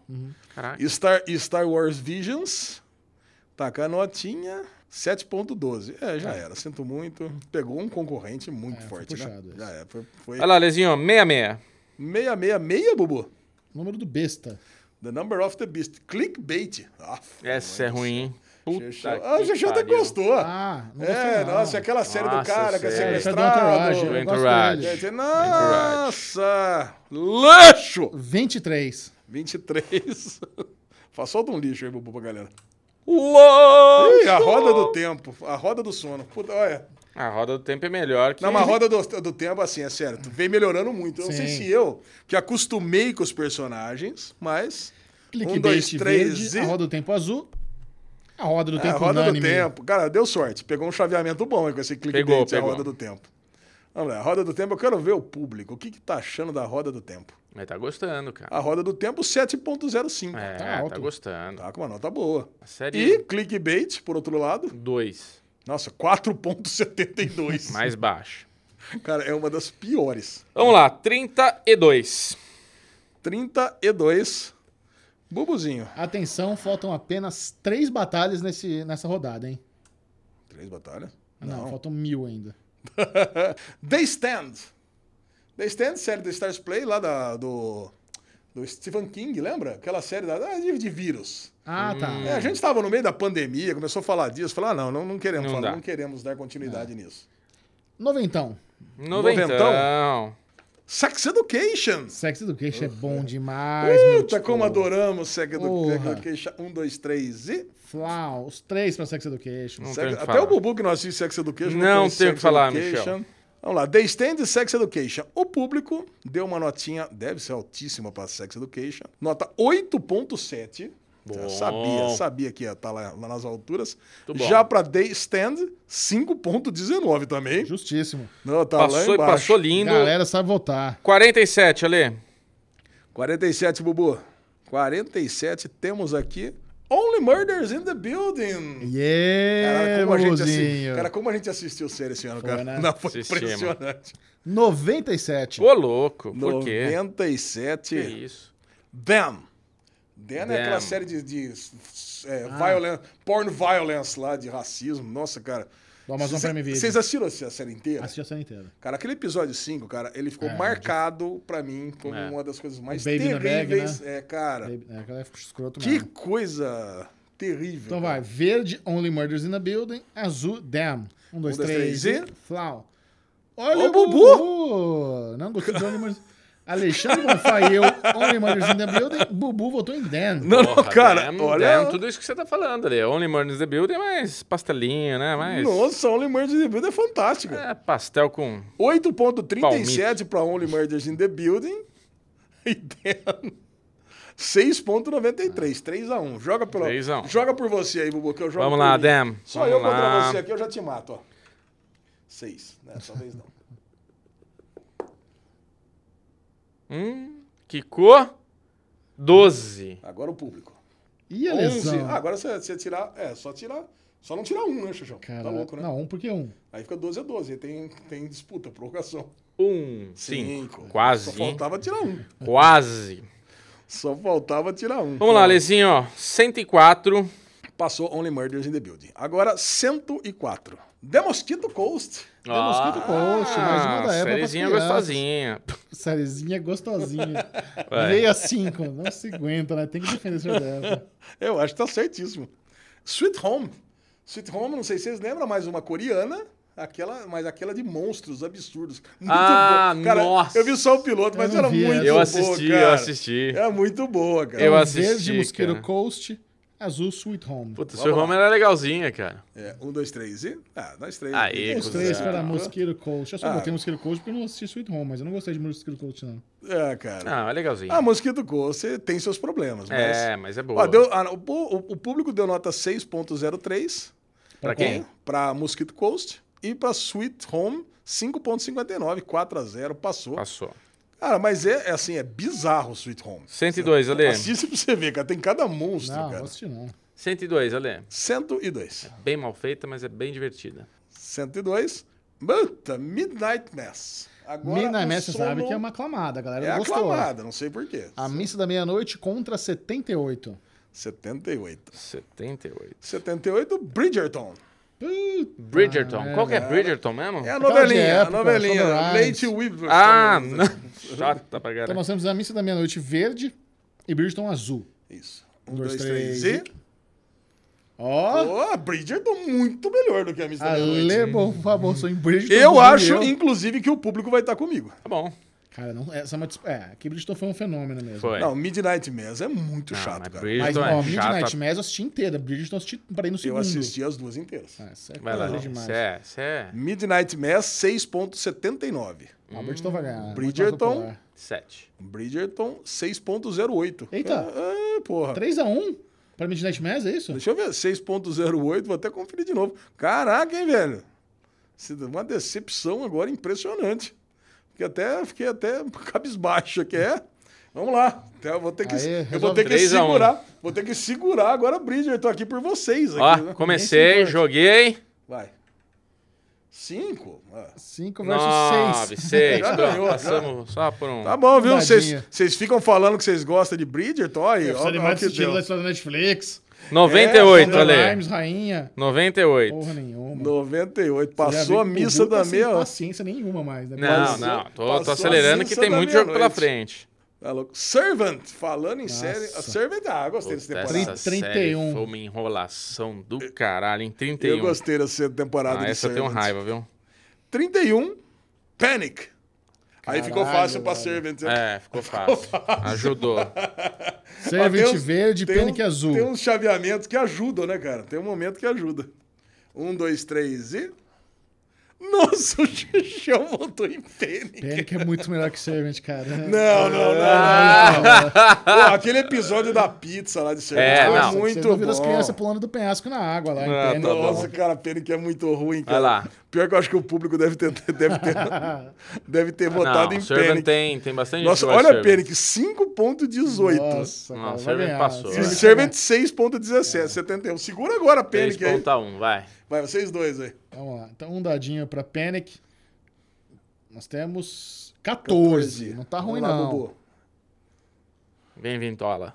Speaker 2: Caraca.
Speaker 4: Star, Star Wars Visions tá com a notinha 7.12. É, já era. Sinto muito. Pegou um concorrente muito
Speaker 1: foi
Speaker 4: forte,
Speaker 1: puxado
Speaker 4: né?
Speaker 1: esse.
Speaker 4: Já é. Foi, foi
Speaker 2: Olha lá, Lezinho, 66.
Speaker 4: 666, Bubu.
Speaker 1: Número do besta.
Speaker 4: The Number of the Beast. Clickbait. Ah,
Speaker 2: Essa é ruim, hein? Puta
Speaker 4: Xexão. Ah, o
Speaker 2: que
Speaker 4: Xexão até
Speaker 2: pariu.
Speaker 4: gostou.
Speaker 1: Ah, não gostei
Speaker 4: é,
Speaker 1: não.
Speaker 4: nossa, aquela série do
Speaker 2: Nossa,
Speaker 4: cara que é
Speaker 2: sério.
Speaker 1: Entourage, né?
Speaker 4: sequestrado.
Speaker 1: eu
Speaker 2: Do
Speaker 1: gosto
Speaker 2: Entourage.
Speaker 1: dele.
Speaker 4: Gente, Nossa! Lancho!
Speaker 1: 23.
Speaker 4: *laughs* 23. Faz solta um lixo aí, Bubu, pra galera.
Speaker 2: Uou!
Speaker 4: Ih, a roda do tempo, a roda do sono. Puta, olha.
Speaker 2: A roda do tempo é melhor que.
Speaker 4: Não, mas a roda do, do tempo, assim, é sério, tu vem melhorando muito. Eu não sei
Speaker 1: Sim.
Speaker 4: se eu, que acostumei com os personagens, mas.
Speaker 1: Clickbait
Speaker 4: um, dois, três
Speaker 1: verde,
Speaker 4: e.
Speaker 1: a roda do tempo azul, a roda do
Speaker 4: É,
Speaker 1: tempo
Speaker 4: a roda
Speaker 1: unânime.
Speaker 4: do tempo. Cara, deu sorte. Pegou um chaveamento bom aí com esse clickbait,
Speaker 2: Pegou,
Speaker 4: a
Speaker 2: pegou.
Speaker 4: roda do tempo. Vamos lá, a roda do tempo, eu quero ver o público. O que, que tá achando da roda do tempo?
Speaker 2: Mas tá gostando, cara.
Speaker 4: A roda do tempo 7.05.
Speaker 2: é,
Speaker 1: tá
Speaker 2: tá,
Speaker 1: alto.
Speaker 2: gostando.
Speaker 4: Tá com uma nota boa.
Speaker 2: A série
Speaker 4: Ah, E clickbait, por outro lado,
Speaker 2: 2,
Speaker 4: nossa,
Speaker 2: *laughs*
Speaker 4: 4.72.
Speaker 2: mais baixa.
Speaker 4: Cara, é uma das piores.
Speaker 2: Vamos lá, 32.
Speaker 4: 32. Bubuzinho.
Speaker 1: Atenção, faltam apenas três batalhas nesse, nessa rodada, hein? Ah,
Speaker 4: Três batalhas?
Speaker 1: Não, faltam mil ainda.
Speaker 4: *laughs* They Stand. They Stand, série do Stars Play lá da- do, do Stephen King, lembra? Aquela série da, da- de, de vírus.
Speaker 1: Ah, tá.
Speaker 4: É, a gente estava no meio da pandemia, começou a falar disso, falar, ah, não, não, não queremos,
Speaker 2: Não
Speaker 4: falar,
Speaker 2: dá.
Speaker 4: não queremos dar
Speaker 1: É.
Speaker 4: continuidade nisso.
Speaker 1: Noventão.
Speaker 2: Noventão.
Speaker 4: Sex Education.
Speaker 1: Sex Education é bom demais, meu
Speaker 4: Puta,
Speaker 1: tipo.
Speaker 4: como adoramos Sex Edu-
Speaker 1: Porra.
Speaker 4: Sex Education 1, 2, 3 e...
Speaker 1: Flau, os três pra Sex Education.
Speaker 2: Não
Speaker 4: Sex-
Speaker 2: tem o que
Speaker 4: Até
Speaker 2: falar.
Speaker 4: o Bubu que não assiste Sex Education.
Speaker 2: Não
Speaker 4: conhece
Speaker 2: tem o
Speaker 4: Sex
Speaker 2: que falar,
Speaker 4: Education.
Speaker 2: Michel.
Speaker 4: Vamos lá, The Stand e Sex Education. O público deu uma notinha, deve ser altíssima para Sex Education, nota 8.7.
Speaker 2: Bom.
Speaker 4: Eu Sabia, sabia que ia estar lá, lá nas alturas.
Speaker 2: Muito bom.
Speaker 4: Já para The Stand, 5.19 também.
Speaker 1: Justíssimo.
Speaker 4: Não, tá lá
Speaker 2: Passou e
Speaker 4: embaixo.
Speaker 2: passou lindo.
Speaker 1: Galera sabe votar.
Speaker 2: 47, Ale.
Speaker 4: 47, Bubu. 47, temos aqui Only Murders in the Building.
Speaker 1: Yeah,
Speaker 4: Cara, como a gente
Speaker 1: Bubuzinho.
Speaker 4: assi- cara, como a gente assistiu série esse ano,
Speaker 1: Foi,
Speaker 4: cara.
Speaker 1: né?
Speaker 4: Não, foi
Speaker 2: Assistimos.
Speaker 4: impressionante.
Speaker 1: 97.
Speaker 2: Ô, louco. Por quê?
Speaker 4: 97.
Speaker 2: Que isso?
Speaker 4: Them. Them é
Speaker 2: Them.
Speaker 4: aquela série de, de é, violen- porn violence lá, de racismo. Nossa, cara.
Speaker 1: Do Amazon
Speaker 4: Cê-
Speaker 1: Prime Video.
Speaker 4: Vocês assistiram a série inteira?
Speaker 1: Assisti a cena inteira.
Speaker 4: Cara, aquele episódio 5, cara, ele ficou
Speaker 1: É,
Speaker 4: marcado pra mim como
Speaker 2: É.
Speaker 4: uma das coisas mais
Speaker 1: Baby in the Bag,
Speaker 4: terríveis. É, cara,
Speaker 1: É, aquela é escroto
Speaker 4: que
Speaker 1: mesmo.
Speaker 4: coisa terrível.
Speaker 1: Então
Speaker 4: cara.
Speaker 1: vai. Verde, Only Murders in the Building. Azul, Damn. Um, dois, três,
Speaker 4: três
Speaker 1: e... Flau. Olha
Speaker 4: Ô,
Speaker 1: o Bubu! Não gostei de Only Murders... Alexandre Bonfá e eu, Only Murders in the Building. Bubu votou em Dan.
Speaker 4: *laughs* Não, não, cara,
Speaker 2: damn,
Speaker 4: olha.
Speaker 2: damn, tudo isso que você tá falando ali. Only Murders in the Building é mais pastelinho, né? Mais...
Speaker 4: Nossa, Only Murders in the Building é fantástica.
Speaker 2: É, pastel com...
Speaker 4: 8.37 para Only Murders in the Building. *laughs* E Dan, 6.93, 3 a 1. Joga pelo
Speaker 2: 3 a 1.
Speaker 4: Joga por você aí, Bubu, que eu jogo
Speaker 2: Vamos
Speaker 4: por
Speaker 2: lá,
Speaker 4: mim.
Speaker 2: Dem.
Speaker 4: Só
Speaker 2: Vamos
Speaker 4: eu
Speaker 2: lá.
Speaker 4: contra você aqui, eu já te mato, ó. 6, né? Talvez não.
Speaker 2: Hum, Kiko, 12.
Speaker 4: Agora o público.
Speaker 1: E a
Speaker 4: 11.
Speaker 1: lesão?
Speaker 4: Ah, agora você, você tirar, é, só tirar, só não tirar um, né, Xuxão?
Speaker 1: Cara,
Speaker 4: Tá louco, né?
Speaker 1: Não, um porque um.
Speaker 4: Aí fica 12 a 12, aí tem tem disputa, prorrogação.
Speaker 2: 1,
Speaker 4: Cinco.
Speaker 2: 5.
Speaker 4: Só
Speaker 2: Quase, hein?
Speaker 4: faltava tirar um.
Speaker 2: Quase.
Speaker 4: Só faltava tirar um.
Speaker 2: Vamos lá, Lezinho, ó. 104.
Speaker 4: Passou Only Murders in the Building. Agora, 104. The Mosquito Coast.
Speaker 1: The Mosquito Coast, mais uma da época pras
Speaker 2: Sériezinha
Speaker 1: crianças.
Speaker 2: Ah, gostosinha.
Speaker 1: Sériezinha gostosinha.
Speaker 2: Vai.
Speaker 1: Veio a 5. Não se aguenta, né? Tem que defender seu dessa.
Speaker 4: Eu acho que tá certíssimo. Sweet Home. Sweet Home, não sei se vocês lembram, mas uma coreana. Aquela, mas aquela de monstros absurdos. Muito
Speaker 2: Ah,
Speaker 4: boa. Cara,
Speaker 2: nossa.
Speaker 4: Eu vi só o piloto,
Speaker 1: Eu
Speaker 4: mas
Speaker 1: não
Speaker 4: era
Speaker 1: vi
Speaker 4: muito
Speaker 1: essa.
Speaker 2: Eu
Speaker 4: boa,
Speaker 2: assisti,
Speaker 4: cara.
Speaker 2: eu assisti.
Speaker 4: É muito boa, cara.
Speaker 2: Eu
Speaker 1: Então,
Speaker 2: assisti,
Speaker 1: Verde, Mosquito
Speaker 2: cara.
Speaker 1: Coast. Azul, Sweet Home.
Speaker 2: Puta, seu Roma era legalzinha, cara.
Speaker 4: É, um, dois, três e... Ah, nós três.
Speaker 2: Aê,
Speaker 1: Os
Speaker 2: Coisa.
Speaker 1: três para Mosquito Coast. Eu só
Speaker 4: Ah.
Speaker 1: botei Mosquito Coast porque eu não assisti Sweet Home, mas eu não gostei de Mosquito Coast, não.
Speaker 4: É, cara.
Speaker 2: Ah, é legalzinha.
Speaker 4: Ah, Mosquito Coast você tem seus problemas, mas...
Speaker 2: é, mas é boa.
Speaker 4: Ó, deu- ah, o, o- o público deu nota 6.03
Speaker 2: Pra quem?
Speaker 4: para Mosquito Coast e para Sweet Home 5.59, 4 a 0 passou.
Speaker 2: Passou.
Speaker 4: Cara, mas é, é assim, é bizarro o Sweet Home.
Speaker 2: 102, Ale.
Speaker 4: Assiste pra você ver, cara, tem cada monstro,
Speaker 1: Não, não
Speaker 4: cara.
Speaker 1: assisti, não.
Speaker 2: 102, Ale.
Speaker 4: 102.
Speaker 2: Bem mal feita, mas é bem divertida.
Speaker 4: 102. Puta, Midnight Mass. Agora
Speaker 1: Midnight
Speaker 4: o
Speaker 1: Mass, você sabe
Speaker 4: sono
Speaker 1: que é uma aclamada, a galera
Speaker 4: é
Speaker 1: gostou.
Speaker 4: aclamada, não sei porquê.
Speaker 1: A Missa da Meia-Noite contra 78.
Speaker 4: 78.
Speaker 2: 78.
Speaker 4: 78, Bridgerton.
Speaker 1: Puta,
Speaker 2: Bridgerton.
Speaker 1: merda.
Speaker 2: Qual que é Bridgerton mesmo?
Speaker 4: É a né?
Speaker 1: Aquela de
Speaker 4: novelinha,
Speaker 1: época,
Speaker 4: a novelinha.
Speaker 1: Sunrise.
Speaker 4: Lady Weaver.
Speaker 2: Ah, não. Chata pra
Speaker 1: Então
Speaker 2: caralho.
Speaker 1: nós temos a Missa da Meia-Noite verde e Bridgerton azul.
Speaker 4: Isso.
Speaker 1: Um,
Speaker 4: Um,
Speaker 1: dois,
Speaker 4: dois, três
Speaker 1: três
Speaker 4: e...
Speaker 1: Ó, Ah,
Speaker 4: Ó, a Bridgerton muito melhor do que a Miss da
Speaker 1: a
Speaker 4: Meia-Noite.
Speaker 1: Lebo, por favor, sou em Bridgerton.
Speaker 4: Eu
Speaker 1: Bubu e
Speaker 4: acho,
Speaker 1: eu.
Speaker 4: inclusive, que o público vai estar comigo.
Speaker 2: Tá bom.
Speaker 1: Cara, não, essa é uma. dis- É, que Bridgeton foi um fenômeno mesmo.
Speaker 2: Foi.
Speaker 4: Não, Midnight Mass é muito chato,
Speaker 2: Ah, mas
Speaker 4: cara.
Speaker 2: Bridgerton
Speaker 1: Mas,
Speaker 2: é
Speaker 1: ó,
Speaker 2: chato
Speaker 1: Midnight Mass eu assisti inteira. Bridgeton eu assisti parei no segundo.
Speaker 4: Eu assisti as duas inteiras.
Speaker 1: é Ah, isso é
Speaker 2: Vai lá,
Speaker 1: coisa
Speaker 2: não.
Speaker 1: demais.
Speaker 2: Isso é, isso
Speaker 4: Hum.
Speaker 2: é
Speaker 4: Midnight Mass, 6.79.
Speaker 1: Ah, o Bridgeton vai ganhar.
Speaker 4: Bridgerton.
Speaker 1: Muito mais popular.
Speaker 2: sete.
Speaker 4: Bridgerton, 6.08.
Speaker 1: Eita.
Speaker 4: É, é, porra.
Speaker 1: 3x1 pra Midnight Mass, é isso?
Speaker 4: Deixa eu ver, 6.08, vou até conferir de novo. Caraca, hein, velho? Se- Uma decepção agora impressionante. Fiquei até, fiquei até cabisbaixo aqui, é? Vamos lá. Então, eu vou ter que,
Speaker 1: Aí,
Speaker 4: eu vou
Speaker 1: resolve. um.
Speaker 4: ter que
Speaker 2: 3 a 1.
Speaker 4: segurar. Vou ter que segurar agora Bridgerton aqui por vocês. aqui,
Speaker 2: Ó,
Speaker 4: né?
Speaker 2: comecei, joguei.
Speaker 4: Vai. Cinco? Ah.
Speaker 1: 5 versus 6.
Speaker 2: Nove, seis.
Speaker 4: Já
Speaker 2: pronto,
Speaker 4: ganhou, já.
Speaker 2: Passamos só por um.
Speaker 4: Tá bom, viu?
Speaker 1: Tadinha.
Speaker 4: Vocês vocês ficam falando que vocês gostam de Bridgerton? Aí, ó,
Speaker 1: Os
Speaker 4: ó,
Speaker 1: animais
Speaker 4: que
Speaker 1: assistindo
Speaker 4: deu.
Speaker 1: da história da Netflix.
Speaker 2: 98,
Speaker 4: É,
Speaker 1: Shonda
Speaker 2: Ale.
Speaker 1: Rhimes, rainha.
Speaker 2: 98.
Speaker 4: né?
Speaker 1: Porra nenhuma.
Speaker 4: 98.
Speaker 1: Já
Speaker 4: Passou a
Speaker 1: vi que o
Speaker 4: missa
Speaker 1: Guga
Speaker 4: da
Speaker 1: sem
Speaker 4: meia hora.
Speaker 1: paciência nenhuma mais. Né?
Speaker 2: Não,
Speaker 1: Mas-
Speaker 2: não. Tô,
Speaker 4: passou
Speaker 2: tô
Speaker 4: a
Speaker 2: acelerando que
Speaker 4: cinza
Speaker 2: tem
Speaker 4: da
Speaker 2: muito jogo pela
Speaker 4: meia-noite.
Speaker 2: frente.
Speaker 4: Tá louco. Servant, falando em série. A
Speaker 1: Nossa.
Speaker 4: Servant, ah, eu gostei dessa
Speaker 2: Puta,
Speaker 4: temporada. um.
Speaker 2: essa série
Speaker 1: 31.
Speaker 2: Foi uma enrolação do caralho, em
Speaker 4: Eu
Speaker 2: 31.
Speaker 4: gostei dessa temporada
Speaker 2: Ah,
Speaker 4: de
Speaker 2: essa eu tenho
Speaker 4: Servant.
Speaker 2: raiva, viu?
Speaker 4: 31, Panic. Aí ficou
Speaker 1: Caralho,
Speaker 4: fácil pra
Speaker 1: velho.
Speaker 4: Servant.
Speaker 2: É, ficou fácil.
Speaker 4: *laughs*
Speaker 2: Ajudou.
Speaker 4: Ó,
Speaker 1: Servant
Speaker 4: tem uns-
Speaker 1: verde,
Speaker 4: tem um-
Speaker 1: pênico azul.
Speaker 4: Tem uns chaveamentos que ajudam, né, cara? Tem um momento que ajuda. Um, dois, três e... Nossa, *laughs* o Xixão voltou em Panic.
Speaker 1: Panic é muito melhor que Servant, cara.
Speaker 4: Não, não, não.
Speaker 1: Ah,
Speaker 4: não. Pô, aquele episódio da pizza lá de Servant
Speaker 2: É,
Speaker 4: foi
Speaker 2: não.
Speaker 1: Você
Speaker 4: muito
Speaker 1: não
Speaker 4: bom.
Speaker 1: viu das crianças pulando do penhasco na água lá em
Speaker 2: Ah,
Speaker 1: Panic.
Speaker 2: tá bom.
Speaker 4: Nossa, cara, Panic é muito ruim,
Speaker 2: Vai
Speaker 4: cara.
Speaker 2: lá.
Speaker 4: Pior que eu acho que o público deve ter, *laughs* deve ter, deve ter votado
Speaker 2: Não,
Speaker 4: em
Speaker 2: Servant
Speaker 4: Panic.
Speaker 2: tem, tem bastante
Speaker 4: Nossa,
Speaker 2: gente que gosta
Speaker 4: olha a
Speaker 2: de Servant.
Speaker 4: Panic, 5.18.
Speaker 1: Nossa,
Speaker 2: Não,
Speaker 1: cara, vai
Speaker 2: Servant
Speaker 1: ganhar.
Speaker 2: passou,
Speaker 4: E
Speaker 2: é.
Speaker 4: Servant 6.17, 71. Segura agora a Panic aí.
Speaker 2: 3.1, vai.
Speaker 4: Vai, vocês dois aí.
Speaker 1: Vamos lá. Então, um dadinho pra Panic. Nós temos 14. Não tá ruim,
Speaker 4: Vamos lá,
Speaker 1: não.
Speaker 4: Bubu.
Speaker 2: Vem, Vintola.
Speaker 1: Ah,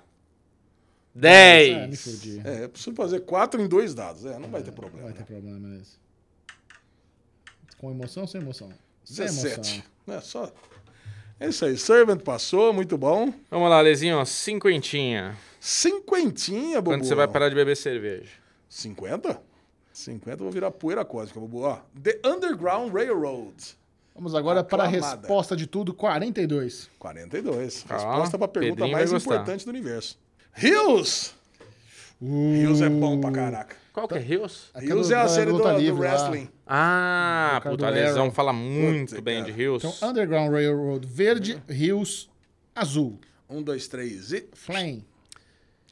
Speaker 1: me
Speaker 2: 10.
Speaker 1: fudi.
Speaker 4: É, eu preciso fazer 4 em 2 dados. É, não vai ter
Speaker 1: Não
Speaker 4: problema.
Speaker 1: vai
Speaker 4: né?
Speaker 1: ter problema nesse. Com emoção ou sem emoção? Sem emoção.
Speaker 4: 17. É, só... é isso aí. Servant passou, muito bom.
Speaker 2: Vamos lá, Lezinho, ó, cinquentinha.
Speaker 4: Cinquentinha, Bubu.
Speaker 2: Quando você vai parar de beber cerveja?
Speaker 4: 50? 50 eu vou virar poeira cósmica, Bubu. Ó, The Underground Railroad.
Speaker 1: Vamos agora para a
Speaker 4: Aclamada.
Speaker 1: resposta de tudo, 42.
Speaker 4: 42.
Speaker 2: Ah,
Speaker 4: Resposta pra pergunta
Speaker 2: Pedrinho
Speaker 4: mais
Speaker 2: vai gostar.
Speaker 4: importante do universo. Rios! Rios é bom pra caraca.
Speaker 2: Qual que é Rios?
Speaker 1: Aquela
Speaker 4: Rios
Speaker 1: do-
Speaker 4: é a
Speaker 1: da
Speaker 4: série do,
Speaker 1: Hum, luta
Speaker 4: do
Speaker 1: livre lá.
Speaker 4: wrestling.
Speaker 2: Ah,
Speaker 1: Ricardo
Speaker 2: puta, a Lesão
Speaker 1: Arrow.
Speaker 2: fala muito
Speaker 4: Puta,
Speaker 2: bem
Speaker 4: cara.
Speaker 2: de Rios.
Speaker 1: Então, Underground Railroad verde, rios, azul.
Speaker 4: Um, dois, três e.
Speaker 1: Flame.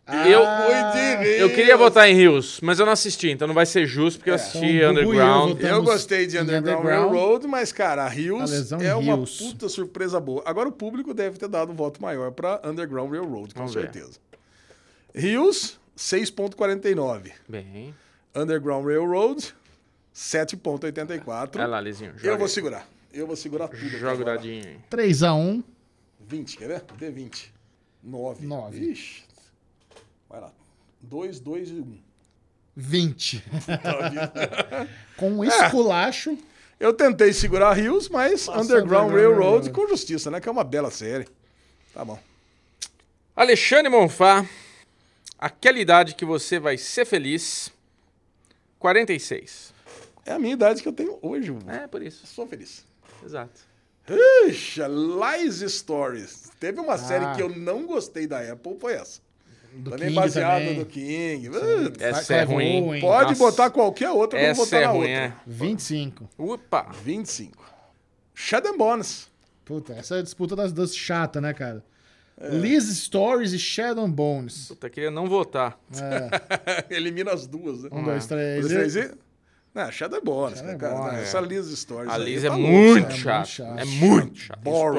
Speaker 2: Eu-
Speaker 4: Foi de
Speaker 2: Ah, Eu
Speaker 4: Rios.
Speaker 2: queria votar em Rios, mas eu não assisti, então não vai ser justo porque eu assisti
Speaker 1: Então, Gugu e eu
Speaker 2: Underground.
Speaker 1: votamos
Speaker 4: Eu gostei de
Speaker 1: em
Speaker 4: Underground,
Speaker 1: Underground.
Speaker 4: Railroad, mas, cara,
Speaker 1: A
Speaker 4: Rios
Speaker 1: lesão
Speaker 4: é uma
Speaker 1: Rios.
Speaker 4: puta surpresa boa. Agora o público deve ter dado um voto maior pra Underground Railroad, com
Speaker 2: Vamos ver.
Speaker 4: certeza. Rios, 6,49.
Speaker 2: Bem,
Speaker 4: Underground Railroad, 7,84.
Speaker 2: vai lá, Lezinho. Joga.
Speaker 4: Eu vou segurar. Eu vou segurar tudo. aqui,
Speaker 2: Joga o
Speaker 4: eu vou lá.
Speaker 2: dadinho aí.
Speaker 1: 3x1.
Speaker 4: 20, quer ver? D20. 9.
Speaker 1: Nove.
Speaker 4: Ixi. Vai lá. 2, 2 e 1.
Speaker 1: 20. *laughs* Com
Speaker 4: É.
Speaker 1: um esculacho.
Speaker 4: *laughs* Eu tentei segurar Rios, mas
Speaker 1: Nossa,
Speaker 4: Underground
Speaker 1: Underground
Speaker 4: Railroad
Speaker 1: Railroad.
Speaker 4: com justiça, né? Que é uma bela série. Tá bom.
Speaker 2: Alexandre Monfá, aquela idade que você vai ser feliz, 46.
Speaker 4: É a minha idade que eu tenho hoje. mano.
Speaker 2: É, por isso,
Speaker 4: Sou feliz.
Speaker 2: exato.
Speaker 4: Ixi, Lies Stories. Teve uma série que eu não gostei da Apple, foi essa.
Speaker 1: Ah. Do
Speaker 4: também
Speaker 1: King
Speaker 4: baseada
Speaker 1: também.
Speaker 4: no King. Uh,
Speaker 2: Essa
Speaker 1: Vai,
Speaker 2: é
Speaker 1: vai,
Speaker 2: ruim.
Speaker 1: Owen.
Speaker 4: Pode
Speaker 2: Nossa,
Speaker 4: botar qualquer outra que eu vou
Speaker 2: Essa
Speaker 4: botar
Speaker 2: é
Speaker 4: na
Speaker 2: ruim,
Speaker 4: outra.
Speaker 2: é.
Speaker 1: 25.
Speaker 2: Opa!
Speaker 4: 25. Shadow Bones.
Speaker 1: Puta, essa é a disputa das duas chata, né, cara?
Speaker 4: É.
Speaker 1: Liz Stories e Shadow Bones.
Speaker 2: Puta, queria não votar.
Speaker 1: É,
Speaker 4: *laughs* Elimina as duas, né? *laughs*
Speaker 1: um, dois,
Speaker 4: Um,
Speaker 1: três.
Speaker 4: dois,
Speaker 1: e-
Speaker 4: três e... Não, Shadow é Bones,
Speaker 1: Shadow
Speaker 4: né,
Speaker 1: é
Speaker 4: cara?
Speaker 1: Bones,
Speaker 4: Não,
Speaker 1: é.
Speaker 4: Essa Liz Stories.
Speaker 2: A
Speaker 4: aí
Speaker 2: Liz é,
Speaker 4: tá
Speaker 2: muito
Speaker 4: louco, né?
Speaker 2: chata.
Speaker 1: chato.
Speaker 2: É muito chata.
Speaker 4: Boring.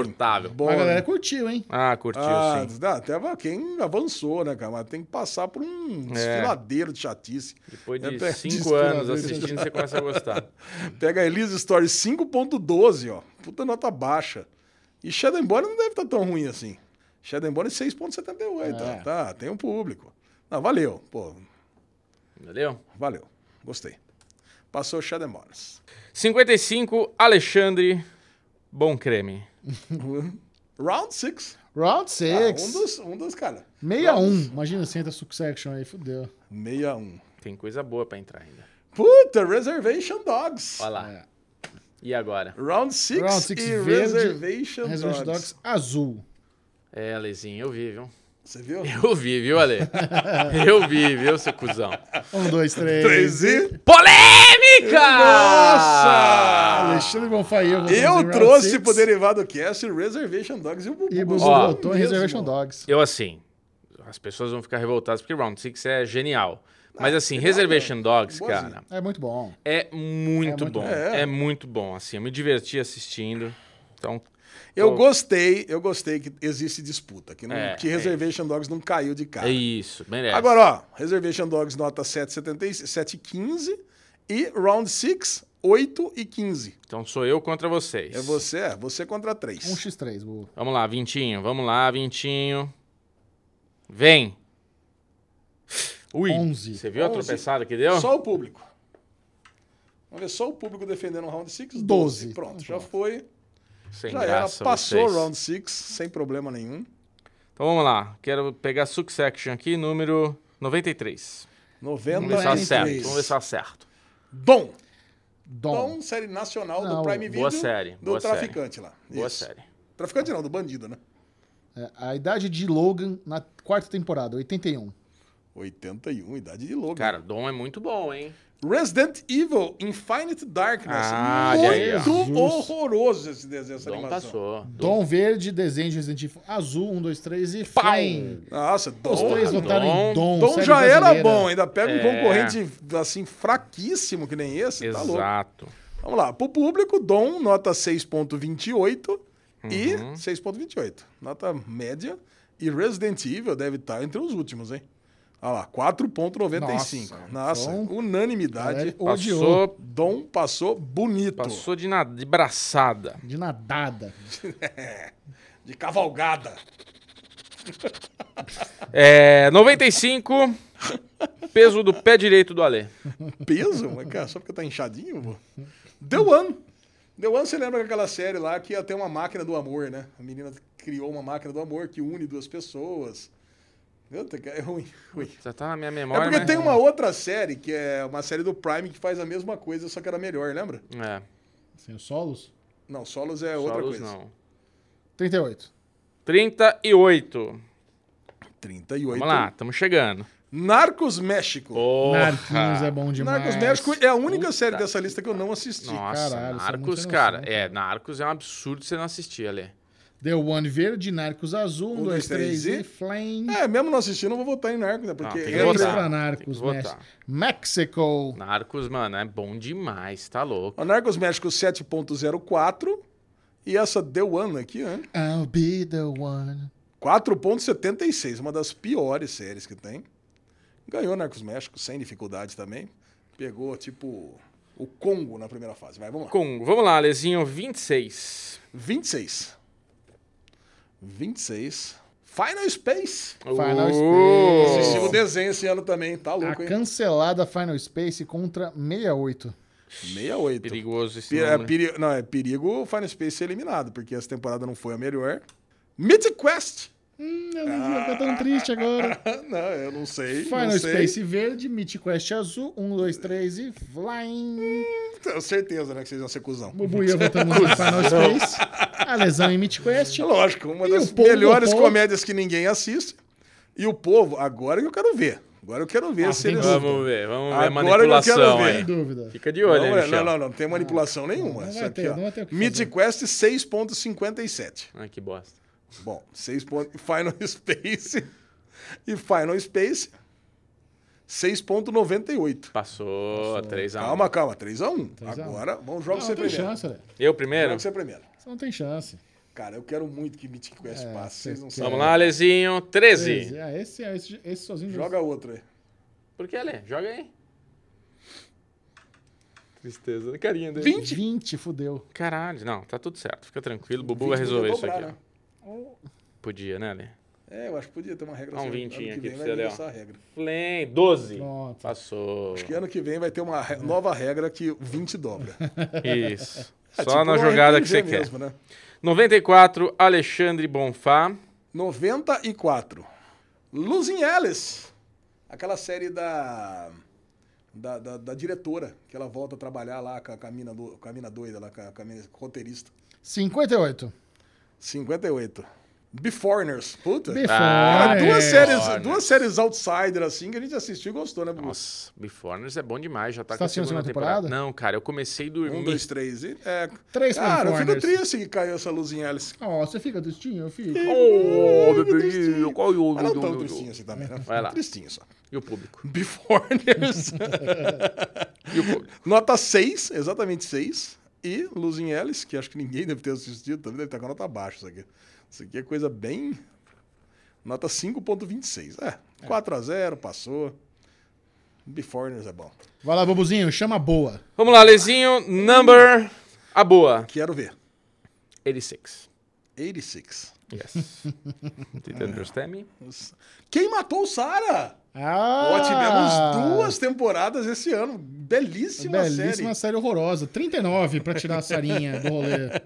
Speaker 1: Mas
Speaker 2: Insuportável.
Speaker 1: a
Speaker 4: Boring.
Speaker 1: galera curtiu, hein?
Speaker 2: Ah, curtiu,
Speaker 4: Ah,
Speaker 2: sim.
Speaker 4: dá, até va- quem avançou, né, cara? Mas tem que passar por um
Speaker 2: É.
Speaker 4: desfiladeiro de chatice.
Speaker 2: Depois
Speaker 4: Eu tô-
Speaker 2: de cinco
Speaker 1: desculpa,
Speaker 2: anos
Speaker 1: Deus.
Speaker 2: assistindo, você começa a gostar.
Speaker 4: Pega a Elise Stories 5.12, ó. Puta nota baixa. E Shadow Bone não deve estar tão ruim assim. Shadow Bone 6.78,
Speaker 1: É.
Speaker 4: ó. Tá, tem um público. Não, valeu, pô.
Speaker 2: Entendeu?
Speaker 4: Valeu. Gostei. Passou Shadow Bones.
Speaker 2: 55, Alexandre Bom Creme.
Speaker 1: Uhum.
Speaker 4: Round 6.
Speaker 1: Round
Speaker 4: Ah,
Speaker 1: 6.
Speaker 4: um dos, um dos, cara.
Speaker 1: 61. Imagina, se entra Succession aí, fudeu.
Speaker 4: 61.
Speaker 2: Tem coisa boa pra entrar ainda.
Speaker 4: Puta, Reservation Dogs.
Speaker 2: Olha lá.
Speaker 1: É.
Speaker 2: E agora?
Speaker 4: Round 6
Speaker 1: Round Six
Speaker 4: e
Speaker 1: verde,
Speaker 4: Reservation,
Speaker 1: Reservation
Speaker 4: Dogs.
Speaker 1: Dogs azul.
Speaker 2: É, Alezinho, eu vi, viu? *laughs*
Speaker 4: Você viu?
Speaker 2: Eu vi, viu, Ale? Eu vi, viu, seu cuzão?
Speaker 1: Um,
Speaker 4: *laughs*
Speaker 1: dois, três.
Speaker 4: 3 e...
Speaker 2: Polêmica!
Speaker 4: Nossa!
Speaker 1: Alexandre Bonfai, eu vou trazer
Speaker 4: Eu
Speaker 1: Round
Speaker 4: trouxe
Speaker 1: Six
Speaker 4: pro Derivado Cast Reservation Dogs e o Bubu.
Speaker 1: E Bubu
Speaker 2: Ó.
Speaker 1: botou em Reservation Dogs.
Speaker 2: Eu, assim, as pessoas vão ficar revoltadas porque Round Six é genial. Mas, assim, Reservation Dogs,
Speaker 4: Boazinho.
Speaker 2: cara,
Speaker 1: É muito bom.
Speaker 2: é muito
Speaker 1: muito
Speaker 2: bom.
Speaker 1: bom.
Speaker 2: É.
Speaker 4: É.
Speaker 2: muito bom, assim. Eu me diverti assistindo. Então,
Speaker 4: Eu
Speaker 2: Pô.
Speaker 4: gostei, eu gostei que existe disputa, que, não,
Speaker 2: É,
Speaker 4: que
Speaker 2: é
Speaker 4: Reservation Dogs não caiu de cara.
Speaker 2: é isso. Merece.
Speaker 4: Agora, ó, Reservation Dogs nota 7,15 e Round 6, 8 e 15.
Speaker 2: Então sou eu contra vocês.
Speaker 4: É você, é, você contra 3.
Speaker 1: Um x 3 Bubu.
Speaker 2: Vamos lá, Vintinho. Vamos lá, Vintinho. Vem. Ui.
Speaker 1: 11.
Speaker 2: Você viu a
Speaker 4: Onze.
Speaker 2: tropeçada que deu?
Speaker 4: Só o público. Vamos ver, só o público defendendo o Round 6, 12.
Speaker 1: Doze.
Speaker 4: Pronto,
Speaker 1: Tá
Speaker 4: já foi,
Speaker 2: Sem
Speaker 4: já era,
Speaker 2: graça.
Speaker 4: passou o
Speaker 2: vocês.
Speaker 4: Round 6 sem problema nenhum.
Speaker 2: Então vamos lá. Quero pegar Succession aqui, número 93. Vamos ver se eu acerto.
Speaker 4: 93.
Speaker 2: Vamos ver se tá eu acerto.
Speaker 4: Dom.
Speaker 1: Dom.
Speaker 4: Dom, então, série nacional
Speaker 1: Não,
Speaker 4: do Prime Video.
Speaker 2: boa série,
Speaker 4: Do
Speaker 2: boa série.
Speaker 4: traficante lá.
Speaker 2: Boa
Speaker 4: Isso.
Speaker 2: série.
Speaker 4: Traficante não, do bandido, né?
Speaker 1: É, a idade de Logan na quarta temporada, 81.
Speaker 4: 81, idade de logo.
Speaker 2: Cara, Dom é muito bom, hein?
Speaker 4: Resident Evil Infinite Darkness.
Speaker 2: Ah, olha aí, ó.
Speaker 4: Muito horroroso esse desenho, essa
Speaker 2: Dom tá
Speaker 4: animação.
Speaker 2: passou.
Speaker 1: Dom verde, desenho de Resident Evil azul, 1, 2, 3 e Flame.
Speaker 4: Nossa, Dom. tá
Speaker 1: Os três
Speaker 2: Dom.
Speaker 1: votaram em Dom.
Speaker 4: Dom
Speaker 1: série
Speaker 4: já era
Speaker 1: brasileira.
Speaker 4: bom, ainda pega um
Speaker 2: É.
Speaker 4: concorrente assim fraquíssimo que nem esse, tá louco.
Speaker 2: Exato.
Speaker 4: Vamos lá, pro público, Dom nota 6.28 e
Speaker 2: Uhum.
Speaker 4: 6.28, nota média. E Resident Evil deve estar entre os últimos, hein? Olha lá, 4.95.
Speaker 1: Nossa,
Speaker 4: Nossa,
Speaker 1: então-
Speaker 4: unanimidade.
Speaker 1: É, odiou.
Speaker 2: Passou,
Speaker 4: Dom passou bonito.
Speaker 2: passou de, na, de braçada.
Speaker 1: De nadada.
Speaker 4: De cavalgada.
Speaker 2: É, 95, peso do pé direito do Ale.
Speaker 4: Peso? Mas, cara, só porque tá inchadinho, pô. The One. The One, você lembra daquela série lá que ia ter uma máquina do amor, né? A menina criou uma máquina do amor que une duas pessoas. Puta, cara, é ruim, ruim.
Speaker 2: Já tá na minha
Speaker 4: É
Speaker 2: memória,
Speaker 4: porque
Speaker 2: né?
Speaker 4: tem uma outra série, que é uma série do Prime, que faz a mesma coisa, só que era melhor, lembra?
Speaker 2: É,
Speaker 1: Sem os solos.
Speaker 4: Não, Solos é outra
Speaker 2: outra
Speaker 4: coisa.
Speaker 2: não.
Speaker 1: 38.
Speaker 2: 38.
Speaker 4: 38.
Speaker 2: Vamos lá, estamos chegando.
Speaker 4: Narcos México.
Speaker 2: Porra.
Speaker 1: Narquinhos é bom demais.
Speaker 4: Narcos México é a única
Speaker 2: Puta.
Speaker 4: série dessa lista que eu não assisti.
Speaker 1: Caralho,
Speaker 2: Nossa,
Speaker 1: você é muito
Speaker 2: Narcos,
Speaker 1: sem
Speaker 2: cara.
Speaker 1: noção,
Speaker 2: É, Narcos é um absurdo você não assistir, Ale.
Speaker 1: Deu One verde, Narcos azul, 1, 2, 3 e Flame.
Speaker 4: É, mesmo não assistindo, eu vou votar em Narcos, né? Porque
Speaker 2: tem que
Speaker 4: entra-
Speaker 1: Três
Speaker 2: votar.
Speaker 1: pra
Speaker 2: Tem
Speaker 1: Narcos,
Speaker 2: que votar.
Speaker 1: mestre. Mexico.
Speaker 2: Narcos, mano, é bom demais, tá louco.
Speaker 4: O Narcos México 7.04 e essa The One aqui, né?
Speaker 1: I'll be the one.
Speaker 4: 4.76, uma das piores séries que tem. Ganhou Narcos México sem dificuldade também. Pegou, tipo, o Congo na primeira fase. Vai, vamos lá.
Speaker 2: Congo. Vamos lá, Alezinho, 26.
Speaker 4: 26. 26. Final Space.
Speaker 1: Final
Speaker 2: Ô.
Speaker 1: Space.
Speaker 4: Assisti o desenho esse ano também, tá
Speaker 1: A
Speaker 4: louco, hein?
Speaker 1: cancelada Final Space contra 68.
Speaker 4: 68.
Speaker 2: Perigoso esse
Speaker 4: Pe- é,
Speaker 2: número.
Speaker 4: peri- não, é perigo o Final Space ser eliminado, porque essa temporada não foi a melhor. Mythic Quest.
Speaker 1: Hum, eu não vou ficar tão triste agora.
Speaker 4: *laughs* não, eu não sei.
Speaker 1: Final
Speaker 4: não sei.
Speaker 1: Space verde, Mythic Quest azul, 1, 2, 3 e Flying.
Speaker 4: Tenho certeza, né, que vocês vão ser cuzão.
Speaker 1: Bubu e eu votamos no Final Space. A lesão em Mythic Quest.
Speaker 4: *laughs* É lógico, uma
Speaker 1: E
Speaker 4: das
Speaker 1: o povo
Speaker 4: melhores
Speaker 1: votou.
Speaker 4: comédias que ninguém assiste. E o povo, agora que eu quero ver. Agora eu quero ver se
Speaker 1: Ah, tem
Speaker 4: eles...
Speaker 1: dúvida.
Speaker 2: Vamos ver, vamos ver a
Speaker 4: Agora eu quero
Speaker 2: manipulação
Speaker 4: ver.
Speaker 1: Sem
Speaker 2: aí.
Speaker 1: dúvida.
Speaker 2: Fica de
Speaker 4: Não,
Speaker 2: olho, hein,
Speaker 4: é-
Speaker 2: Michel.
Speaker 4: não, não, não tem manipulação nenhuma.
Speaker 1: Ah, não
Speaker 4: Isso
Speaker 1: vai
Speaker 4: aqui,
Speaker 1: ter,
Speaker 4: ó.
Speaker 1: não vai ter o que
Speaker 4: Mythic Quest 6.57.
Speaker 2: Ai, que bosta.
Speaker 4: Bom, 6 ponto... *laughs* Final Space *laughs* e Final Space 6.98.
Speaker 2: Passou, 3x1.
Speaker 4: Calma, calma, 3x1.
Speaker 1: 3 a 1.
Speaker 4: Agora, vamos
Speaker 1: Não,
Speaker 4: jogo
Speaker 1: não
Speaker 4: você
Speaker 1: tem
Speaker 4: primeiro.
Speaker 1: chance, Lé.
Speaker 2: Eu primeiro?
Speaker 4: Jogo você primeiro.
Speaker 1: Você não tem chance.
Speaker 4: Cara, eu quero muito que Mythic Quest
Speaker 1: É,
Speaker 4: passe, vocês não
Speaker 1: você
Speaker 4: sabem.
Speaker 2: Vamos lá, Alezinho, 13.
Speaker 1: Esse, ah, esse, ah, esse, esse sozinho.
Speaker 4: Joga outro aí.
Speaker 2: Por que, Ale? Joga aí. Tristeza na carinha dele.
Speaker 1: 20. 20, fudeu.
Speaker 2: Caralho, não, tá tudo certo. Fica tranquilo, o Bubu
Speaker 4: 20
Speaker 2: vai resolver
Speaker 4: podia
Speaker 2: isso aqui.
Speaker 4: dobrar,
Speaker 2: ó. Podia, né, Ale?
Speaker 4: É, eu acho que podia ter uma regra
Speaker 2: Dá um
Speaker 4: assim. ano
Speaker 2: 20
Speaker 4: que
Speaker 2: aqui pra
Speaker 4: vem vai
Speaker 2: você,
Speaker 4: vir
Speaker 2: Léo.
Speaker 4: essa regra.
Speaker 2: Flame, 12.
Speaker 1: Pronto.
Speaker 2: Passou.
Speaker 4: Acho que ano que vem vai ter uma re- nova regra que o 20 dobra.
Speaker 2: Isso.
Speaker 4: *laughs*
Speaker 2: *laughs*
Speaker 4: É
Speaker 2: Só
Speaker 4: tipo
Speaker 2: na
Speaker 4: um
Speaker 2: jogada que você
Speaker 4: RPG
Speaker 2: quer.
Speaker 4: mesmo, Né?
Speaker 2: 94, Alexandre Bonfá.
Speaker 4: 94. Losing Alice. Aquela série da da, da- da diretora, que ela volta a trabalhar lá com a, com a mina do- com a mina doida, lá, com a, com a mina roteirista.
Speaker 1: 58.
Speaker 4: 58. Beforeigners. Puta.
Speaker 1: Before.
Speaker 2: Ah,
Speaker 1: é.
Speaker 4: duas, séries,
Speaker 2: Foreigners.
Speaker 4: duas séries outsider, assim, que a gente assistiu e gostou, né, Bubu?
Speaker 2: Nossa, Beforeigners é bom demais, já tá
Speaker 1: Você
Speaker 2: com
Speaker 1: tá
Speaker 2: a
Speaker 1: assistindo a
Speaker 2: segunda,
Speaker 1: segunda
Speaker 2: temporada?
Speaker 1: temporada?
Speaker 2: Não, cara, eu comecei a dormir.
Speaker 4: Um, dois, três. E, é,
Speaker 1: Três
Speaker 4: cara, eu fico
Speaker 1: Beforeigners.
Speaker 4: triste que caiu essa luz em hélice.
Speaker 1: Ó, você fica tristinho? Eu fico.
Speaker 2: Oh, bebezinho, qual é o
Speaker 4: Mas não
Speaker 2: do-
Speaker 4: tão
Speaker 2: do- do-
Speaker 4: tristinho assim também, né?
Speaker 2: Vai lá.
Speaker 4: Tristinho só.
Speaker 2: E o público. *laughs*
Speaker 4: Beforeigners.
Speaker 2: E o
Speaker 4: *laughs*
Speaker 2: público.
Speaker 4: nota 6, exatamente 6. E Luz em Hélice, que acho que ninguém deve ter assistido também, deve estar com a nota baixa isso aqui. Isso aqui é coisa bem... Nota 5.26. É, 4x0, passou. Beforeigners é bom.
Speaker 1: Vai lá, Bobuzinho, chama boa.
Speaker 2: Vamos lá, Lezinho, number a boa.
Speaker 4: Quero ver.
Speaker 2: 86.
Speaker 4: 86.
Speaker 2: Yes. *laughs* Did you understand me?
Speaker 4: Nossa. Quem matou o Sara?
Speaker 1: Ah!
Speaker 4: Ó, tivemos duas temporadas esse ano. Belíssima,
Speaker 1: Belíssima série. horrorosa. 39 pra tirar a Sarinha do
Speaker 4: *laughs*
Speaker 1: rolê.
Speaker 4: série.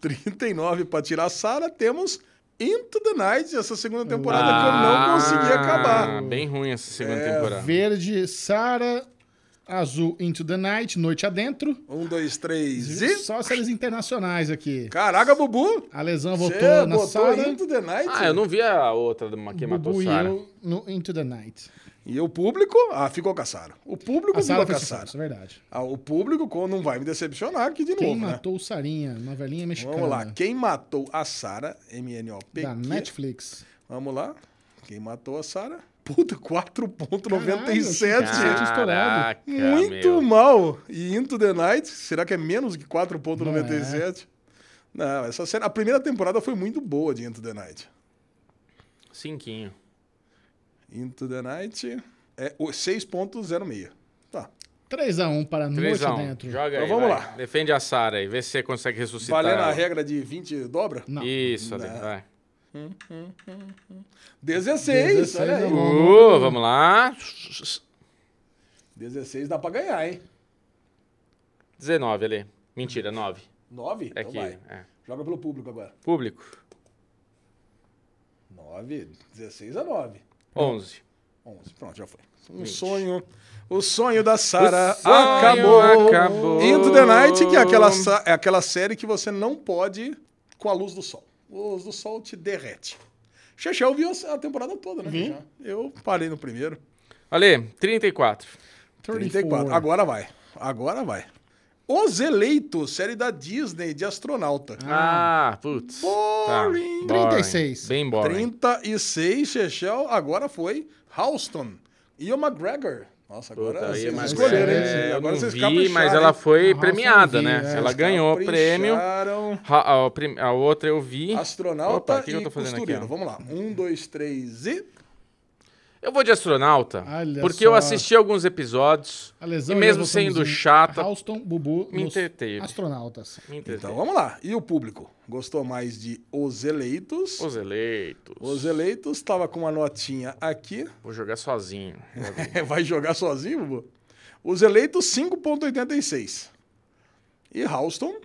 Speaker 4: 39 para tirar a Sara. Temos Into the Night, essa segunda temporada que é eu não
Speaker 2: Ah,
Speaker 4: consegui acabar. É,
Speaker 2: Bem ruim essa segunda temporada.
Speaker 1: Verde, Sara, azul, Into the Night, Noite Adentro.
Speaker 4: Um, dois, três e...
Speaker 1: Só séries internacionais aqui.
Speaker 4: Caraca, Bubu!
Speaker 1: A lesão
Speaker 4: Você
Speaker 1: votou na
Speaker 4: botou
Speaker 1: Sara,
Speaker 4: Into the Night?
Speaker 2: Ah, eu não vi a outra do que matou
Speaker 1: Bubu e
Speaker 2: Sarah.
Speaker 1: eu no Into the Night.
Speaker 4: E o público... Ah, ficou com a Sara. O público
Speaker 1: A Sara foi
Speaker 4: ficou com a
Speaker 1: sucesso,
Speaker 4: Sara.
Speaker 1: é verdade.
Speaker 4: Ah, o público com- não vai me decepcionar aqui de
Speaker 1: Quem
Speaker 4: novo, né?
Speaker 1: matou o Sarinha? Novelinha mexicana.
Speaker 4: Vamos lá. Quem matou a Sara? MNOP.
Speaker 1: Da
Speaker 4: que-
Speaker 1: Netflix.
Speaker 4: Vamos lá. Quem matou a Sara? *laughs* Puta, 4.97.
Speaker 1: Caralho, que- estourado.
Speaker 4: Muito
Speaker 2: meu.
Speaker 4: mal. E Into the Night, será que é menos que 4.97? Não,
Speaker 2: é.
Speaker 4: essa série, a primeira temporada foi muito boa de Into the Night.
Speaker 2: Cinquinho.
Speaker 4: Into the Night é o 6.06. Tá.
Speaker 1: 3x1 para Noite
Speaker 2: 3x1.
Speaker 1: Adentro.
Speaker 2: Joga aí.
Speaker 4: Então vamos
Speaker 2: vai.
Speaker 4: lá.
Speaker 2: Defende a Sara aí. Vê se tá você consegue ressuscitar.
Speaker 4: Valendo a
Speaker 2: ela.
Speaker 4: regra de 20 dobra?
Speaker 1: Não.
Speaker 2: Isso, ali. Vai.
Speaker 4: 16,
Speaker 1: 16,
Speaker 4: olha
Speaker 1: é
Speaker 4: aí.
Speaker 1: bom.
Speaker 2: Uh, vamos lá.
Speaker 4: 16 dá pra ganhar, hein?
Speaker 2: 19 ali. Mentira, 9.
Speaker 4: 9?
Speaker 2: É
Speaker 4: então
Speaker 2: que.
Speaker 4: vai.
Speaker 2: é.
Speaker 4: Joga pelo público agora.
Speaker 2: Público.
Speaker 4: 9, 16 a 9.
Speaker 2: 11.
Speaker 4: 11. Pronto, já foi. Um sonho. O sonho da Sara
Speaker 2: sonho
Speaker 4: acabou.
Speaker 2: acabou.
Speaker 4: Into the Night, que é aquela, sa- é aquela série que você não pode com a luz do sol. A luz do sol te derrete. Chechel viu a temporada toda,
Speaker 2: Uhum.
Speaker 4: né? Já. Eu parei no primeiro.
Speaker 2: Ali, 34.
Speaker 4: 34. Agora vai. Agora vai. Os Eleitos, série da Disney de astronauta.
Speaker 2: Ah, putz. Tá,
Speaker 4: Boring.
Speaker 1: 36.
Speaker 2: Bem boring.
Speaker 4: 36, Chechel. Agora foi Houston. Ian McGregor. Nossa, agora
Speaker 2: Puta, aí,
Speaker 4: vocês
Speaker 2: mas
Speaker 4: escolheram, hein?
Speaker 2: é, eu
Speaker 4: agora
Speaker 2: não
Speaker 4: vocês
Speaker 2: vi,
Speaker 4: capricharam,
Speaker 2: mas
Speaker 4: hein?
Speaker 2: ela foi
Speaker 1: Ah,
Speaker 2: premiada,
Speaker 1: eu não vi,
Speaker 2: né?
Speaker 1: é.
Speaker 2: Ela ganhou o prêmio.
Speaker 4: Capricharam.
Speaker 2: A, a prim- a outra eu vi.
Speaker 4: Astronauta
Speaker 2: Opa, o que
Speaker 4: e
Speaker 2: que eu tô fazendo aqui,
Speaker 4: costureiro.
Speaker 2: ó?
Speaker 4: Vamos lá. Um, dois, três e...
Speaker 2: Eu vou de astronauta,
Speaker 1: Olha só.
Speaker 2: porque eu assisti alguns episódios
Speaker 1: A lesão
Speaker 2: e mesmo sendo chata,
Speaker 1: Halston, Bubu,
Speaker 2: Me
Speaker 1: nos
Speaker 2: entreteve.
Speaker 1: astronautas.
Speaker 2: me entreteve.
Speaker 4: Então, vamos lá. E o público? Gostou mais de Os Eleitos? Os,
Speaker 2: Os eleitos.
Speaker 4: Eleitos estava com uma notinha aqui. *laughs*
Speaker 2: Vou jogar sozinho. *laughs*
Speaker 4: Vai jogar sozinho, Bubu? Os Eleitos, 5.86. E Houston?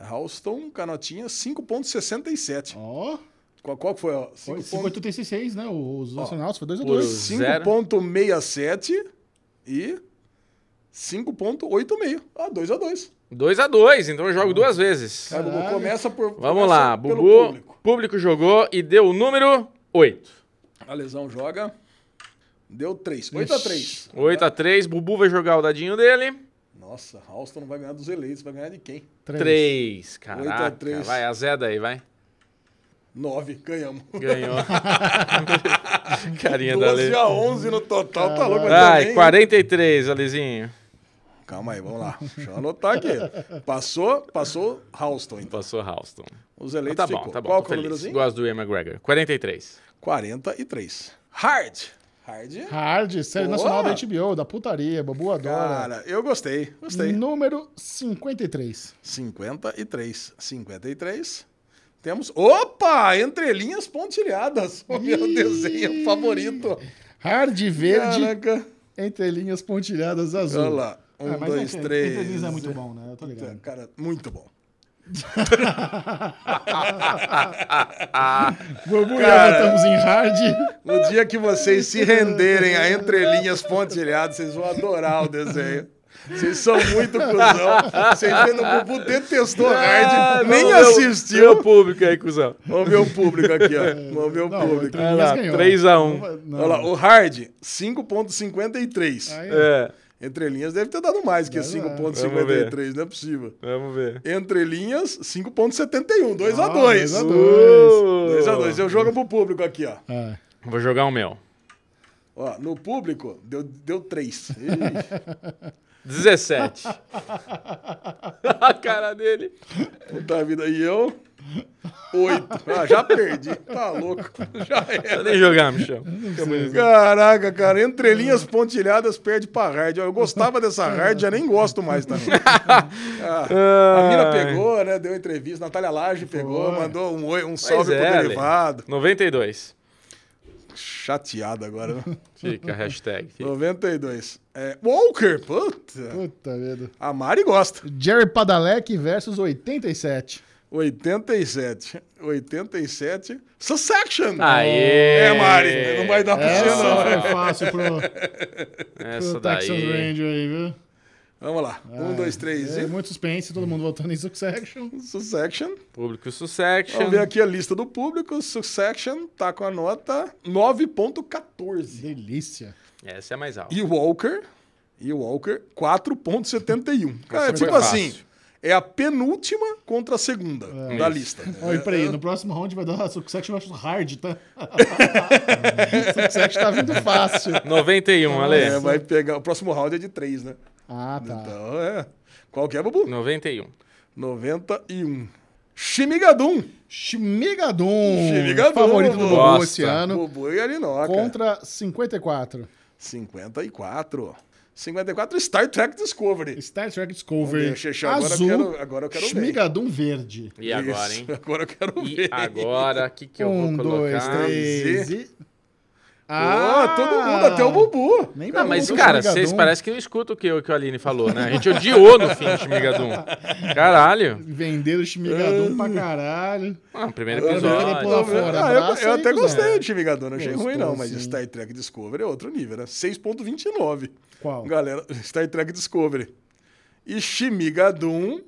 Speaker 4: Houston, com a notinha 5.67.
Speaker 1: Ó,
Speaker 4: Qual, qual foi? ó?
Speaker 1: foi
Speaker 4: 5.67.
Speaker 1: 5,86, né? Os
Speaker 4: Ó,
Speaker 1: astronautas foi
Speaker 2: por
Speaker 1: 2x2.
Speaker 2: os-
Speaker 4: 5.67 e 5.86. Ah, 2 a 2.
Speaker 2: 2 a 2 então eu jogo duas vezes.
Speaker 4: Aí, Bubu,
Speaker 1: Caralho.
Speaker 4: começa por
Speaker 2: Vamos
Speaker 4: começa
Speaker 2: lá,
Speaker 4: pelo
Speaker 2: Bubu. Público.
Speaker 4: público.
Speaker 2: jogou e deu o número 8.
Speaker 4: A lesão joga. Deu 3. 8 a 3.
Speaker 2: 8 a 3 Bubu vai jogar o dadinho dele.
Speaker 4: Nossa, Houston não vai ganhar dos eleitos, vai ganhar de quem?
Speaker 2: 3.
Speaker 4: Oito a
Speaker 2: Caraca,
Speaker 4: três.
Speaker 2: vai, azeda aí, vai.
Speaker 4: 9, ganhamos.
Speaker 2: Ganhou. Carinha da
Speaker 4: 12
Speaker 2: Lê.
Speaker 4: a 11 no total, tá louco. *laughs* mas
Speaker 2: Ai,
Speaker 4: também-
Speaker 2: 43, Alezinho.
Speaker 4: Calma aí, vamos lá. Deixa eu anotar aqui. Passou, passou Houston, então.
Speaker 2: Passou Halston.
Speaker 4: Os
Speaker 2: Mas
Speaker 4: eleitos
Speaker 2: tá bom,
Speaker 4: ficou.
Speaker 2: tá bom.
Speaker 4: Qual
Speaker 2: tô
Speaker 4: que é o
Speaker 2: feliz.
Speaker 4: númerozinho?
Speaker 2: Gosto do Ian McGregor. 43.
Speaker 4: 43. Hard. Hard.
Speaker 1: Hard, série
Speaker 4: Boa.
Speaker 1: nacional da HBO, da putaria, Bubu adora.
Speaker 4: Cara, eu gostei, gostei.
Speaker 1: Número 53.
Speaker 4: 53, 53. Temos. Opa! Entrelinhas pontilhadas. *laughs* O meu
Speaker 1: Ih.
Speaker 4: desenho favorito.
Speaker 1: Hard verde,
Speaker 4: Caraca.
Speaker 1: entre linhas pontilhadas azul.
Speaker 4: Olha lá. Um,
Speaker 1: Ah, mas
Speaker 4: dois,
Speaker 1: é que
Speaker 4: três.
Speaker 1: Entre linhas é muito bom, né? Eu tô ligado.
Speaker 4: Cara, muito bom.
Speaker 1: Borbulhar, estamos em hard.
Speaker 4: No dia que vocês se renderem a entrelinhas pontilhadas, vocês vão adorar o desenho. Vocês são muito cuzão. Vocês vendo o Bubu detestou
Speaker 2: Ah,
Speaker 4: Hard, nem
Speaker 2: vamos ver o-
Speaker 4: assistiu.
Speaker 2: ver o público aí, cuzão.
Speaker 4: Vamos ver o público aqui, ó. Vamos ver o
Speaker 1: Não,
Speaker 4: público.
Speaker 1: entrelinhas
Speaker 2: lá,
Speaker 1: ganhou.
Speaker 2: 3x1.
Speaker 1: Não.
Speaker 4: Olha lá, o Hard, 5.53.
Speaker 1: Aí,
Speaker 2: É,
Speaker 4: Entrelinhas deve ter dado mais que
Speaker 1: Deve dar.
Speaker 4: 5.53, não é possível.
Speaker 2: vamos ver.
Speaker 4: Entrelinhas, 5.71,
Speaker 1: Ah,
Speaker 4: 2x2.
Speaker 1: dois a
Speaker 4: 2x2. Eu jogo pro público aqui, ó.
Speaker 1: Ah,
Speaker 2: Uh, Vou jogar o meu.
Speaker 4: Ó, no público, deu, deu 3. *laughs*
Speaker 2: 17. *laughs* a cara dele.
Speaker 4: Puta vida. E eu, 8. Ah, já perdi. Tá louco. *laughs* Já
Speaker 2: Vou
Speaker 4: era.
Speaker 2: nem jogar,
Speaker 4: *laughs*
Speaker 2: Michel.
Speaker 4: Caraca, cara, entrelinhas pontilhadas perde pra hard. Ó, Eu gostava dessa hard, já nem gosto mais também. Ah, a mina pegou, né? Deu entrevista, Natália Laje pegou, mandou um, oi, um salve
Speaker 2: é,
Speaker 4: pro
Speaker 2: Ale.
Speaker 4: derivado.
Speaker 2: 92.
Speaker 4: Chateado agora,
Speaker 2: *laughs*
Speaker 4: né? *laughs*
Speaker 2: Fica a hashtag. Fica.
Speaker 4: 92. É, Walker, puta.
Speaker 1: puta merda.
Speaker 4: A Mari gosta.
Speaker 1: Jerry Padalec versus 87.
Speaker 4: 87. 87. Sussection!
Speaker 2: Aê!
Speaker 4: É, Mari, não vai dar pra você,
Speaker 1: Essa
Speaker 4: não.
Speaker 1: foi fácil pro,
Speaker 2: Essa
Speaker 1: pro Texas
Speaker 2: daí.
Speaker 1: Ranger aí, viu?
Speaker 4: Vamos lá. Um, dois, três
Speaker 1: É,
Speaker 4: e.
Speaker 1: muito suspense, todo mundo votando em Succession.
Speaker 4: Sussection.
Speaker 2: Público Sussection.
Speaker 4: Vamos ver aqui a lista do público. Succession tá com a nota 9.14.
Speaker 1: Delícia.
Speaker 2: Essa é mais alta.
Speaker 4: E Walker, e Walker 4.71. Cara,
Speaker 2: foi
Speaker 4: tipo
Speaker 2: fácil.
Speaker 4: assim, é a penúltima contra a segunda da lista.
Speaker 1: Ó, e
Speaker 4: É.
Speaker 1: peraí, no próximo round vai dar Succession versus Hard, tá? *laughs* Succession tá vindo fácil.
Speaker 2: 91, Ale.
Speaker 4: É, vai pegar. O próximo round é de 3, né?
Speaker 1: Ah, tá.
Speaker 4: Então é. Qual que é, Bubu?
Speaker 2: 91.
Speaker 4: 91. Shimigadum.
Speaker 1: Shmigadon,
Speaker 4: Shmigadon,
Speaker 1: favorito do Bubu
Speaker 2: gosta.
Speaker 1: esse ano,
Speaker 4: Bubu e
Speaker 1: Tá
Speaker 4: Arinoca.
Speaker 1: contra 54.
Speaker 4: 54. 54 Star Trek Discovery.
Speaker 1: Star Trek
Speaker 4: Vamos
Speaker 1: Discovery
Speaker 4: ver, Xexé, agora eu
Speaker 1: azul,
Speaker 4: quero- agora eu quero ver.
Speaker 1: Shmigadum verde.
Speaker 2: E agora, hein?
Speaker 4: Isso, *laughs* Agora eu quero
Speaker 2: E
Speaker 4: ver.
Speaker 2: agora, o que, que eu
Speaker 1: um,
Speaker 2: vou colocar?
Speaker 1: dois, três e... Ah!
Speaker 4: Pô, todo mundo, até o Bubu.
Speaker 1: Nem
Speaker 2: Ah, mas,
Speaker 1: Todo
Speaker 2: cara,
Speaker 1: Shmigadon.
Speaker 2: vocês parecem que não escutam o que, o que o Aline falou, né? A gente odiou no fim o Shmigadum. Caralho.
Speaker 1: Venderam o Shmigadum pra caralho.
Speaker 2: Ah, primeiro
Speaker 1: Agora
Speaker 2: episódio.
Speaker 1: vem aquele povo
Speaker 4: eu,
Speaker 1: fora,
Speaker 4: eu-
Speaker 1: abraça
Speaker 4: eu
Speaker 1: aí,
Speaker 4: até
Speaker 1: cuzão.
Speaker 4: gostei de Shimigadon, não achei
Speaker 1: Gostou,
Speaker 4: ruim não, mas
Speaker 1: sim.
Speaker 4: Star Trek Discovery é outro nível, né? 6.29.
Speaker 1: Qual?
Speaker 4: Galera, *laughs* Star Trek Discovery. E Shimigadon,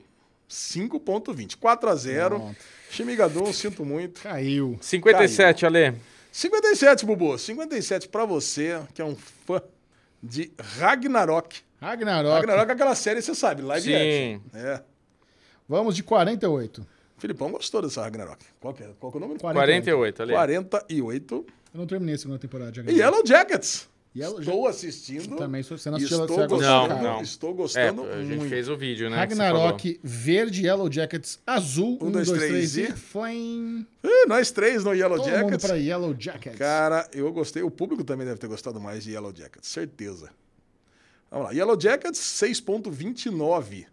Speaker 4: 5.20. 4 a 0
Speaker 1: Pronto.
Speaker 4: Shimigadon, sinto muito.
Speaker 1: Caiu.
Speaker 2: 57, Ale.
Speaker 4: 57, Bubu. 57 pra você, que é um fã de Ragnarok.
Speaker 1: Ragnarok.
Speaker 4: Ragnarok é aquela série, você sabe, live
Speaker 2: Sim.
Speaker 4: action. É.
Speaker 1: Vamos de 48.
Speaker 4: Filipão gostou dessa Ragnarok. Qual que é, qual que é o nome?
Speaker 2: 48, Ale.
Speaker 4: 48.
Speaker 1: Eu não terminei a segunda temporada de
Speaker 4: E Yellow Jackets.
Speaker 1: Yellow
Speaker 4: estou assistindo.
Speaker 1: Também, se você não assistiu,
Speaker 4: estou
Speaker 1: você vai
Speaker 4: gostando, é
Speaker 1: gostar,
Speaker 2: Não,
Speaker 1: cara.
Speaker 2: não.
Speaker 4: Estou
Speaker 2: É,
Speaker 4: gostando
Speaker 2: a gente
Speaker 4: muito.
Speaker 2: fez o vídeo, né? que você falou.
Speaker 1: Ragnarok, verde, Yellow Jackets, azul, 1, 2, 3 e
Speaker 4: Um, e-
Speaker 1: Flame.
Speaker 4: Ih, nós três no Yellow
Speaker 1: Todo mundo
Speaker 4: Jackets.
Speaker 1: pra Yellow Jackets.
Speaker 4: Cara, eu gostei. O público também deve ter gostado mais de Yellow Jackets, certeza. Vamos lá. Yellow Jackets 6.29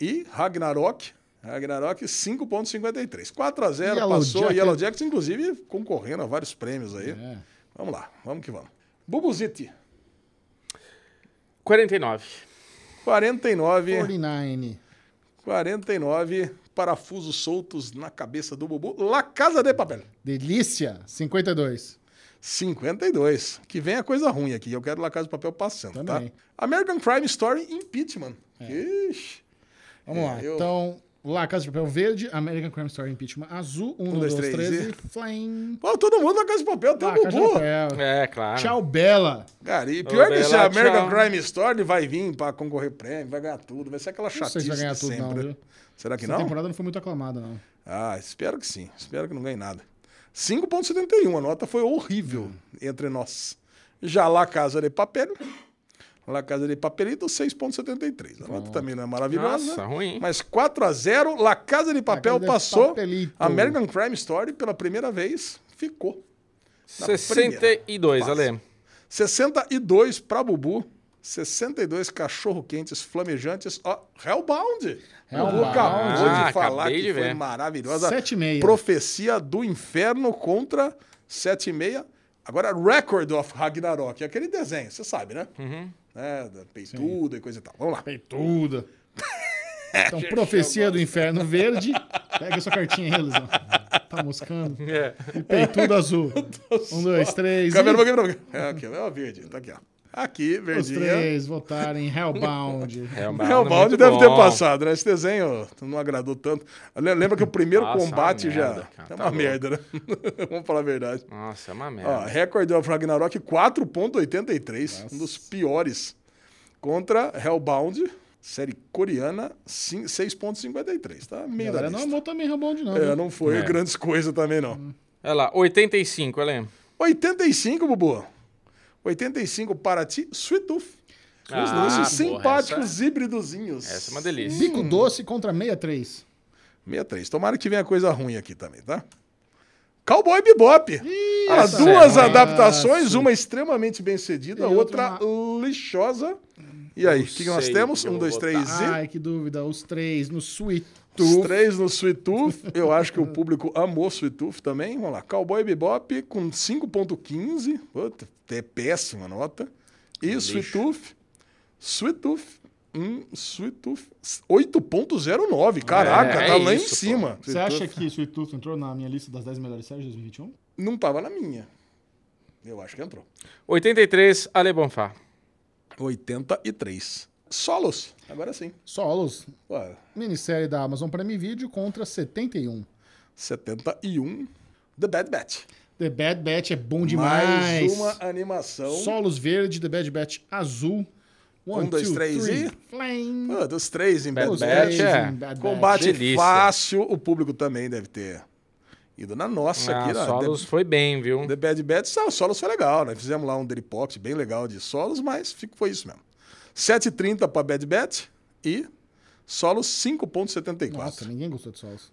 Speaker 4: e Ragnarok Ragnarok 5.53. 4 a 0
Speaker 1: Yellow
Speaker 4: passou.
Speaker 1: Jackets.
Speaker 4: Yellow Jackets inclusive concorrendo a vários prêmios aí.
Speaker 1: É.
Speaker 4: Vamos lá. Vamos que vamos. Bubuziti
Speaker 2: 49.
Speaker 4: 49
Speaker 1: 49.
Speaker 4: 49 parafusos soltos na cabeça do Bubu. La Casa de Papel.
Speaker 1: Delícia, 52.
Speaker 4: 52. Que vem a coisa ruim aqui. Eu quero La Casa de Papel passando,
Speaker 1: Também. É.
Speaker 4: tá? American Crime Story Impeachment. Ixi.
Speaker 1: Vamos
Speaker 4: É,
Speaker 1: lá.
Speaker 4: eu-
Speaker 1: Então, lá, Casa de Papel Verde, American Crime Story Impeachment azul, 1, 2, 3
Speaker 4: Um, três, Então,
Speaker 1: e Flame.
Speaker 4: Pô, todo mundo La Casa de Papel, até
Speaker 1: Ah,
Speaker 4: o
Speaker 1: Casa de
Speaker 4: Bubu.
Speaker 1: Papel.
Speaker 2: É, claro.
Speaker 1: Tchau, Bela.
Speaker 4: Cara, e pior
Speaker 2: Ô,
Speaker 4: que esse
Speaker 2: Bela,
Speaker 4: American
Speaker 2: tchau.
Speaker 4: Crime Story vai vir pra concorrer prêmio, vai ganhar tudo. Vai ser aquela
Speaker 1: Não sei
Speaker 4: chatice
Speaker 1: se vai ganhar
Speaker 4: de
Speaker 1: tudo, não,
Speaker 4: sempre. né?
Speaker 1: viu?
Speaker 4: Será que
Speaker 1: Essa
Speaker 4: não?
Speaker 1: temporada não foi muito aclamada, não.
Speaker 4: Ah, espero que sim. Espero que não ganhe nada. 5,71. A nota foi horrível entre nós. Já lá Casa de Papel. Lá Casa de Papelito, 6,73. A nota também não é maravilhosa.
Speaker 2: Nossa, ruim.
Speaker 4: Mas 4 a 0 La Casa de Papel
Speaker 1: Casa de
Speaker 4: passou.
Speaker 1: Papelito.
Speaker 4: American Crime Story, pela primeira vez, ficou. tá,
Speaker 2: 62,
Speaker 4: Fácil.
Speaker 2: Ale.
Speaker 4: 62 pra Bubu. 62 cachorro-quentes flamejantes. Ó, Hellbound.
Speaker 1: Hellbound.
Speaker 4: Bubu acabou
Speaker 2: Ah,
Speaker 4: de falar
Speaker 2: acabei
Speaker 4: que
Speaker 2: de
Speaker 4: foi
Speaker 2: ver.
Speaker 4: maravilhosa.
Speaker 1: Sete e meia.
Speaker 4: Profecia do Inferno contra 7 e meia. Agora, Record of Ragnarok. É aquele
Speaker 2: Uhum.
Speaker 4: Né? *laughs* desenho, você sabe, né? É, da peituda e coisa e tal. Vamos lá.
Speaker 1: Peituda. Então, Profecia do Inferno Verde. Pega sua cartinha aí, Luizão. Tá moscando.
Speaker 2: É.
Speaker 1: E peitudo azul. Um, dois, três. e-
Speaker 4: Câmera, câmera, câmera. É, aqui, ó, verde. Tá aqui, ó. Aqui,
Speaker 1: Os
Speaker 4: verdinha.
Speaker 1: três votaram em Hellbound.
Speaker 2: Realmente,
Speaker 4: É, o balde deve ter passado, né? Esse desenho não agradou tanto. Le- Lembra que o primeiro
Speaker 2: Nossa,
Speaker 4: combate
Speaker 2: uma
Speaker 4: já.
Speaker 2: Ah, merda, cara,
Speaker 4: é
Speaker 2: tá
Speaker 4: uma
Speaker 2: louco.
Speaker 4: merda, né? *laughs* Vamos falar a verdade.
Speaker 2: Nossa, é uma
Speaker 4: Ó,
Speaker 2: merda.
Speaker 4: recorde do Ragnarok 4.83, um dos piores. Contra Hellbound, série coreana, cin- 6.53. Tá meio da
Speaker 1: Galera, não
Speaker 4: lista.
Speaker 1: amou também Hellbound, não.
Speaker 4: É,
Speaker 1: viu?
Speaker 4: não foi
Speaker 2: É. Hum.
Speaker 4: grandes *laughs* coisas também, não.
Speaker 2: Olha lá, 85, Helena.
Speaker 4: 85, Bubu. 85 para ti, Sweet Tooth. Os
Speaker 2: Ah,
Speaker 4: lances
Speaker 2: porra,
Speaker 4: simpáticos
Speaker 2: essa-
Speaker 4: híbridozinhos.
Speaker 2: Essa é uma delícia.
Speaker 1: Bico doce contra 63.
Speaker 4: 63. Tomara que venha coisa ruim aqui também, tá? Cowboy Bebop. Olha, lá,
Speaker 2: essa
Speaker 4: duas
Speaker 2: é ruim.
Speaker 4: adaptações, uma extremamente bem cedida, a
Speaker 1: E
Speaker 4: outra
Speaker 1: outra
Speaker 4: lixosa. E aí, o
Speaker 2: Não
Speaker 4: que, que nós
Speaker 2: sei o
Speaker 4: temos?
Speaker 2: que eu
Speaker 4: Um,
Speaker 2: vou
Speaker 4: dois,
Speaker 2: botar.
Speaker 4: três e...
Speaker 1: Ai, que dúvida. Os três no Sweet
Speaker 4: Os
Speaker 1: Tooth.
Speaker 4: três no Sweet Tooth. Eu acho que o público amou Sweet Tooth também. Vamos lá. Cowboy Bebop com 5.15. Puta, é péssima nota. E
Speaker 2: Lixo.
Speaker 4: Sweet Tooth. Sweet Tooth. Hum, Sweet Tooth. 8.09. Caraca,
Speaker 2: É,
Speaker 4: tá
Speaker 2: é
Speaker 4: lá
Speaker 2: isso,
Speaker 4: em
Speaker 2: pô.
Speaker 4: cima.
Speaker 1: Você
Speaker 4: Sweet
Speaker 1: acha
Speaker 4: Tooth
Speaker 1: que Sweet Tooth entrou na minha lista das 10 melhores séries de 2021?
Speaker 4: Não tava na minha. Eu acho que entrou.
Speaker 2: 83, Ale Bonfá.
Speaker 4: 83. Solos. Agora sim.
Speaker 1: Solos,
Speaker 4: Ué,
Speaker 1: minissérie da Amazon Prime Video contra 71.
Speaker 4: 71. The Bad Batch.
Speaker 1: The Bad Batch é bom demais.
Speaker 4: Mais uma animação.
Speaker 1: Solos verde, The Bad Batch azul. One,
Speaker 4: Um, dois,
Speaker 1: two,
Speaker 4: três
Speaker 1: three,
Speaker 4: e-
Speaker 1: Flame.
Speaker 4: Pô, dos três em Bad
Speaker 1: Os
Speaker 2: Bad
Speaker 4: Batch.
Speaker 1: três
Speaker 2: é.
Speaker 1: em Bad Batch.
Speaker 4: Combate
Speaker 2: Delícia.
Speaker 4: fácil, o público também deve ter ido na nossa
Speaker 2: ah,
Speaker 4: aqui. na-
Speaker 2: Solos foi bem, viu?
Speaker 4: The, The Bad Bats, ah, o Solos foi legal, né? Fizemos lá um Daily Pop bem legal de Solos, mas fico, foi isso mesmo. 7,30 para Bad Bat e Solos
Speaker 1: Nossa, né?
Speaker 4: 5,74.
Speaker 1: ninguém gostou de Solos.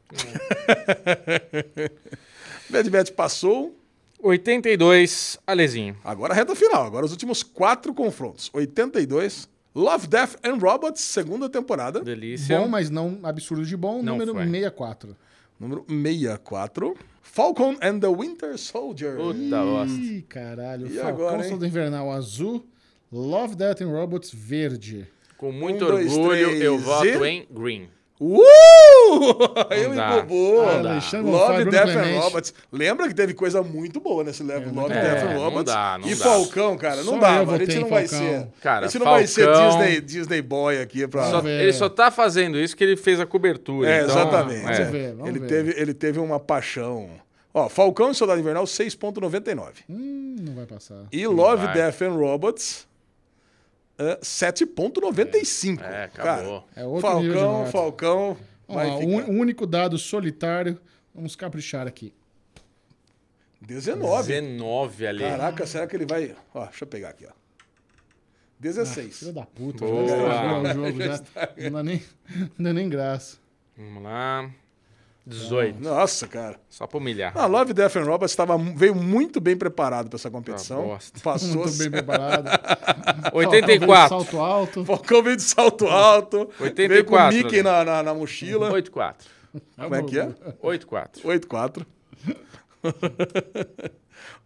Speaker 4: Bad Bat passou,
Speaker 2: 82, Alezinho.
Speaker 4: agora a reta final, agora os últimos quatro confrontos. 82, Love, Death and Robots, segunda temporada,
Speaker 2: Delícia.
Speaker 1: Bom, mas é um não absurdo de bom.
Speaker 2: Não
Speaker 1: número
Speaker 2: foi.
Speaker 1: 64.
Speaker 4: número 64, Falcon and the Winter Soldier.
Speaker 2: Puta bosta.
Speaker 1: Ih, caralho.
Speaker 4: E
Speaker 1: Falcão
Speaker 4: agora, hein?
Speaker 1: Soldado Invernal azul. Love, Death and Robots verde.
Speaker 2: Com muito
Speaker 4: Um, dois,
Speaker 2: orgulho,
Speaker 4: três
Speaker 2: eu
Speaker 4: e-
Speaker 2: voto em Green.
Speaker 4: Uh! Eu e
Speaker 2: dá.
Speaker 4: Bobo.
Speaker 2: Não dá.
Speaker 1: Alexandre
Speaker 4: Love,
Speaker 1: Bonfá, Bruno
Speaker 4: Death and
Speaker 1: Clemente.
Speaker 4: Robots. Lembra que teve coisa muito boa nesse level. Love,
Speaker 2: dá.
Speaker 4: Death
Speaker 2: É,
Speaker 4: and
Speaker 2: não
Speaker 4: Robots.
Speaker 2: dá, não
Speaker 4: e
Speaker 2: dá.
Speaker 4: Falcão, cara. Não
Speaker 1: Só
Speaker 4: dá,
Speaker 1: eu
Speaker 4: mano. A gente
Speaker 1: votei
Speaker 4: não
Speaker 1: em
Speaker 4: vai
Speaker 1: Falcão.
Speaker 4: ser.
Speaker 2: Cara,
Speaker 4: a gente não vai ser
Speaker 2: Falcão-
Speaker 4: Disney, Disney Boy aqui pra.
Speaker 2: Só-
Speaker 1: ver.
Speaker 2: ele só tá fazendo isso que ele fez a cobertura.
Speaker 4: É,
Speaker 2: então,
Speaker 4: exatamente.
Speaker 1: Vamos
Speaker 2: é.
Speaker 1: ver, vamos
Speaker 4: ele,
Speaker 1: ver.
Speaker 4: Teve, ele teve uma paixão. Ó, Falcão e Soldado Invernal, 6,99.
Speaker 1: Hum, não vai passar.
Speaker 4: E Love,
Speaker 2: vai.
Speaker 4: Death and Robots, ah, 7,95.
Speaker 2: É, acabou.
Speaker 4: Cara,
Speaker 1: É outro nível de
Speaker 4: Falcão,
Speaker 1: nota.
Speaker 4: Falcão.
Speaker 1: Vamos
Speaker 4: Vai
Speaker 1: lá,
Speaker 4: ficar.
Speaker 1: um único dado solitário. Vamos caprichar aqui.
Speaker 4: 19.
Speaker 2: 19, Ale.
Speaker 4: Tá Caraca, será que ele vai. Ó, deixa eu pegar aqui, ó. 16.
Speaker 1: Filho da puta.
Speaker 2: Boa.
Speaker 1: Já estragou o
Speaker 4: *laughs*
Speaker 1: jogo, já. Não dá nem, não dá nem graça.
Speaker 2: Vamos lá. 18.
Speaker 4: Nossa, cara.
Speaker 2: Só pra humilhar.
Speaker 4: A Love, Death and Robots tava, veio muito bem preparado pra essa
Speaker 2: Ah,
Speaker 4: competição.
Speaker 2: bosta.
Speaker 4: Passou.
Speaker 1: Muito bem preparado.
Speaker 2: 84.
Speaker 1: Salto alto.
Speaker 4: *laughs* Falcão veio de salto alto. Veio com o
Speaker 2: 84,
Speaker 4: Mickey
Speaker 2: né?
Speaker 4: na, na, na mochila.
Speaker 2: 8-4.
Speaker 4: Como é que é?
Speaker 2: 8-4.
Speaker 4: 8-4. *laughs*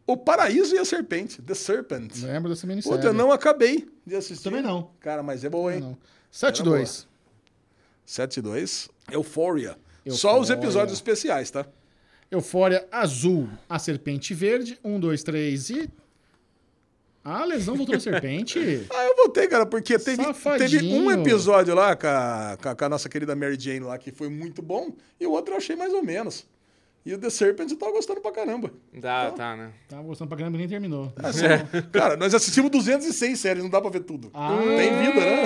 Speaker 4: o Paraíso e a Serpente. The Serpent.
Speaker 1: Lembro dessa minissérie.
Speaker 4: Puta, eu não acabei de assistir.
Speaker 1: é, né? Também não.
Speaker 4: Cara, mas é boa, hein?
Speaker 1: Não. 7-2.
Speaker 4: 7-2. Euphoria. Só
Speaker 1: Euphoria.
Speaker 4: os episódios especiais, tá?
Speaker 1: Eufória azul, a serpente verde. 1, 2, 3 e. Ah, a lesão voltou na
Speaker 4: *laughs*
Speaker 1: serpente.
Speaker 4: Ah, eu voltei, cara, porque teve,
Speaker 1: Safadinho.
Speaker 4: teve um episódio lá com a, com a- com a nossa querida Mary Jane lá que foi muito bom, e o outro eu achei mais ou menos. E o The Serpent eu tava gostando pra caramba.
Speaker 2: Dá,
Speaker 4: Então.
Speaker 2: tá, né?
Speaker 1: Tava gostando pra caramba e nem terminou.
Speaker 4: É Cara, nós assistimos 206 séries, não dá pra ver tudo.
Speaker 1: Ah.
Speaker 4: Tem vida, né?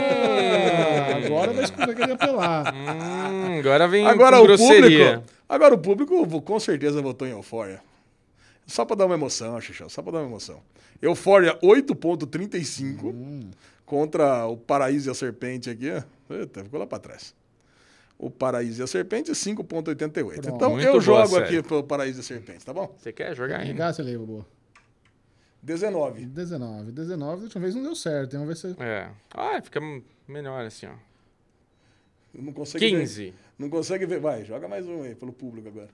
Speaker 1: Ah, Agora vai escutar que ele apelar.
Speaker 2: Hum, agora vem
Speaker 4: Agora
Speaker 2: com
Speaker 4: o
Speaker 2: grosseria.
Speaker 4: público. Agora o público vo- com certeza votou em Euphoria. Só pra dar uma emoção, Xixão, só pra dar uma emoção. Euphoria 8.35 contra o Paraíso e a Serpente aqui. ó. Eita, ficou lá pra trás. O Paraíso e a Serpente 5.88. Então
Speaker 2: Muito
Speaker 4: eu
Speaker 2: boa
Speaker 4: jogo
Speaker 2: série.
Speaker 4: aqui pro Paraíso e a Serpente, tá bom?
Speaker 2: Você quer jogar ainda?
Speaker 1: Ligasse ali, Bobo.
Speaker 4: 19.
Speaker 1: 19. 19, da última vez não deu certo. Vamos ver se.
Speaker 2: É. Ah, fica m- melhor assim, ó.
Speaker 4: Eu Não consegue ver-
Speaker 2: 15.
Speaker 4: Não consegue ver. Vai, joga mais um aí pelo público agora.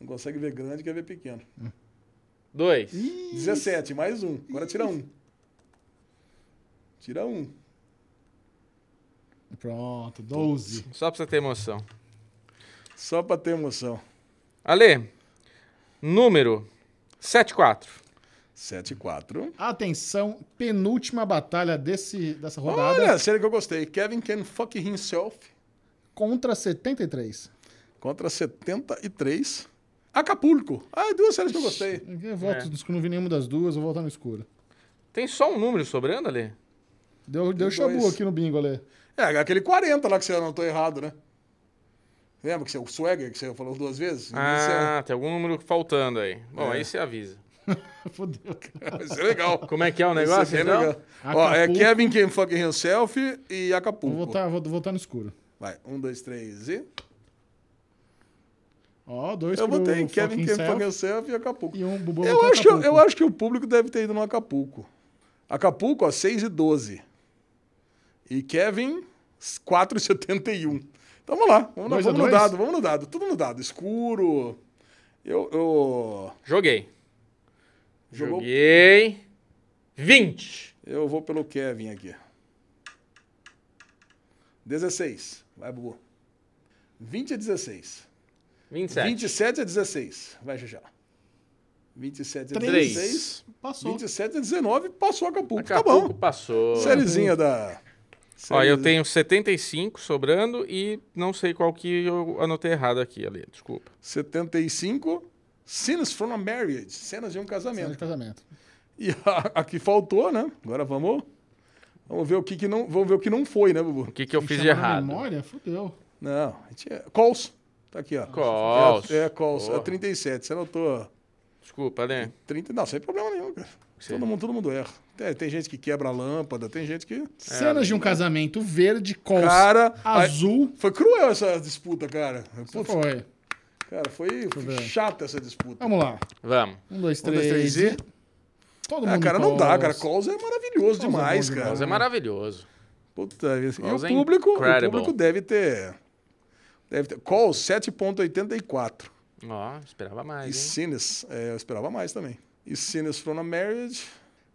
Speaker 4: Não consegue ver grande, quer ver pequeno.
Speaker 2: 2.
Speaker 4: 17, mais um. Agora tira um. Tira um.
Speaker 1: Pronto, 12.
Speaker 2: Só pra você ter emoção.
Speaker 4: Só pra ter emoção.
Speaker 2: Ale, número 74.
Speaker 4: 7 4.
Speaker 1: Atenção, penúltima batalha desse, dessa rodada
Speaker 4: Olha, sério que eu gostei. Kevin can fuck himself
Speaker 1: contra 73.
Speaker 4: contra 73. Acapulco. Ah, duas séries que eu gostei.
Speaker 1: Eu volto
Speaker 2: É.
Speaker 1: no escuro, não vi nenhuma das duas, vou voltar no escuro.
Speaker 2: Tem só um número sobrando, Ale?
Speaker 1: Deu, deu
Speaker 4: Dois.
Speaker 1: chabu aqui no bingo,
Speaker 2: *laughs*
Speaker 1: Ale.
Speaker 4: É, aquele 40 lá que você anotou errado, né? Lembra que você, o Swagger que você falou duas vezes?
Speaker 2: Ah, tem algum número faltando aí.
Speaker 4: É.
Speaker 2: Bom, aí você avisa.
Speaker 1: Fodeu, cara.
Speaker 4: Isso é- *laughs* Isso
Speaker 1: *laughs*
Speaker 4: é legal.
Speaker 2: Como é que é
Speaker 1: Um
Speaker 2: o
Speaker 4: Isso
Speaker 2: negócio,
Speaker 4: é
Speaker 2: então?
Speaker 4: legal. Ó, é
Speaker 1: assim, Acapulco.
Speaker 4: Kevin Can Fucking Himself e
Speaker 1: Vou
Speaker 4: Acapulco.
Speaker 1: voltar, vou voltar no escuro.
Speaker 4: Vai, um, dois, três e.
Speaker 1: Ó, dois
Speaker 4: Eu
Speaker 1: pro
Speaker 4: botei
Speaker 1: fucking
Speaker 4: Kevin Can
Speaker 1: self
Speaker 4: Fucking Himself e Acapulco.
Speaker 1: e um bobo
Speaker 4: Eu acho, que, eu- eu acho que o público deve ter ido no Acapulco. Acapulco, ó, 6 e 12. E Kevin, 4 e 71. Então vamos lá, vamos, lá,
Speaker 1: Dois a
Speaker 4: vamos no
Speaker 1: dois?
Speaker 4: dado, vamos no dado. Tudo no dado, escuro. Eu, eu,
Speaker 2: Joguei.
Speaker 4: jogou-
Speaker 2: Joguei. 20.
Speaker 4: eu vou pelo Kevin aqui. 16. Vai, Bubu. 20 a 16.
Speaker 2: 27.
Speaker 4: 27 a 16. é Vai, já. 27 a
Speaker 2: Três.
Speaker 4: 16.
Speaker 1: Passou.
Speaker 4: 27 a 19. é Passou Acapulco.
Speaker 2: Acapulco
Speaker 4: Tá bom.
Speaker 2: passou.
Speaker 4: Sériezinha da.
Speaker 2: Ó, eu
Speaker 4: sériezinha.
Speaker 2: tenho 75 sobrando e não sei qual que eu anotei errado aqui, Ale. Desculpa.
Speaker 4: 75. Scenes from a Marriage. Cenas de um
Speaker 1: Cena de
Speaker 4: casamento.
Speaker 1: casamento.
Speaker 4: E a, a que faltou, né? Agora vamos. Vamos ver o que, que não. Vamos ver o que não foi, né,
Speaker 2: O
Speaker 4: Bubu?
Speaker 2: que, que eu fiz de
Speaker 1: Chamar na
Speaker 2: errado?
Speaker 1: memória? Fodeu.
Speaker 4: Não. a gente é- Calls. Tá aqui, ó.
Speaker 2: Calls.
Speaker 4: É, é calls. É
Speaker 2: Porra.
Speaker 4: 37. Você anotou
Speaker 2: Desculpa, Ale.
Speaker 4: 30. Não, sem problema nenhum, cara.
Speaker 2: Sim.
Speaker 4: Todo mundo, todo mundo erra. Tem, tem gente que quebra a lâmpada, tem gente que.
Speaker 2: É,
Speaker 1: Cenas de um casamento verde, col
Speaker 4: Cara, a-
Speaker 1: azul.
Speaker 4: foi cruel essa disputa, cara. Putz,
Speaker 1: Foi.
Speaker 4: cara, foi, foi
Speaker 1: ver.
Speaker 4: chata essa disputa.
Speaker 1: Vamos lá.
Speaker 2: Vamos.
Speaker 1: Um, dois,
Speaker 4: Um, dois,
Speaker 1: três.
Speaker 4: três
Speaker 1: e- Todo
Speaker 4: Ah,
Speaker 1: mundo.
Speaker 4: cara, não dá,
Speaker 1: calls.
Speaker 4: cara. Calls é maravilhoso
Speaker 1: é
Speaker 4: demais,
Speaker 1: bom
Speaker 4: cara.
Speaker 2: Mas é maravilhoso.
Speaker 4: Puta, e assim, e o
Speaker 2: Calls é
Speaker 4: público, o
Speaker 2: incredible.
Speaker 4: público deve ter. Deve ter. Calls 7,84.
Speaker 2: Ó, esperava
Speaker 4: E
Speaker 2: mais, hein?
Speaker 4: Cines, é, eu esperava mais também. E Cines from a Marriage.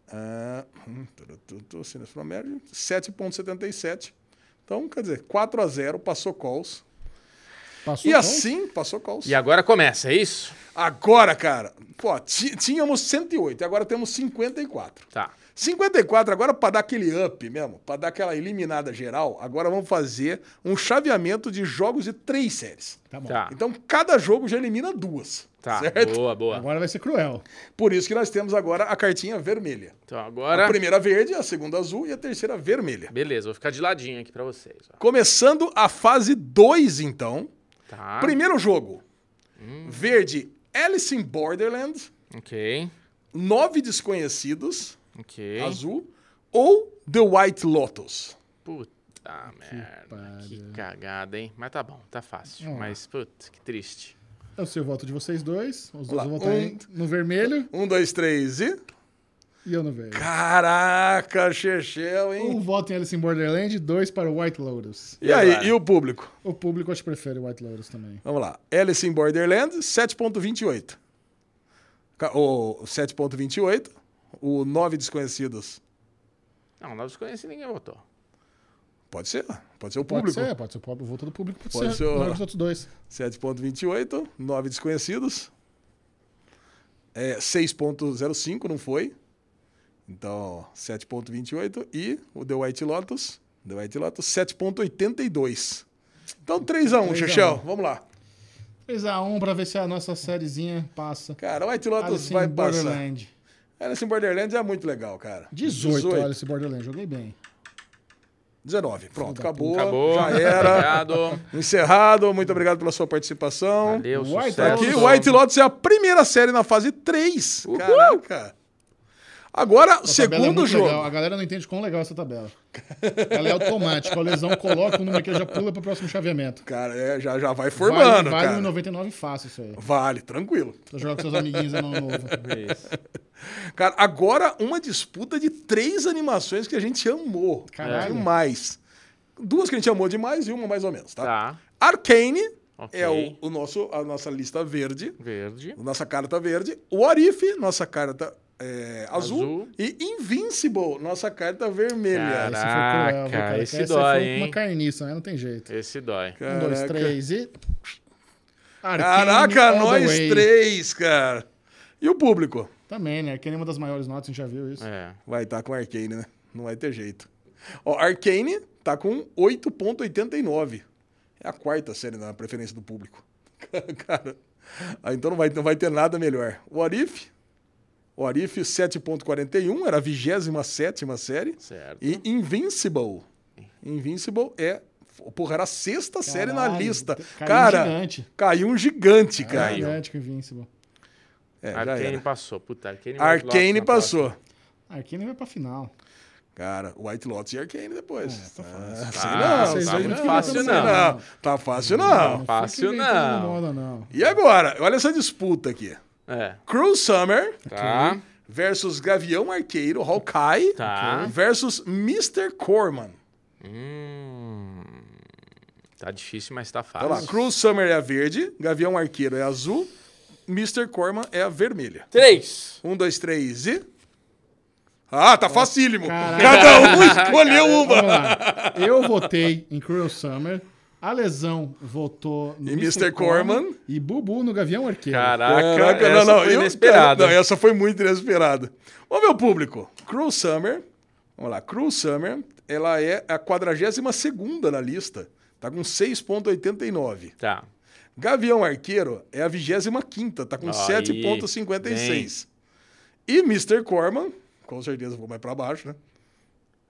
Speaker 4: ah, hum, tu, tu, tu, Cines from a Marriage. 7,77. Então, quer dizer, 4 a 0 passou Calls.
Speaker 1: Passou então,
Speaker 4: E
Speaker 1: calls?
Speaker 4: assim, passou Calls.
Speaker 2: E agora começa, é isso?
Speaker 4: Agora, cara, pô, ti- tínhamos 108, agora temos 54.
Speaker 2: Tá.
Speaker 4: 54 agora para dar aquele up mesmo, para dar aquela eliminada geral, agora vamos fazer um chaveamento de jogos de três séries.
Speaker 1: Tá bom.
Speaker 2: Tá.
Speaker 4: Então cada jogo já elimina duas,
Speaker 2: Tá.
Speaker 4: certo?
Speaker 2: Boa, boa.
Speaker 1: Agora vai ser cruel.
Speaker 4: Por isso que nós temos agora a cartinha vermelha.
Speaker 2: Então
Speaker 4: A
Speaker 2: agora.
Speaker 4: primeira verde, a segunda azul e a terceira vermelha.
Speaker 2: Beleza, vou ficar de ladinho aqui pra vocês. ó.
Speaker 4: Começando a fase 2 então.
Speaker 2: Tá. Hum.
Speaker 4: Primeiro jogo. Verde Alice in Borderland,
Speaker 2: Ok.
Speaker 4: Nove Desconhecidos,
Speaker 2: Ok.
Speaker 4: azul, ou The White Lotus.
Speaker 2: Puta merda.
Speaker 1: pariu.
Speaker 2: Que cagada, hein? Mas tá bom, tá fácil.
Speaker 4: Ah.
Speaker 1: Vamos lá.
Speaker 2: Mas, puta, que triste.
Speaker 1: É o seu voto de vocês dois. Os dois
Speaker 4: lá.
Speaker 1: vão votar
Speaker 4: Um.
Speaker 1: em- no vermelho
Speaker 4: Um, dois, três e.
Speaker 1: e eu no verde.
Speaker 4: Caraca, Chechel, hein?
Speaker 1: Um voto em Alice in Borderland, dois para o White Lotus.
Speaker 4: E aí, e o público?
Speaker 1: O público acho que prefere o White Lotus também.
Speaker 4: Vamos lá. Alice in Borderlands, 7.28. Ca- O 7.28. O 9 Desconhecidos.
Speaker 2: Não, nós desconhecidos ninguém votou.
Speaker 4: Pode ser, pode ser o
Speaker 1: Pode
Speaker 4: público.
Speaker 1: ser, pode ser o pobre- o voto do público, pode,
Speaker 4: Pode
Speaker 1: ser.
Speaker 4: ser
Speaker 1: ser.
Speaker 4: o-
Speaker 1: Os outros dois.
Speaker 4: 7.28, 9 Desconhecidos. É, 6.05 não foi. Então, 7.28 e o The White Lotus. The White Lotus, 7.82. Então, 3x1,
Speaker 1: 3 a 1.
Speaker 4: Chechel. Vamos lá.
Speaker 1: 3x1 pra ver se a nossa sériezinha passa.
Speaker 4: Cara, o White Lotus
Speaker 1: Alice
Speaker 4: vai
Speaker 1: in
Speaker 4: passar.
Speaker 1: Borderland.
Speaker 4: Alice in Borderlands é muito legal, cara.
Speaker 1: 18, Alice in Borderland. Joguei bem.
Speaker 4: 19. Pronto, acabou.
Speaker 2: Acabou.
Speaker 4: Já era.
Speaker 2: *laughs* Obrigado.
Speaker 4: Encerrado. Muito obrigado pela sua participação.
Speaker 2: Valeu,
Speaker 1: White
Speaker 2: sucesso.
Speaker 4: Aqui,
Speaker 1: Lotus.
Speaker 4: o White Lotus é a primeira série na fase 3. Caraca. Agora,
Speaker 1: A tabela é
Speaker 4: segundo
Speaker 1: muito
Speaker 4: jogo.
Speaker 1: legal. A galera não entende quão legal essa tabela. Ela é automática. O lesão coloca o número que ele já pula pro próximo chaveamento.
Speaker 4: Cara, é, já, já vai
Speaker 1: vale,
Speaker 4: formando,
Speaker 1: vale
Speaker 4: cara.
Speaker 1: 1,99 fácil isso aí.
Speaker 4: Vale, tranquilo.
Speaker 1: Pra jogar com seus amiguinhos é ano novo.
Speaker 2: Isso.
Speaker 4: Cara, agora uma disputa de três animações que a gente amou.
Speaker 1: Caralho.
Speaker 4: Demais. Duas que a gente amou demais e uma mais ou menos, tá?
Speaker 2: Tá.
Speaker 4: Arcane
Speaker 2: Ok.
Speaker 4: é o, o nosso, a nossa lista verde,
Speaker 2: Verde.
Speaker 4: nossa carta verde. O Arif, nossa carta é, azul,
Speaker 2: Azul.
Speaker 4: e Invincible, nossa carta vermelha.
Speaker 2: Cara.
Speaker 1: Esse foi cruel,
Speaker 2: Caraca,
Speaker 1: viu, cara?
Speaker 2: esse
Speaker 1: Essa
Speaker 2: dói,
Speaker 1: foi uma
Speaker 2: hein?
Speaker 1: carniça, né? Não tem jeito.
Speaker 2: Esse dói.
Speaker 1: Um, dois,
Speaker 4: Caraca.
Speaker 1: três e... Arcane all
Speaker 4: Caraca,
Speaker 1: the
Speaker 4: nós
Speaker 1: way.
Speaker 4: três, cara. E o público?
Speaker 1: Também, né? Arcane é uma das maiores notas, a gente já viu isso.
Speaker 2: É.
Speaker 4: Vai estar com Arcane, né? Não vai ter jeito. Ó, Arcane tá com 8.89. É a quarta série na preferência do público. *laughs* Cara, ah, então não vai, não vai ter nada melhor. O Arif, o Arif 7.41, era a 27 série.
Speaker 2: Certo.
Speaker 4: E Invincible. Invincible é, porra, era a sexta série na
Speaker 1: Caralho,
Speaker 4: lista.
Speaker 1: caiu
Speaker 4: cara,
Speaker 1: um gigante. Ah,
Speaker 4: caiu um gigante,
Speaker 1: Caiu.
Speaker 4: cara.
Speaker 1: Gigante com Invincible.
Speaker 4: É, já
Speaker 2: Arcane
Speaker 4: era.
Speaker 2: passou. Puta, Arcane vai
Speaker 4: Arcane
Speaker 2: logo na
Speaker 4: passou.
Speaker 1: Arcane vai pra final.
Speaker 4: Cara, White Lotus e Arcane depois.
Speaker 1: tá
Speaker 4: Ah,
Speaker 1: fácil.
Speaker 4: sei
Speaker 2: Ah,
Speaker 4: não,
Speaker 2: vocês
Speaker 4: tá
Speaker 2: dois
Speaker 4: muito
Speaker 2: não
Speaker 4: fácil
Speaker 2: ficam
Speaker 4: não.
Speaker 1: pensando,
Speaker 4: Tá fácil não.
Speaker 1: fica
Speaker 2: fácil
Speaker 1: inventando
Speaker 2: não.
Speaker 1: Moda, não.
Speaker 4: E agora? Olha essa disputa aqui.
Speaker 2: próxima.
Speaker 4: Cruel Summer
Speaker 2: É. Tá.
Speaker 4: versus Gavião Arqueiro, Hawkeye
Speaker 2: Tá.
Speaker 4: versus Mr. Corman.
Speaker 2: Hum. Tá difícil, mas tá
Speaker 4: Olha lá,
Speaker 2: fácil.
Speaker 4: Cruel Summer é a verde, Gavião Arqueiro é azul, Mr. Corman é a vermelha.
Speaker 2: Três.
Speaker 4: Um, dois, três e... Ah, tá facílimo.
Speaker 1: Caraca.
Speaker 4: Cada um escolheu uma.
Speaker 1: Vamos lá. Eu votei em Cruel Summer. A lesão votou no
Speaker 4: E Mr. Corman.
Speaker 1: E Bubu no Gavião Arqueiro.
Speaker 2: Caraca,
Speaker 4: Ah, Caraca,
Speaker 2: É, essa
Speaker 4: não, não.
Speaker 2: foi
Speaker 4: eu-
Speaker 2: inesperada.
Speaker 4: cara, não, essa foi muito inesperada. Ô, meu público, Cruel Summer. Vamos lá, Cruel Summer, ela é a 42 na lista. Tá com 6,89.
Speaker 2: Tá.
Speaker 4: Gavião Arqueiro é a 25, tá com
Speaker 2: Aí,
Speaker 4: 7,56. E Mr. Corman, com certeza vou mais pra baixo, né?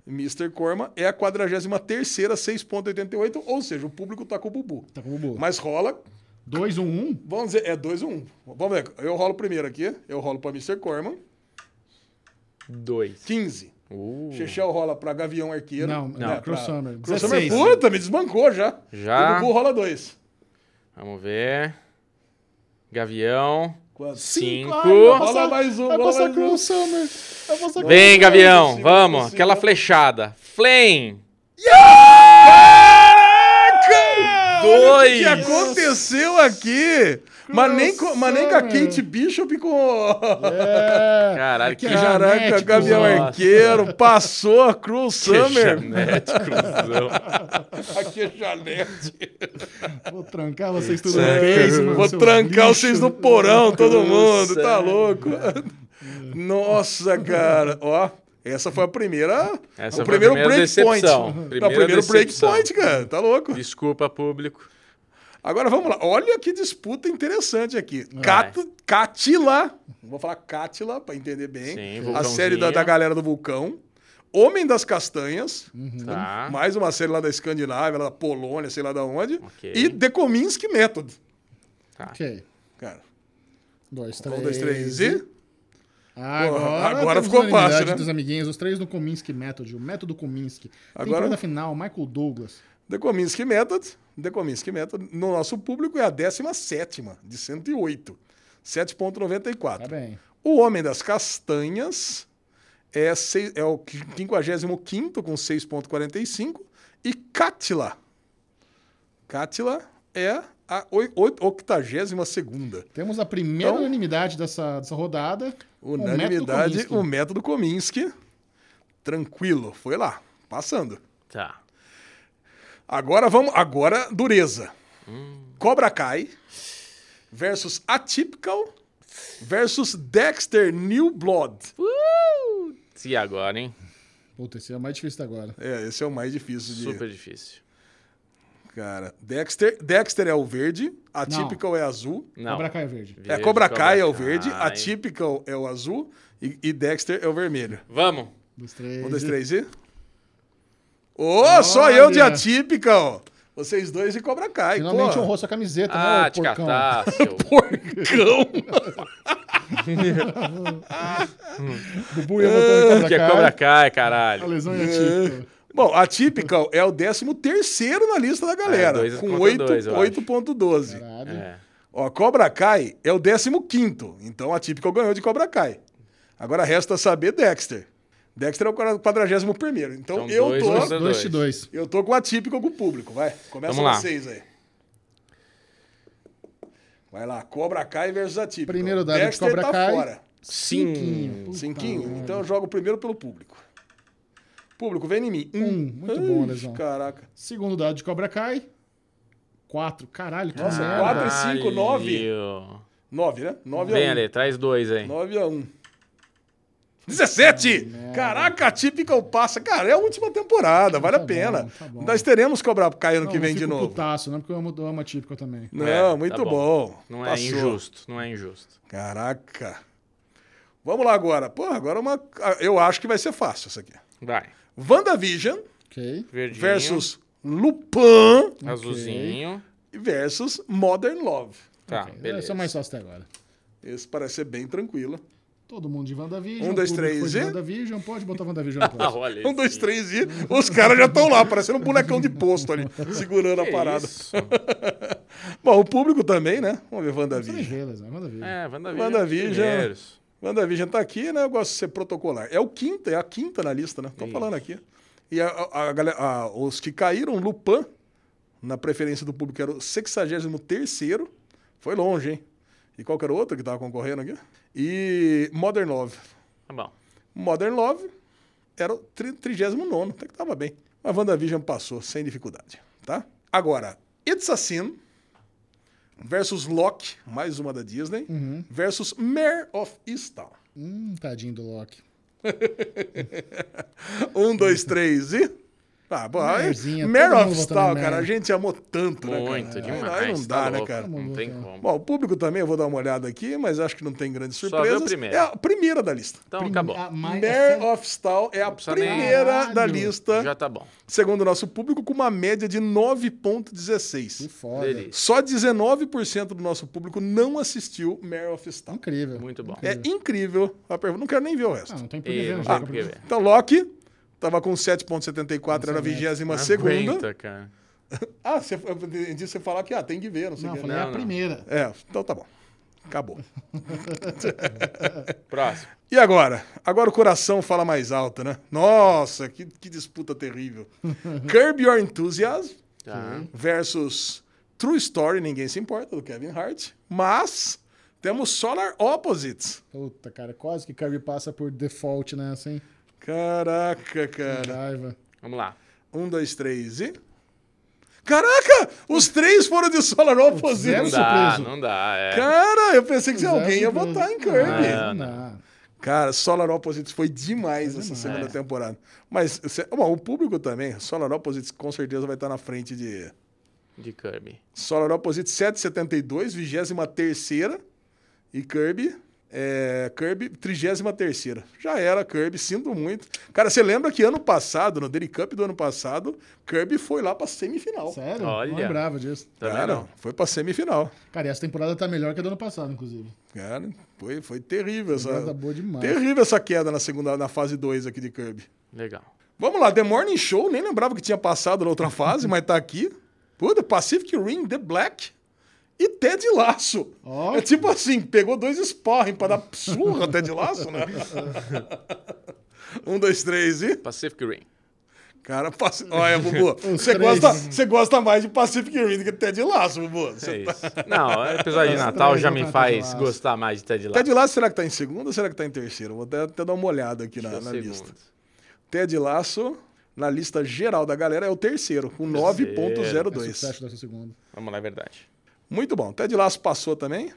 Speaker 4: Mr. Corman é a 43, 6,88. Ou seja, o público tá com o bubu.
Speaker 1: Tá com o Bubu.
Speaker 4: Mas rola
Speaker 1: 2, 1, 1.
Speaker 4: Vamos dizer, é 2 ou 1. Um. Vamos ver, eu rolo primeiro aqui, eu rolo pra Mr. Corman,
Speaker 2: Dois.
Speaker 4: 15.
Speaker 2: Uh,
Speaker 4: Chechel rola pra Gavião Arqueiro. É,
Speaker 1: Não, não,
Speaker 4: pra-
Speaker 1: Cross Summer,
Speaker 4: Cross Summer, é
Speaker 1: 16.
Speaker 4: puta, me desbancou já.
Speaker 2: Já.
Speaker 4: O Bubu rola 2.
Speaker 2: vamos ver. Gavião.
Speaker 4: Quanto?
Speaker 2: Cinco.
Speaker 4: Rola mais um,
Speaker 1: Vai
Speaker 4: rola
Speaker 1: passar
Speaker 4: mais
Speaker 1: Cruel
Speaker 4: um.
Speaker 1: Summer. Vai passar Cruel
Speaker 2: Vem, Gavião.
Speaker 4: possível,
Speaker 2: vamos.
Speaker 4: possível.
Speaker 2: Aquela flechada. Flame.
Speaker 4: Caraca! Olha O que, que
Speaker 2: Dois.
Speaker 4: aconteceu aqui? Mas nem, com, mas nem com a
Speaker 1: Summer.
Speaker 4: Kate Bishop com...
Speaker 1: É.
Speaker 2: Caralho, que,
Speaker 1: Que
Speaker 2: ja-
Speaker 4: Caraca,
Speaker 1: Janete,
Speaker 4: Gavião
Speaker 2: nossa.
Speaker 4: Arqueiro passou a
Speaker 2: *laughs*
Speaker 4: Cruel
Speaker 2: que
Speaker 4: Summer.
Speaker 2: Janete, cruzão.
Speaker 4: *laughs* Aqui é Janete.
Speaker 1: Vou trancar vocês tudo no
Speaker 2: Sério.
Speaker 1: basement.
Speaker 4: Vou
Speaker 1: seus
Speaker 4: trancar
Speaker 1: lixos.
Speaker 4: vocês no *laughs* porão, todo mundo,
Speaker 2: Nossa.
Speaker 4: tá louco? Nossa, cara, ó, essa foi a primeira,
Speaker 2: Essa
Speaker 4: o
Speaker 2: foi a
Speaker 4: primeiro
Speaker 2: primeira
Speaker 4: breakpoint.
Speaker 2: decepção.
Speaker 4: Não, o
Speaker 2: Primeira
Speaker 4: primeiro
Speaker 2: decepção.
Speaker 4: breakpoint, cara, tá louco?
Speaker 2: Desculpa, público.
Speaker 4: Agora vamos lá, olha que disputa interessante aqui. Cat, Catila, vou falar Catila pra entender bem,
Speaker 2: Sim,
Speaker 4: a
Speaker 2: vulcãozinho.
Speaker 4: série da, da galera do vulcão. Homem das Castanhas,
Speaker 2: Tá.
Speaker 4: mais uma série lá da Escandinávia, lá da Polônia, sei lá da onde.
Speaker 2: Ok.
Speaker 4: E The Kominsky Method,
Speaker 1: Ok.
Speaker 4: cara.
Speaker 1: Dois, três.
Speaker 4: Um, dois, três e...
Speaker 1: Agora,
Speaker 4: Agora
Speaker 1: temos
Speaker 4: ficou fácil,
Speaker 1: unanimidade
Speaker 4: né?
Speaker 1: dos amiguinhos, os três no Kominsky Method, o método Kominsky.
Speaker 4: Agora-
Speaker 1: Agora... na final, Michael Douglas.
Speaker 4: The Kominsky Method, The Kominsky Method, no nosso público é a 17 de 108,
Speaker 1: Tá
Speaker 4: 7.94.
Speaker 1: bem.
Speaker 4: o Homem das Castanhas é, seis, é o 55 com 6.45 e Cátila. Cátila é a 82ª.
Speaker 1: Temos a primeira
Speaker 4: Então-
Speaker 1: unanimidade dessa, dessa rodada. o método
Speaker 4: Unanimidade,
Speaker 1: Kominsky.
Speaker 4: o método Kominsky. Tranquilo, foi lá, passando.
Speaker 2: Tá.
Speaker 4: Agora vamos. Agora, dureza. Cobra Kai versus Atypical versus Dexter New Blood.
Speaker 2: E agora, hein?
Speaker 1: Puta, esse é o mais difícil até agora.
Speaker 4: É, esse é o mais difícil de.
Speaker 2: Super difícil.
Speaker 4: Cara, Dexter, Dexter é o verde, Atypical é azul.
Speaker 2: Não.
Speaker 1: Cobra Kai Verde.
Speaker 4: é
Speaker 2: Verde,
Speaker 4: Cobra Kai é o verde,
Speaker 2: Kai.
Speaker 4: Atypical é o azul e, e Dexter é o vermelho.
Speaker 2: Vamos.
Speaker 1: Um, dois, três.
Speaker 4: Um, dois,
Speaker 1: e-
Speaker 4: três e. Ô, só eu de
Speaker 1: Olha!
Speaker 4: Atypical! Vocês dois de Cobra Kai.
Speaker 1: Finalmente
Speaker 4: pô.
Speaker 1: honrou sua
Speaker 4: Tá
Speaker 1: camiseta, né,
Speaker 2: Ah,
Speaker 1: ô
Speaker 2: te
Speaker 1: porcão?
Speaker 2: catar,
Speaker 4: *laughs*
Speaker 2: seu...
Speaker 4: Porcão!
Speaker 1: Bubu ia votar em Cobra
Speaker 2: Que é
Speaker 1: Kai.
Speaker 2: Cobra Kai,
Speaker 1: A
Speaker 2: caralho.
Speaker 1: lesão é atípica.
Speaker 4: Tipo. Bom, a Typical é o 13 terceiro na lista da galera,
Speaker 2: É, dois
Speaker 4: com
Speaker 2: contra
Speaker 4: oito-
Speaker 2: dois, eu acho.
Speaker 4: 8.12.
Speaker 1: Caralho.
Speaker 2: É.
Speaker 4: Ó, Cobra Kai é o 15º, então a Typical ganhou de Cobra Kai. Agora resta saber Dexter. Dexter é o 41º, então,
Speaker 2: Então,
Speaker 4: eu
Speaker 2: dois
Speaker 4: tô,
Speaker 2: contra-
Speaker 1: Dois de dois.
Speaker 4: eu tô com a Typical com o público, vai. Começa
Speaker 2: Vamos lá.
Speaker 4: vocês aí. Vai lá, Cobra Kai versus a Typical.
Speaker 1: Primeiro dado de
Speaker 4: Dexter
Speaker 1: Cobra
Speaker 4: tá
Speaker 1: Kai.
Speaker 4: fora.
Speaker 2: Sim.
Speaker 1: Puta
Speaker 4: Cinquinho?
Speaker 1: merda.
Speaker 4: Então eu jogo primeiro pelo público. Público, vem em mim. Um.
Speaker 1: Um, muito bom,
Speaker 4: Ai,
Speaker 1: Lesão.
Speaker 4: Caraca.
Speaker 1: Segundo dado de Cobra Kai. Quatro. Caralho, que
Speaker 4: Nossa,
Speaker 1: merda.
Speaker 4: quatro. cinco, nove.
Speaker 2: Caralho.
Speaker 4: Nove, né? Nove
Speaker 2: Vem,
Speaker 4: a um.
Speaker 2: Ale, traz dois aí.
Speaker 4: 9 a 1. 17! Caraca, típica o passa. Cara, é a última temporada, vale
Speaker 1: Tá
Speaker 4: a pena.
Speaker 1: bom, tá bom.
Speaker 4: Nós teremos Cobra Kai ano
Speaker 1: Não,
Speaker 4: que
Speaker 1: não
Speaker 4: vem de
Speaker 1: fico
Speaker 4: novo.
Speaker 1: Putaço, não, porque eu amo, eu amo a típica também.
Speaker 4: Não,
Speaker 2: É, tá
Speaker 4: muito
Speaker 2: bom.
Speaker 4: bom.
Speaker 2: Não é
Speaker 4: Passou.
Speaker 2: injusto, não é injusto.
Speaker 4: Caraca. Vamos lá agora. Pô, agora é uma. ah, Eu acho que vai ser fácil essa aqui.
Speaker 2: Vai.
Speaker 4: WandaVision
Speaker 1: Ok.
Speaker 2: Verdinho,
Speaker 4: versus Lupin
Speaker 2: azulzinho.
Speaker 4: versus Modern Love.
Speaker 2: Tá,
Speaker 1: Ok,
Speaker 2: beleza.
Speaker 1: Essa é mais fácil até agora.
Speaker 4: Esse parece ser bem tranquilo.
Speaker 1: Todo mundo de WandaVision.
Speaker 4: Um, dois,
Speaker 1: o público
Speaker 4: três
Speaker 1: foi de
Speaker 4: e-
Speaker 1: WandaVision, pode botar WandaVision na
Speaker 2: Ah,
Speaker 1: próxima.
Speaker 2: olha
Speaker 4: Um, dois,
Speaker 2: esse-
Speaker 4: três e os caras já estão lá, parecendo um bonecão de
Speaker 2: *laughs*
Speaker 4: posto ali, segurando
Speaker 2: Que
Speaker 4: a parada.
Speaker 2: É isso?
Speaker 4: Bom, o público também, né? Vamos ver
Speaker 1: Você nem
Speaker 4: WandaVision.
Speaker 1: vê, Lesão, né, WandaVision.
Speaker 2: É, WandaVision.
Speaker 4: WandaVision.
Speaker 2: primeiros.
Speaker 4: WandaVision tá aqui, né? Eu gosto de ser protocolar. É o quinta, é a quinta na lista, né? Tô
Speaker 2: Isso.
Speaker 4: falando aqui. E a, a- a galera- a- os que caíram, Lupin, na preferência do público, era o 63 Foi longe, hein? E qual que era o outro que tava concorrendo aqui? E Modern Love.
Speaker 2: Tá bom.
Speaker 4: Modern Love era o tri- 39, até que tava bem. Mas WandaVision passou sem dificuldade, tá? Agora, It's a Sin versus Loki, mais uma da Disney, versus Mare of Easttown.
Speaker 1: Uhum. Hum, tadinho do Loki.
Speaker 4: *laughs* Um, dois, três e... Ah, bom, aí-
Speaker 1: Marezinha,
Speaker 4: Mare
Speaker 1: todo
Speaker 4: of
Speaker 1: mundo votando
Speaker 4: Easttown,
Speaker 1: em
Speaker 4: cara, a
Speaker 1: Mare.
Speaker 4: gente amou tanto, né, cara?
Speaker 2: Muito
Speaker 4: Aí-
Speaker 2: demais.
Speaker 4: Aí não
Speaker 2: tá
Speaker 4: dá, né,
Speaker 2: louco,
Speaker 4: cara?
Speaker 2: Não tem
Speaker 1: Vamos
Speaker 2: como.
Speaker 4: Bom, o público também, eu vou dar uma olhada aqui, mas acho que não tem grandes
Speaker 2: Só vê o
Speaker 4: surpresas.
Speaker 2: primeiro.
Speaker 4: É a primeira da lista.
Speaker 2: Então, acabou.
Speaker 1: A mais-
Speaker 4: Mare of Easttown é a
Speaker 2: precisa nem-
Speaker 4: primeira da
Speaker 1: Caralho.
Speaker 4: lista.
Speaker 2: Já tá bom.
Speaker 4: segundo o nosso público, com uma média de 9,16.
Speaker 1: Que foda.
Speaker 2: Delícia.
Speaker 4: Só 19% do nosso público não assistiu Mare of Stone.
Speaker 1: Incrível.
Speaker 2: Muito bom.
Speaker 4: É incrível a pergunta. Não quero nem ver o resto.
Speaker 1: Ah, não tem por que
Speaker 2: E,
Speaker 1: ver,
Speaker 2: não
Speaker 1: não
Speaker 2: tem
Speaker 1: tem
Speaker 2: o
Speaker 1: por
Speaker 2: que
Speaker 1: que
Speaker 2: ver.
Speaker 4: Então, Loki tava com 7,74, era a 22 segunda.
Speaker 2: Aguenta, cara.
Speaker 4: Ah, você, eu entendi você falar que ah, tem que ver, não sei o
Speaker 1: Não, eu
Speaker 4: que.
Speaker 1: falei
Speaker 2: Não,
Speaker 1: é
Speaker 2: não.
Speaker 1: a primeira.
Speaker 4: É, então tá bom. Acabou.
Speaker 2: Próximo.
Speaker 4: E agora? Agora o coração fala mais alto, né? Nossa, que, que disputa
Speaker 1: *laughs*
Speaker 4: terrível. Curb Your Enthusiasm
Speaker 2: Tá.
Speaker 4: versus True Story, ninguém se importa, do Kevin Hart. Mas temos Solar Opposites.
Speaker 1: Puta, cara, quase que Kirby passa por default nessa, hein?
Speaker 4: Caraca,
Speaker 1: É.
Speaker 4: cara.
Speaker 1: Raiva. *laughs*
Speaker 2: Vamos lá.
Speaker 4: Um, dois, três e. Caraca! Os três foram de Solar
Speaker 2: Não
Speaker 4: Opposites.
Speaker 1: Zero?
Speaker 2: dá,
Speaker 1: surpreso.
Speaker 2: não dá. É.
Speaker 4: Cara, eu pensei que
Speaker 1: Zero É.
Speaker 4: alguém ia
Speaker 1: surpresa.
Speaker 4: votar em Kirby.
Speaker 1: Não,
Speaker 2: Ah.
Speaker 1: não.
Speaker 4: Cara, Solar Opposites foi demais essa
Speaker 1: demais.
Speaker 4: segunda temporada. Mas cê- bom, o público também, Solar Opposites com certeza vai estar na frente de
Speaker 2: De Kirby.
Speaker 4: Solar Opposite 772, 23 e Kirby. É, Kirby, 33 Já era, Kirby, sinto muito. Cara, você lembra que ano passado, no Daily Cup do ano passado, Kirby foi lá pra semifinal.
Speaker 1: Sério?
Speaker 2: Olha.
Speaker 1: Não lembrava disso.
Speaker 2: Também
Speaker 4: Cara,
Speaker 2: não.
Speaker 4: foi pra semifinal.
Speaker 1: Cara, e essa temporada tá melhor que a do ano passado, inclusive.
Speaker 4: Cara, foi, foi terrível
Speaker 1: Temporada
Speaker 4: essa.
Speaker 1: boa demais.
Speaker 4: Terrível essa queda na segunda, na fase 2 aqui de Kirby.
Speaker 2: Legal.
Speaker 4: Vamos lá, The Morning Show, nem lembrava que tinha passado na outra fase, mas tá aqui. Puta, Pacific Rim, The Black e Ted Laço.
Speaker 1: Ó.
Speaker 4: É tipo assim, pegou dois Sparring pra dar surra até de laço, né? um, dois, três e...
Speaker 2: Pacific Rim.
Speaker 4: Cara, paci... olha, Bubu, você
Speaker 1: três.
Speaker 4: gosta, você gosta mais de Pacific Rim do que Ted Laço, Bubu. Você
Speaker 2: É isso. Não, o episódio de Natal já me faz gostar mais de tá Ted Lasso.
Speaker 4: Ted Laço, será que tá em segundo ou será que tá em terceiro? Vou até, até dar uma olhada aqui na, na
Speaker 2: é Segundo.
Speaker 4: lista. Ted Laço, na lista geral da galera, é o terceiro, com 9.02.
Speaker 1: É Sucesso dessa segunda.
Speaker 2: Vamos lá, é verdade.
Speaker 4: Muito bom. Ted Lasso passou também.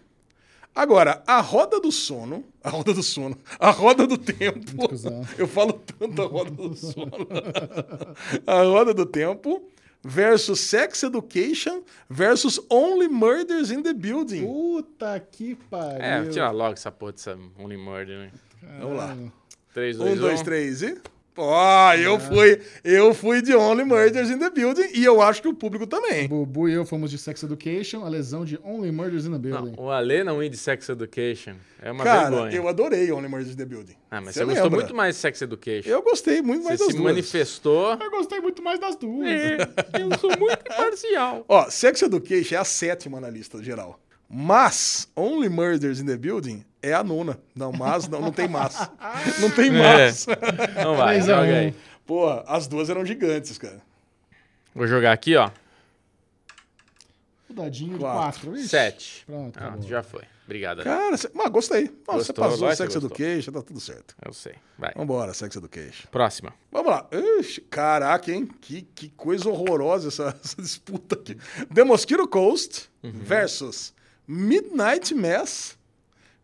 Speaker 4: Agora, a roda do sono. A roda do sono. A roda do tempo.
Speaker 1: cuzão.
Speaker 4: Eu falo tanto a roda do sono. a roda do tempo versus Sex Education versus Only Murders in the Building.
Speaker 2: Uh,
Speaker 1: Puta que pariu.
Speaker 2: É, tira logo essa porra dessa Only Murder, né?
Speaker 4: Vamos lá.
Speaker 2: 3, 2, 1.
Speaker 4: Um, dois, três e. Ó, eu fui. Eu fui de Only Murders in the Building e eu acho que o público também.
Speaker 1: Bubu e eu fomos de Sex Education, a lesão de Only Murders in the Building.
Speaker 2: Não, o Ale não ir de Sex Education é uma
Speaker 4: Cara,
Speaker 2: vergonha.
Speaker 4: eu adorei Only Murders in the Building.
Speaker 2: Ah, mas
Speaker 4: Cê
Speaker 2: você gostou
Speaker 4: lembra?
Speaker 2: muito mais de Sex Education.
Speaker 4: Eu gostei muito
Speaker 2: você
Speaker 4: mais
Speaker 2: se
Speaker 4: das duas.
Speaker 2: manifestou.
Speaker 1: Eu gostei muito mais das duas.
Speaker 2: *laughs* eu sou muito imparcial.
Speaker 4: Ó, Sex Education é a sétima na lista geral. Mas Only Murders in the Building é a nona. Não, mas não, não tem *laughs* mas. Não tem mas.
Speaker 2: Então vai,
Speaker 1: Três a
Speaker 2: joga
Speaker 1: um.
Speaker 2: aí.
Speaker 4: Porra, as duas eram gigantes, cara.
Speaker 2: Vou jogar aqui, ó.
Speaker 1: O dadinho de
Speaker 4: Quatro.
Speaker 1: 4.
Speaker 2: Sete.
Speaker 1: Pronto,
Speaker 2: Ah,
Speaker 1: acabou.
Speaker 2: já foi. Obrigado. Ale.
Speaker 4: Cara, cê- mas gostei. Não, você
Speaker 2: Gostou,
Speaker 4: passou
Speaker 2: agora você
Speaker 4: o Sex
Speaker 2: gostou.
Speaker 4: Education, tá tudo certo.
Speaker 2: Eu sei. Vai.
Speaker 4: Vambora, Sex Education.
Speaker 2: Próxima.
Speaker 4: Vamos lá. Ixi, caraca, hein? Que, que coisa horrorosa essa, *laughs* essa disputa aqui. The Mosquito Coast
Speaker 2: Uhum.
Speaker 4: versus Midnight Mass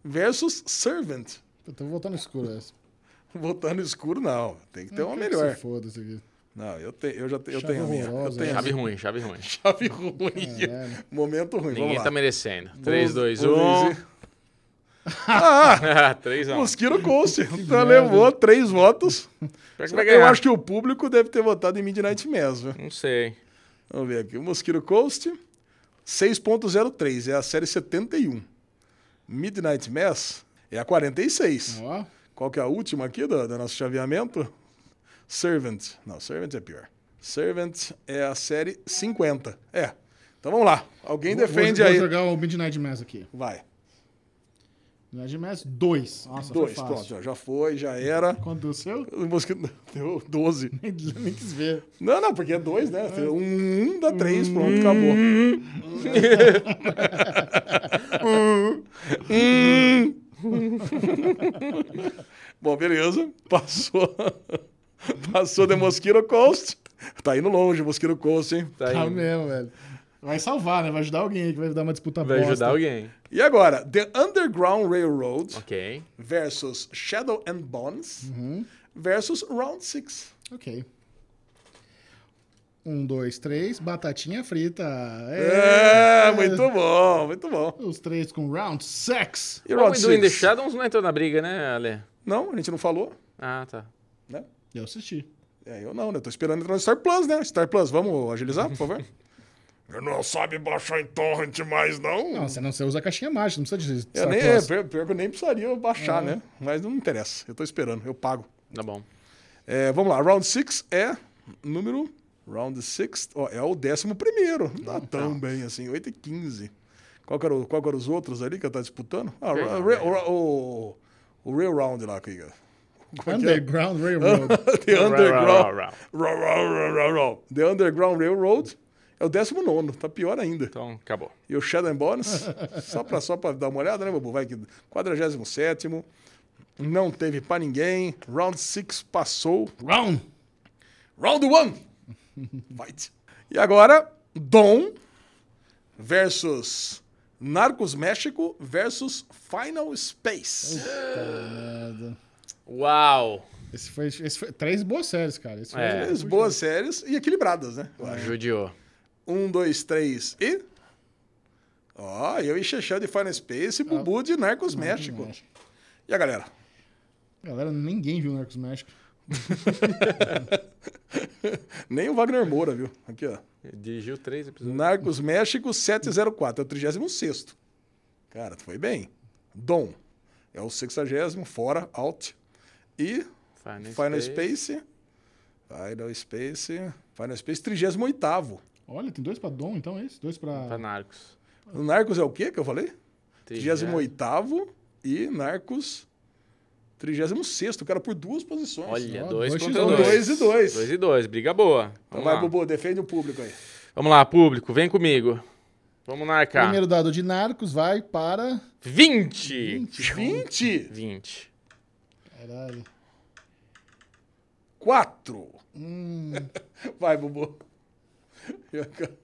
Speaker 4: versus Servant.
Speaker 1: Então vou voltar no escuro essa.
Speaker 4: Votar no escuro, não. Tem que ter uma
Speaker 1: Quero que
Speaker 4: melhor.
Speaker 1: se foda isso aqui.
Speaker 4: Não, eu, te, eu já te- eu
Speaker 1: Chave
Speaker 4: tenho a minha. Eu
Speaker 1: horrorosa,
Speaker 4: tenho
Speaker 1: né?
Speaker 4: a
Speaker 2: Chave é.
Speaker 4: minha.
Speaker 2: ruim, chave ruim.
Speaker 4: Chave ruim.
Speaker 1: Caralho.
Speaker 4: Momento ruim.
Speaker 2: Ninguém
Speaker 4: Vamos
Speaker 2: tá
Speaker 4: lá.
Speaker 2: merecendo. um. 3, 2,
Speaker 4: Vamos-
Speaker 2: 1. *laughs*
Speaker 4: vamos ver. Ah,
Speaker 2: 3 a 1.
Speaker 4: Mosquito Coast. Então levou três votos.
Speaker 2: Pior que vai
Speaker 4: Eu
Speaker 2: ganhar.
Speaker 4: acho que o público deve ter votado em Midnight mesmo.
Speaker 2: Não sei.
Speaker 4: Vamos ver aqui. O Mosquito Coast, 6.03. É a série 71. Midnight Mass é a 46.
Speaker 1: Ó,
Speaker 4: Qual que é a última aqui do, do nosso chaveamento? Servant. Não, Servant é pior. Servant é a série 50. É. Então vamos lá. Alguém
Speaker 1: vou-
Speaker 4: defende
Speaker 1: vou,
Speaker 4: aí.
Speaker 1: Vou jogar o Midnight Mass aqui.
Speaker 4: Vai.
Speaker 1: Midnight Mass 2. Nossa,
Speaker 4: Dois.
Speaker 1: foi
Speaker 4: Pronto.
Speaker 1: fácil.
Speaker 4: já- Já foi, já era.
Speaker 1: Quanto do seu? *laughs*
Speaker 4: O mosquito *laughs* deu 12.
Speaker 1: Nem, nem quis ver.
Speaker 4: Não, não, porque é dois, né? Um, um dá três, pronto, acabou. Hum. Bom, beleza. Passou. Passou The Mosquito Coast. Tá indo longe o Mosquito Coast, hein?
Speaker 2: Tá
Speaker 1: Tá
Speaker 2: indo.
Speaker 1: mesmo, velho. Vai salvar, né? Vai ajudar alguém aí que vai dar uma disputa
Speaker 2: Vai
Speaker 1: bosta.
Speaker 2: ajudar alguém.
Speaker 4: E agora, The Underground Railroad
Speaker 2: Ok.
Speaker 4: versus Shadow and Bones versus Round Six.
Speaker 1: Ok. Um, dois, três. Batatinha frita. É,
Speaker 4: É, muito bom, muito bom.
Speaker 1: Os três com round sex.
Speaker 4: E
Speaker 2: O
Speaker 4: Round
Speaker 2: do In the
Speaker 4: Six?
Speaker 2: Shadows não entrou na briga, né, Ale?
Speaker 4: Não, a gente não falou,
Speaker 2: Ah, tá.
Speaker 4: né?
Speaker 1: Eu assisti.
Speaker 4: É, eu não, né? Tô esperando entrar no Star Plus, né? Star Plus, vamos agilizar, por favor? *laughs* Eu não sabe baixar em torrent mais, não.
Speaker 1: Não, você não você usa a caixinha mágica, não precisa de
Speaker 4: eu nem, é,
Speaker 1: Starcross.
Speaker 4: pior, pior que eu nem precisaria baixar, né? Mas não interessa, eu tô esperando, eu pago.
Speaker 2: Tá bom.
Speaker 4: É, vamos lá, Round 6 é número... Round 6 ó, é o décimo primeiro. Não tá tão bem assim, 8 e 15. Qual que, era, o- qual que eram os outros ali que eu tava disputando? Ah,
Speaker 2: Sei
Speaker 4: ra-
Speaker 2: lá,
Speaker 4: ra- ra- o, o Real Round lá, que Como que é?
Speaker 1: Underground Railroad.
Speaker 4: *laughs* The
Speaker 2: Ra, ra,
Speaker 4: Underground.
Speaker 2: ra, ra.
Speaker 4: Ra, ra, ra, ra, ra. The Underground Railroad é o 19, tá pior ainda.
Speaker 2: Então, acabou.
Speaker 4: E o Shadow and Bones, só pra, só pra dar uma olhada, né, Babu? Vai que 47, não teve pra ninguém. Round 6 passou.
Speaker 1: round.
Speaker 4: Round 1! Fight. E agora, Dom versus Narcos México versus Final Space.
Speaker 1: Merda.
Speaker 2: Uau!
Speaker 1: É, Esse foi, esse foi três boas séries, cara. Esse foi-
Speaker 2: É.
Speaker 4: Três boas séries e equilibradas, né? Eu acho.
Speaker 2: Judiou.
Speaker 4: Um, dois, três e. Ó, eu e Xexé de Final Space e Ah, Bubu de Narcos México.
Speaker 1: México.
Speaker 4: E a galera?
Speaker 1: Galera, ninguém viu Narcos México.
Speaker 4: Nem o Wagner Moura, viu? Aqui, ó.
Speaker 2: Dirigiu três episódios.
Speaker 4: Narcos México 704, é o 36. Cara, tu foi bem. Dom é o 60, fora, out. E
Speaker 2: Final,
Speaker 4: Final Space. Final Space. Final Space 38.
Speaker 1: Olha, tem dois pra Dom, então, é isso? Dois pra...
Speaker 2: Pra Narcos.
Speaker 4: O Narcos é o quê que eu falei?
Speaker 2: Trigésimo.
Speaker 4: 38 e Narcos 36. O cara por duas posições.
Speaker 2: Olha,
Speaker 1: Ó,
Speaker 2: dois
Speaker 1: dois
Speaker 2: contra
Speaker 1: e dois.
Speaker 2: dois.
Speaker 4: Dois e dois.
Speaker 2: Dois e dois. Briga boa.
Speaker 4: Então
Speaker 2: Vamos
Speaker 4: vai,
Speaker 2: lá.
Speaker 4: Bubu, defende o público aí.
Speaker 2: Vamos lá, público. Vem comigo. Vamos
Speaker 4: Tá.
Speaker 2: narcar.
Speaker 1: Primeiro dado de Narcos vai para...
Speaker 2: 20!
Speaker 4: 20,
Speaker 2: 20.
Speaker 1: Caralho.
Speaker 4: 4.
Speaker 1: Hum,
Speaker 4: *laughs* Vai, Bubu. *laughs*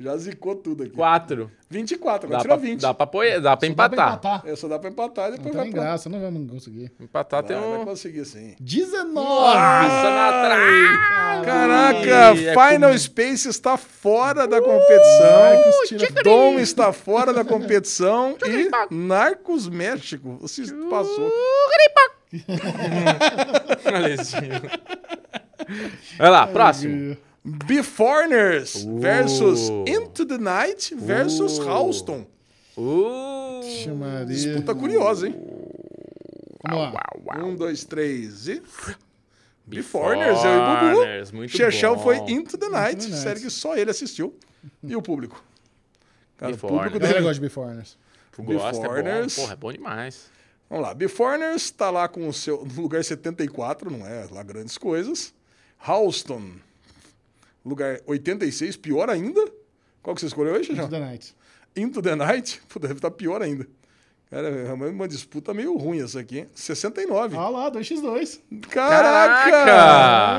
Speaker 4: Já zicou tudo aqui.
Speaker 2: 4.
Speaker 4: 24, agora
Speaker 2: Dá
Speaker 4: tirou
Speaker 2: pra,
Speaker 4: 20.
Speaker 2: dá pra, apoiar- dá pra
Speaker 1: só dá
Speaker 2: empatar.
Speaker 1: pra empatar.
Speaker 4: É, só dá pra empatar e
Speaker 1: Não
Speaker 4: depois vai
Speaker 1: tem
Speaker 4: pra...
Speaker 1: graça, não vamos conseguir.
Speaker 2: Empatar
Speaker 4: Vai,
Speaker 2: tem
Speaker 4: vai
Speaker 2: um... Ah!
Speaker 4: conseguir sim.
Speaker 1: 19!
Speaker 2: Nossa, na trave!
Speaker 4: Caraca,
Speaker 2: Ih, é
Speaker 4: Final
Speaker 2: com- Uh,
Speaker 4: Space está fora da competição.
Speaker 1: Narcos tira...
Speaker 4: Dom está fora da competição e Narcos México. Você
Speaker 2: Uh,
Speaker 4: passou. *laughs*
Speaker 2: Alezinho. Vai lá, próximo.
Speaker 4: Beforeigners versus
Speaker 2: Uh.
Speaker 4: Into the Night versus
Speaker 2: Uh.
Speaker 4: Houston.
Speaker 2: Uh,
Speaker 1: Ixi, Maria.
Speaker 4: Disputa curiosa, hein?
Speaker 1: Vamos lá.
Speaker 2: uau, uau.
Speaker 4: Um, dois, três e. Beforeigners,
Speaker 2: Beforeigners,
Speaker 4: eu e o Bubu.
Speaker 2: muito
Speaker 4: Chechel
Speaker 2: bom.
Speaker 4: foi Into the Night,
Speaker 1: Night.
Speaker 4: série que só ele assistiu. E o público. Cara, o
Speaker 2: Beforeigners.
Speaker 4: público
Speaker 1: A galera
Speaker 4: dele.
Speaker 1: gosta de Beforeigners.
Speaker 2: Gosta, é bom.
Speaker 4: Beforeigners.
Speaker 2: Porra, é bom demais.
Speaker 4: Vamos lá. Beforeigners tá lá com o seu no lugar 74, não é lá grandes coisas. Houston, lugar 86, pior ainda. Qual que você escolheu hoje,
Speaker 1: Into
Speaker 4: já?
Speaker 1: the Night.
Speaker 4: Into the Night? *laughs* Pô, deve estar pior ainda. Cara, é uma- uma disputa meio ruim essa aqui, hein? 69.
Speaker 1: Olha Ah, lá, 2x2.
Speaker 4: Caraca!
Speaker 1: Ah.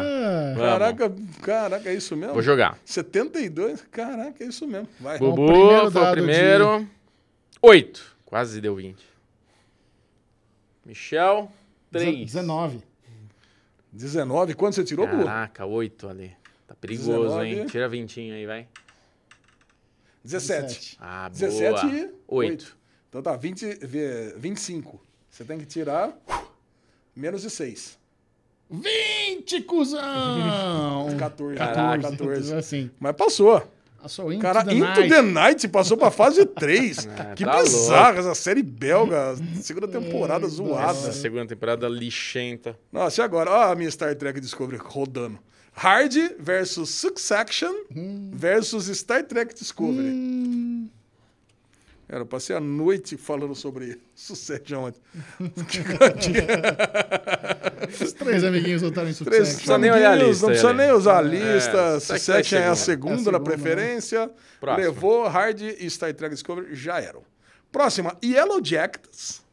Speaker 2: Vamos.
Speaker 4: Caraca, caraca, é isso mesmo?
Speaker 2: Vou jogar.
Speaker 4: 72? Caraca, é isso mesmo. Vai.
Speaker 1: Bom,
Speaker 2: Bubu
Speaker 1: primeiro
Speaker 2: foi o
Speaker 1: dado
Speaker 2: primeiro. Oito. Quase deu 20. Michel,
Speaker 1: Deze-
Speaker 2: três.
Speaker 1: 19.
Speaker 4: 19. Quanto você tirou, Bubu?
Speaker 2: Caraca, oito ali. Tá perigoso, hein?
Speaker 4: 19.
Speaker 2: Tira vintinho aí, vai.
Speaker 4: 17.
Speaker 2: Ah, boa.
Speaker 4: 17 e oito.
Speaker 2: Oito.
Speaker 4: Então tá, 20, vê, 25. Você tem que tirar menos de 6.
Speaker 1: 20, cuzão!
Speaker 4: *laughs* 14.
Speaker 2: Caraca.
Speaker 4: 14.
Speaker 1: Assim,
Speaker 4: Mas passou.
Speaker 1: passou Into
Speaker 4: Cara,
Speaker 1: the
Speaker 4: Into
Speaker 1: Night.
Speaker 4: the Night passou
Speaker 2: *laughs*
Speaker 4: pra fase 3.
Speaker 2: Ah,
Speaker 4: que
Speaker 2: tá
Speaker 4: bizarro, essa série belga, segunda temporada
Speaker 1: Ai,
Speaker 2: Essa
Speaker 4: zoada.
Speaker 2: segunda temporada lixenta.
Speaker 4: Nossa, e agora? Ó a minha Star Trek Discovery rodando. Hard versus Succession versus Star Trek Discovery.
Speaker 1: Hum.
Speaker 4: Cara, eu passei a noite falando sobre *laughs* Succession ontem.
Speaker 1: Os três amiguinhos voltaram em
Speaker 4: Três,
Speaker 1: sucesso.
Speaker 2: precisa nem olhar a
Speaker 4: amiguinhos,
Speaker 2: lista,
Speaker 4: Não precisa
Speaker 2: Helena.
Speaker 4: nem usar a
Speaker 2: É,
Speaker 4: lista.
Speaker 2: Star Trek
Speaker 4: Succession é
Speaker 1: É a
Speaker 2: segunda. né?
Speaker 4: a segunda,
Speaker 1: segunda,
Speaker 4: na preferência.
Speaker 2: Próximo.
Speaker 4: Levou Hard e Star Trek Discovery, já eram. Próxima, Yellow Jackets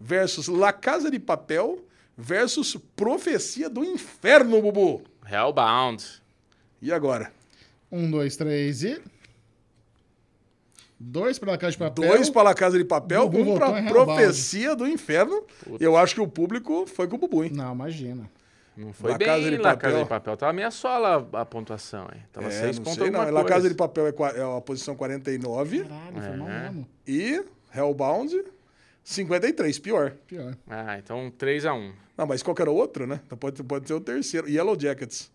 Speaker 4: versus La Casa de Papel versus Profecia do Inferno, Bubu.
Speaker 2: Hellbound.
Speaker 4: E agora?
Speaker 1: Um, dois, três e... Dois pra Casa de Papel.
Speaker 4: Dois para La Casa de Papel,
Speaker 1: Bubu
Speaker 4: um
Speaker 1: voltou
Speaker 4: para
Speaker 1: em
Speaker 4: Profecia do Inferno. Eu acho que o público foi com o Bubu, hein?
Speaker 1: Não, imagina.
Speaker 2: Não foi
Speaker 4: La
Speaker 2: bem
Speaker 4: Casa de
Speaker 2: La
Speaker 4: Papel.
Speaker 2: Casa de Papel. Tava meia sola a pontuação, hein? Tava
Speaker 4: É,
Speaker 2: seis
Speaker 4: não
Speaker 2: pontos
Speaker 4: sei, não.
Speaker 2: alguma
Speaker 4: La Casa
Speaker 2: coisa.
Speaker 4: de Papel é, qua- é a posição 49
Speaker 1: Caralho, foi mal
Speaker 2: É.
Speaker 1: mesmo.
Speaker 4: e Hellbound 53, pior.
Speaker 1: Pior.
Speaker 2: Ah, então 3 a 1
Speaker 4: Não, mas qual que era o outro, né? Então pode, pode ser o terceiro. Yellow Jackets.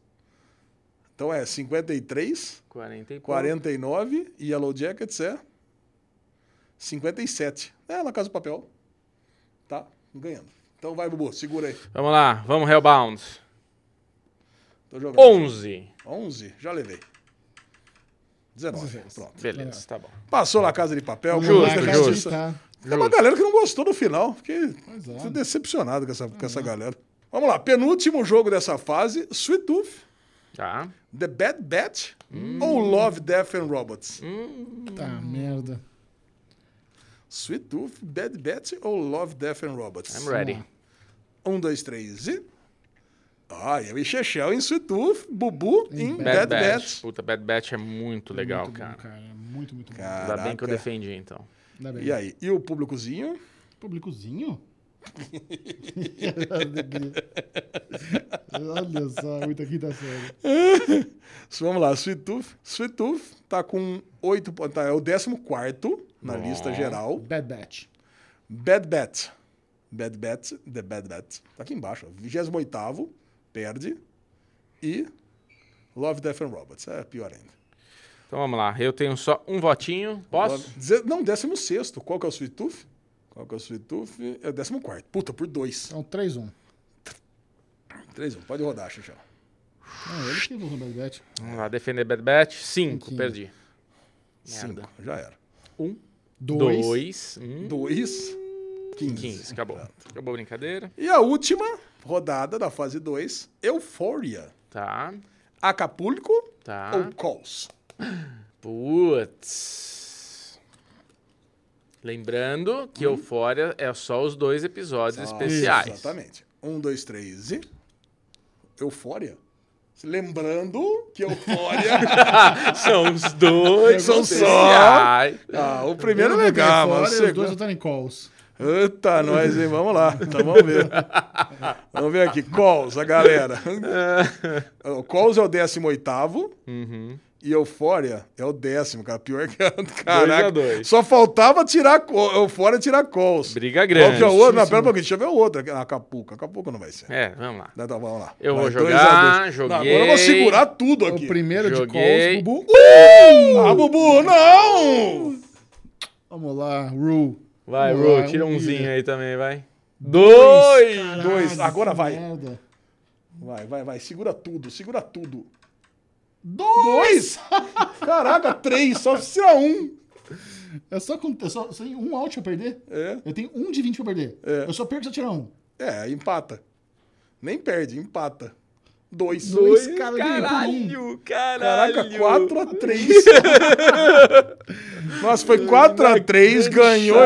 Speaker 4: Então é 53,
Speaker 2: 40 e pouco.
Speaker 4: 49 e Yellow Jackets é 57. É, La Casa de Papel. Tá ganhando. Então vai, Bubu, segura aí.
Speaker 2: Vamos lá, vamos Hellbound.
Speaker 4: Tô jogando.
Speaker 2: 11.
Speaker 4: 11, já levei. 19, pronto.
Speaker 2: Beleza, tá bom.
Speaker 4: Passou na casa de papel.
Speaker 2: Justo,
Speaker 4: vamos ver a
Speaker 2: justo.
Speaker 4: justiça.
Speaker 1: Tá.
Speaker 4: Tem uma galera que não gostou do final. Fiquei
Speaker 1: é.
Speaker 4: fiquei decepcionado com essa, com essa galera. Vamos lá, penúltimo jogo dessa fase, Sweet Tooth,
Speaker 2: Tá.
Speaker 4: The Bad Batch ou Love, Death and Robots?
Speaker 1: Tá, merda.
Speaker 4: Sweet Tooth, Bad Batch ou Love, Death and Robots?
Speaker 2: I'm ready.
Speaker 4: Um, dois, três e... Ah, eu e Chechel em Sweet Tooth, Bubu em
Speaker 2: Bad,
Speaker 4: Bad,
Speaker 2: Batch.
Speaker 4: Batch.
Speaker 2: Puta, Bad Batch é muito legal,
Speaker 1: muito
Speaker 2: cara.
Speaker 1: bom, Tá, cara. é Muito, muito bom.
Speaker 4: Caraca.
Speaker 2: Ainda bem que eu defendi, então.
Speaker 1: Ainda bem.
Speaker 4: E aí, e o públicozinho?
Speaker 1: Publicozinho? *laughs* Olha só, muita quinta série.
Speaker 4: Vamos lá, Sweet Tooth. Sweet Tooth tá com oito pontos. Tá, é o décimo quarto na lista geral.
Speaker 1: Bad Batch.
Speaker 4: Bad Bet. Bad Bet, The Bad Bet. Tá aqui embaixo. ó. 28º, perde. E Love, Death and Robots. É pior ainda.
Speaker 2: Então vamos lá. Eu tenho só um votinho. Posso?
Speaker 4: Love- Deze- Não, décimo sexto. Qual que é o Sweet Tooth? Qual que é o Sweet Tooth? É o décimo quarto. Puta, por dois.
Speaker 1: Então, 3-1.
Speaker 4: Três, um. Pode rodar, Xuxão.
Speaker 1: Ah, ele que levou no Bad Batch.
Speaker 2: Vamos lá, defender Bad Batch. 5,
Speaker 1: Cinquinho.
Speaker 2: perdi. Um,
Speaker 4: Cinco. Já era.
Speaker 1: 2.
Speaker 2: 2. 1.
Speaker 4: Dois. Quinze.
Speaker 2: 15. Acabou. Acabou a brincadeira.
Speaker 4: E a última rodada da fase 2, Euphoria.
Speaker 2: Tá.
Speaker 4: Acapulco
Speaker 2: Tá.
Speaker 4: ou Calls?
Speaker 2: Putz. Lembrando que
Speaker 4: Hum?
Speaker 2: Euphoria é só os dois episódios especiais.
Speaker 4: Exatamente. Um, dois, três e. Eufória. Lembrando
Speaker 2: *laughs*
Speaker 4: que Eufória.
Speaker 2: São os dois
Speaker 4: São só-
Speaker 2: especiais.
Speaker 4: ah, o primeiro é legal,
Speaker 1: fora,
Speaker 4: mas
Speaker 1: e
Speaker 4: o
Speaker 1: Os dois
Speaker 4: segundo.
Speaker 1: voltaram em calls.
Speaker 4: Eita, nós, hein? Vamos lá. Então vamos
Speaker 2: *laughs*
Speaker 4: ver. vamos ver aqui. Calls, a galera. O Calls é o 18.
Speaker 2: Uhum.
Speaker 4: E Eufória é o décimo, cara. Pior que a. Caraca.
Speaker 2: dois.
Speaker 4: Só faltava tirar. co- Eufória e tirar Calls.
Speaker 2: Briga
Speaker 4: Qual
Speaker 2: grande.
Speaker 4: que é o outro? Não, pera um pouquinho. Deixa eu ver o outro. Acapulco. Acapulco não vai ser.
Speaker 2: É, vamos lá.
Speaker 4: Não, Então vamos lá.
Speaker 2: Eu vou
Speaker 4: dois
Speaker 2: jogar,
Speaker 4: a dois.
Speaker 2: joguei.
Speaker 4: Não, agora eu vou segurar tudo
Speaker 1: O
Speaker 4: aqui.
Speaker 1: primeiro
Speaker 2: Joguei.
Speaker 1: de calls, Bubu.
Speaker 4: Ah, Bubu, não!
Speaker 1: Vamos lá, Ru.
Speaker 2: Vai,
Speaker 1: Vamos lá,
Speaker 2: Ru, tira
Speaker 1: um
Speaker 2: umzinho
Speaker 1: dia.
Speaker 2: aí também, vai. Dois!
Speaker 1: Caralho,
Speaker 4: dois, agora
Speaker 1: que
Speaker 4: vai.
Speaker 1: Merda.
Speaker 4: Vai, vai, vai. Segura tudo, segura tudo. Dois! Caraca, três, só se tirar um.
Speaker 1: Eu É só, com, eu só, só tenho um out pra perder.
Speaker 4: É,
Speaker 1: Eu tenho um de 20 pra perder.
Speaker 4: É.
Speaker 1: Eu só perco se eu tirar um.
Speaker 4: é empata. Nem perde, empata. Dois.
Speaker 1: Dois, cara, de um.
Speaker 2: Caralho, caralho.
Speaker 4: Caraca, 4x3. *laughs* Nossa, foi 4x3, ganhou a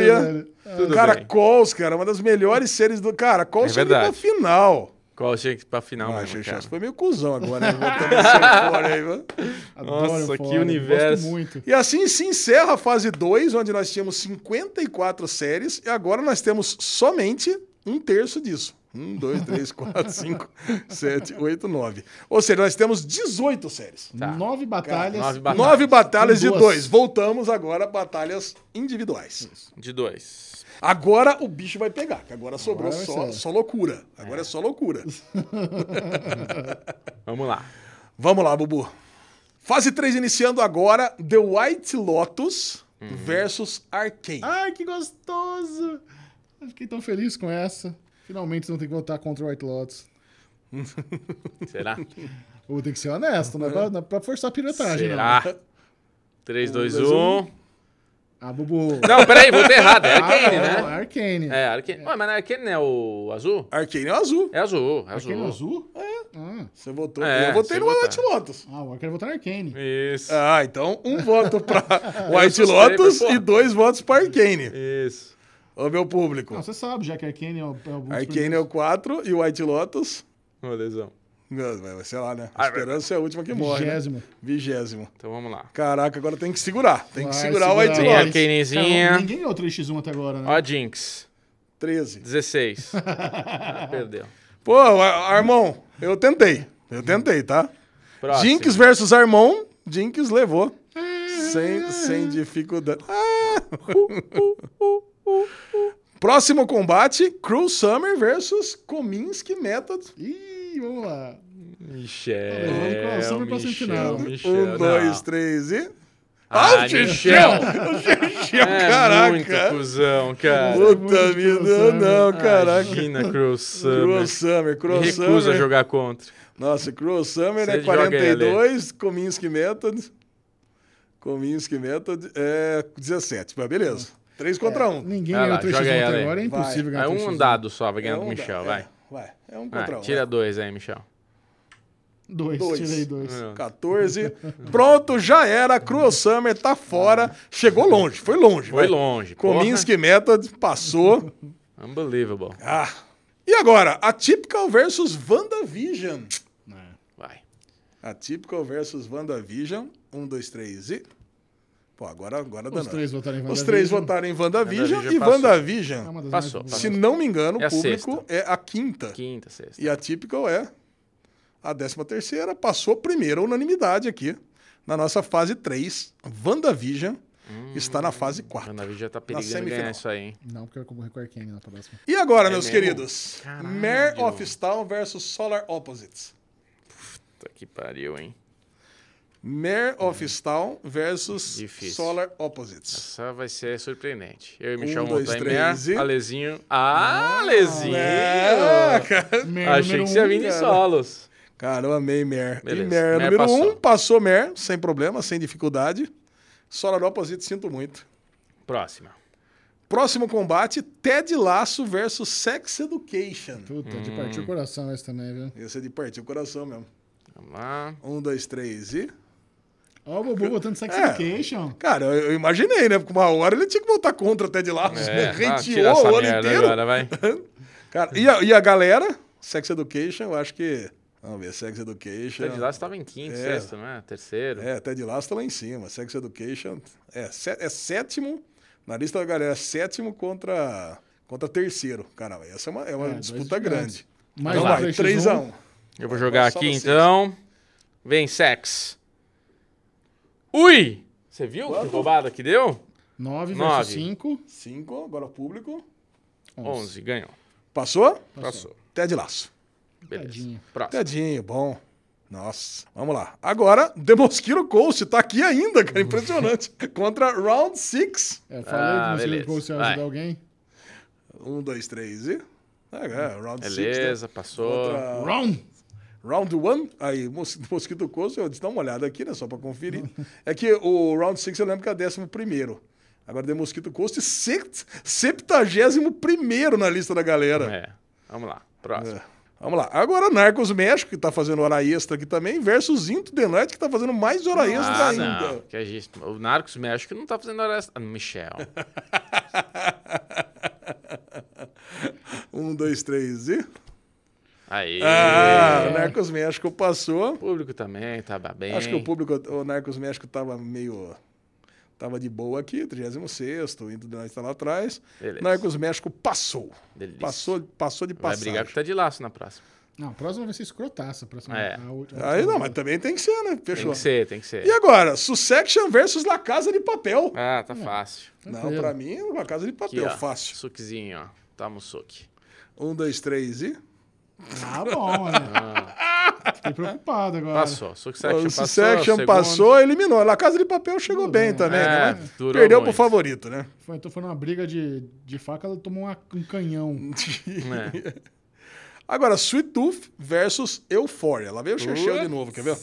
Speaker 4: Euphoria.
Speaker 2: Tudo
Speaker 4: Cara,
Speaker 2: bem.
Speaker 4: Calls, cara, é uma das melhores séries do. Cara, Calls
Speaker 2: É
Speaker 4: chegou pra
Speaker 2: verdade.
Speaker 4: final.
Speaker 2: Qual tinha que ir pra final,
Speaker 4: Ah,
Speaker 2: mesmo,
Speaker 4: Xixi,
Speaker 2: cara?
Speaker 4: você foi meio cuzão agora, né? Botando esse fora aí, mano.
Speaker 1: Adoro
Speaker 2: Nossa,
Speaker 1: Euphoria,
Speaker 2: que universo.
Speaker 1: Gosto muito.
Speaker 4: E assim se encerra a fase 2, onde nós tínhamos 54 séries, e agora nós temos somente um terço disso. 1, 2, 3, *laughs* 4, 5, 7, 8, 9. Ou seja, nós temos 18 séries.
Speaker 2: Tá.
Speaker 1: Nove batalhas.
Speaker 2: nove batalhas.
Speaker 4: Nove batalhas de
Speaker 1: Duas.
Speaker 4: dois. Voltamos agora a batalhas individuais.
Speaker 2: De dois.
Speaker 4: Agora o bicho vai pegar, que agora sobrou
Speaker 1: Agora vai
Speaker 4: só,
Speaker 1: ser.
Speaker 4: só loucura. Agora é só loucura.
Speaker 2: Vamos lá.
Speaker 4: Vamos lá, Bubu. Fase 3 iniciando agora: The White Lotus versus Arkane.
Speaker 1: Ai, que gostoso! Eu fiquei tão feliz com essa. Finalmente não tem que votar contra o White Lotus.
Speaker 2: Será?
Speaker 1: Ou tem que ser honesto, não é pra, não é pra forçar a piratagem,
Speaker 2: Será?
Speaker 1: não.
Speaker 2: 3,
Speaker 4: dois,
Speaker 2: 2,
Speaker 4: um.
Speaker 2: 1.
Speaker 1: Ah, Bubu.
Speaker 2: Não, peraí, votei errado. É
Speaker 1: Ah,
Speaker 2: Arcane,
Speaker 1: não,
Speaker 2: né?
Speaker 1: Arcane.
Speaker 2: É, Arcane. Ué, mas não é Arcane, não é o azul?
Speaker 4: Arkane é o azul.
Speaker 2: É azul, é
Speaker 1: Arcane
Speaker 2: azul.
Speaker 1: azul?
Speaker 4: Você votou.
Speaker 2: É,
Speaker 4: eu votei
Speaker 2: você
Speaker 4: no
Speaker 2: votar.
Speaker 4: White Lotus.
Speaker 1: Ah, o Arcane votou no Arcane.
Speaker 2: Isso.
Speaker 4: Ah, então um voto pra
Speaker 2: *laughs*
Speaker 4: White
Speaker 2: assustei,
Speaker 4: Lotus
Speaker 2: mas, porra.
Speaker 4: e dois votos pra Arkane.
Speaker 2: Isso.
Speaker 4: Ô, meu público.
Speaker 1: Não, você sabe, já que Arcane é o... É o
Speaker 4: Arkane é o 4 e o White Lotus.
Speaker 2: Ô, lesão.
Speaker 4: Vai Sei lá, né? A
Speaker 2: Ah,
Speaker 4: esperança é a última que morre. né?
Speaker 1: vigésimo.
Speaker 4: Vigésimo.
Speaker 2: Então vamos lá.
Speaker 1: um né?
Speaker 4: tá? Ah! *laughs* Um,
Speaker 2: Ah, É Ah,
Speaker 4: né? é, um.
Speaker 1: um é
Speaker 2: É um
Speaker 4: É um
Speaker 2: Ah,
Speaker 4: É. tá Ah. Um, né?
Speaker 1: É
Speaker 4: é
Speaker 2: tá
Speaker 1: É, um, um É,
Speaker 2: né? Ah, É, ah, né? então. *laughs* Uhum. É,
Speaker 4: É, né? um, um, Hum. Um, É. né? *laughs* É. tá é, é Então um. tá Um, É, né? Ah. né, É É. Vamos lá. Agora, Narcos México, que tá fazendo hora extra aqui também, versus Into the Night, que tá fazendo mais hora extra
Speaker 2: Ah,
Speaker 4: ainda.
Speaker 2: não. Que é isso. O Narcos México não tá fazendo hora extra. Ah,
Speaker 4: *laughs*
Speaker 2: Michel.
Speaker 4: um, dois, três e.
Speaker 2: Aí. É.
Speaker 4: Ah, o Narcos México passou.
Speaker 2: O público também tava bem.
Speaker 4: Acho que o público, o Narcos México tava meio. Tava de boa aqui, 36, o Into the Night tá lá atrás.
Speaker 2: Beleza.
Speaker 4: Narcos México passou.
Speaker 2: Delícia.
Speaker 4: Passou, passou de
Speaker 2: Vai
Speaker 4: passagem.
Speaker 2: brigar com o Ted Laço na próxima.
Speaker 1: Não, a próxima vai ser escrotaça. A próxima,
Speaker 2: É.
Speaker 1: a última- a
Speaker 4: Aí
Speaker 1: última-
Speaker 4: não, mas também tem que ser, né?
Speaker 2: Tem
Speaker 4: Fechou.
Speaker 2: que ser, tem que ser.
Speaker 4: E agora, Succession versus La Casa de Papel.
Speaker 2: Ah, tá fácil.
Speaker 4: Não,
Speaker 1: Tranquilo.
Speaker 4: pra mim é La Casa de
Speaker 2: Aqui,
Speaker 4: Papel,
Speaker 2: ó.
Speaker 4: fácil.
Speaker 2: Suquezinho, ó. Toma um suque.
Speaker 4: Um, dois, três e...
Speaker 1: Tá bom, né? Fiquei preocupado agora.
Speaker 2: Passou. Succession
Speaker 4: Ah, O
Speaker 2: passou.
Speaker 4: Succession
Speaker 2: segundo.
Speaker 4: passou, eliminou. La Casa de Papel chegou
Speaker 1: Durou, né?
Speaker 4: bem também,
Speaker 2: É,
Speaker 4: né? Mas
Speaker 2: durou
Speaker 4: Perdeu pro
Speaker 2: muito.
Speaker 4: favorito, né?
Speaker 1: Foi, então foi numa briga de, de faca, ela tomou uma- um canhão.
Speaker 2: É.
Speaker 4: Agora, Sweet Tooth versus Euphoria. Lá veio o Chechel de
Speaker 2: Putz.
Speaker 4: novo, quer ver?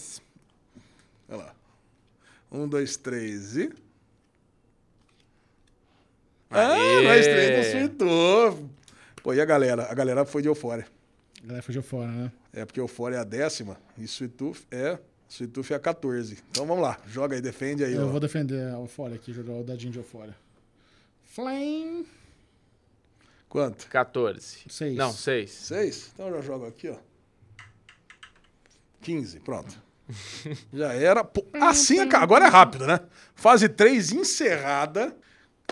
Speaker 4: Olha lá. Um, dois, três e... Ah,
Speaker 2: Aê!
Speaker 4: um, dois, três do Sweet Tooth. Pô, e a galera? A galera foi de Euphoria.
Speaker 1: A galera fugiu fora, né?
Speaker 4: É porque Euphoria é a décima e Sweet Tooth é... Sweet Tooth é a 14. Então vamos lá, joga aí, defende aí.
Speaker 1: Eu
Speaker 4: ó.
Speaker 1: vou defender o fora aqui, jogar o dadinho de fora. Flame.
Speaker 4: Quanto?
Speaker 2: 14.
Speaker 1: Seis.
Speaker 2: Não, 6.
Speaker 4: 6? Então eu já jogo aqui, ó. 15,
Speaker 2: *laughs*
Speaker 4: pronto. já era. Pô, assim, aca- agora é rápido, né? Fase 3 encerrada.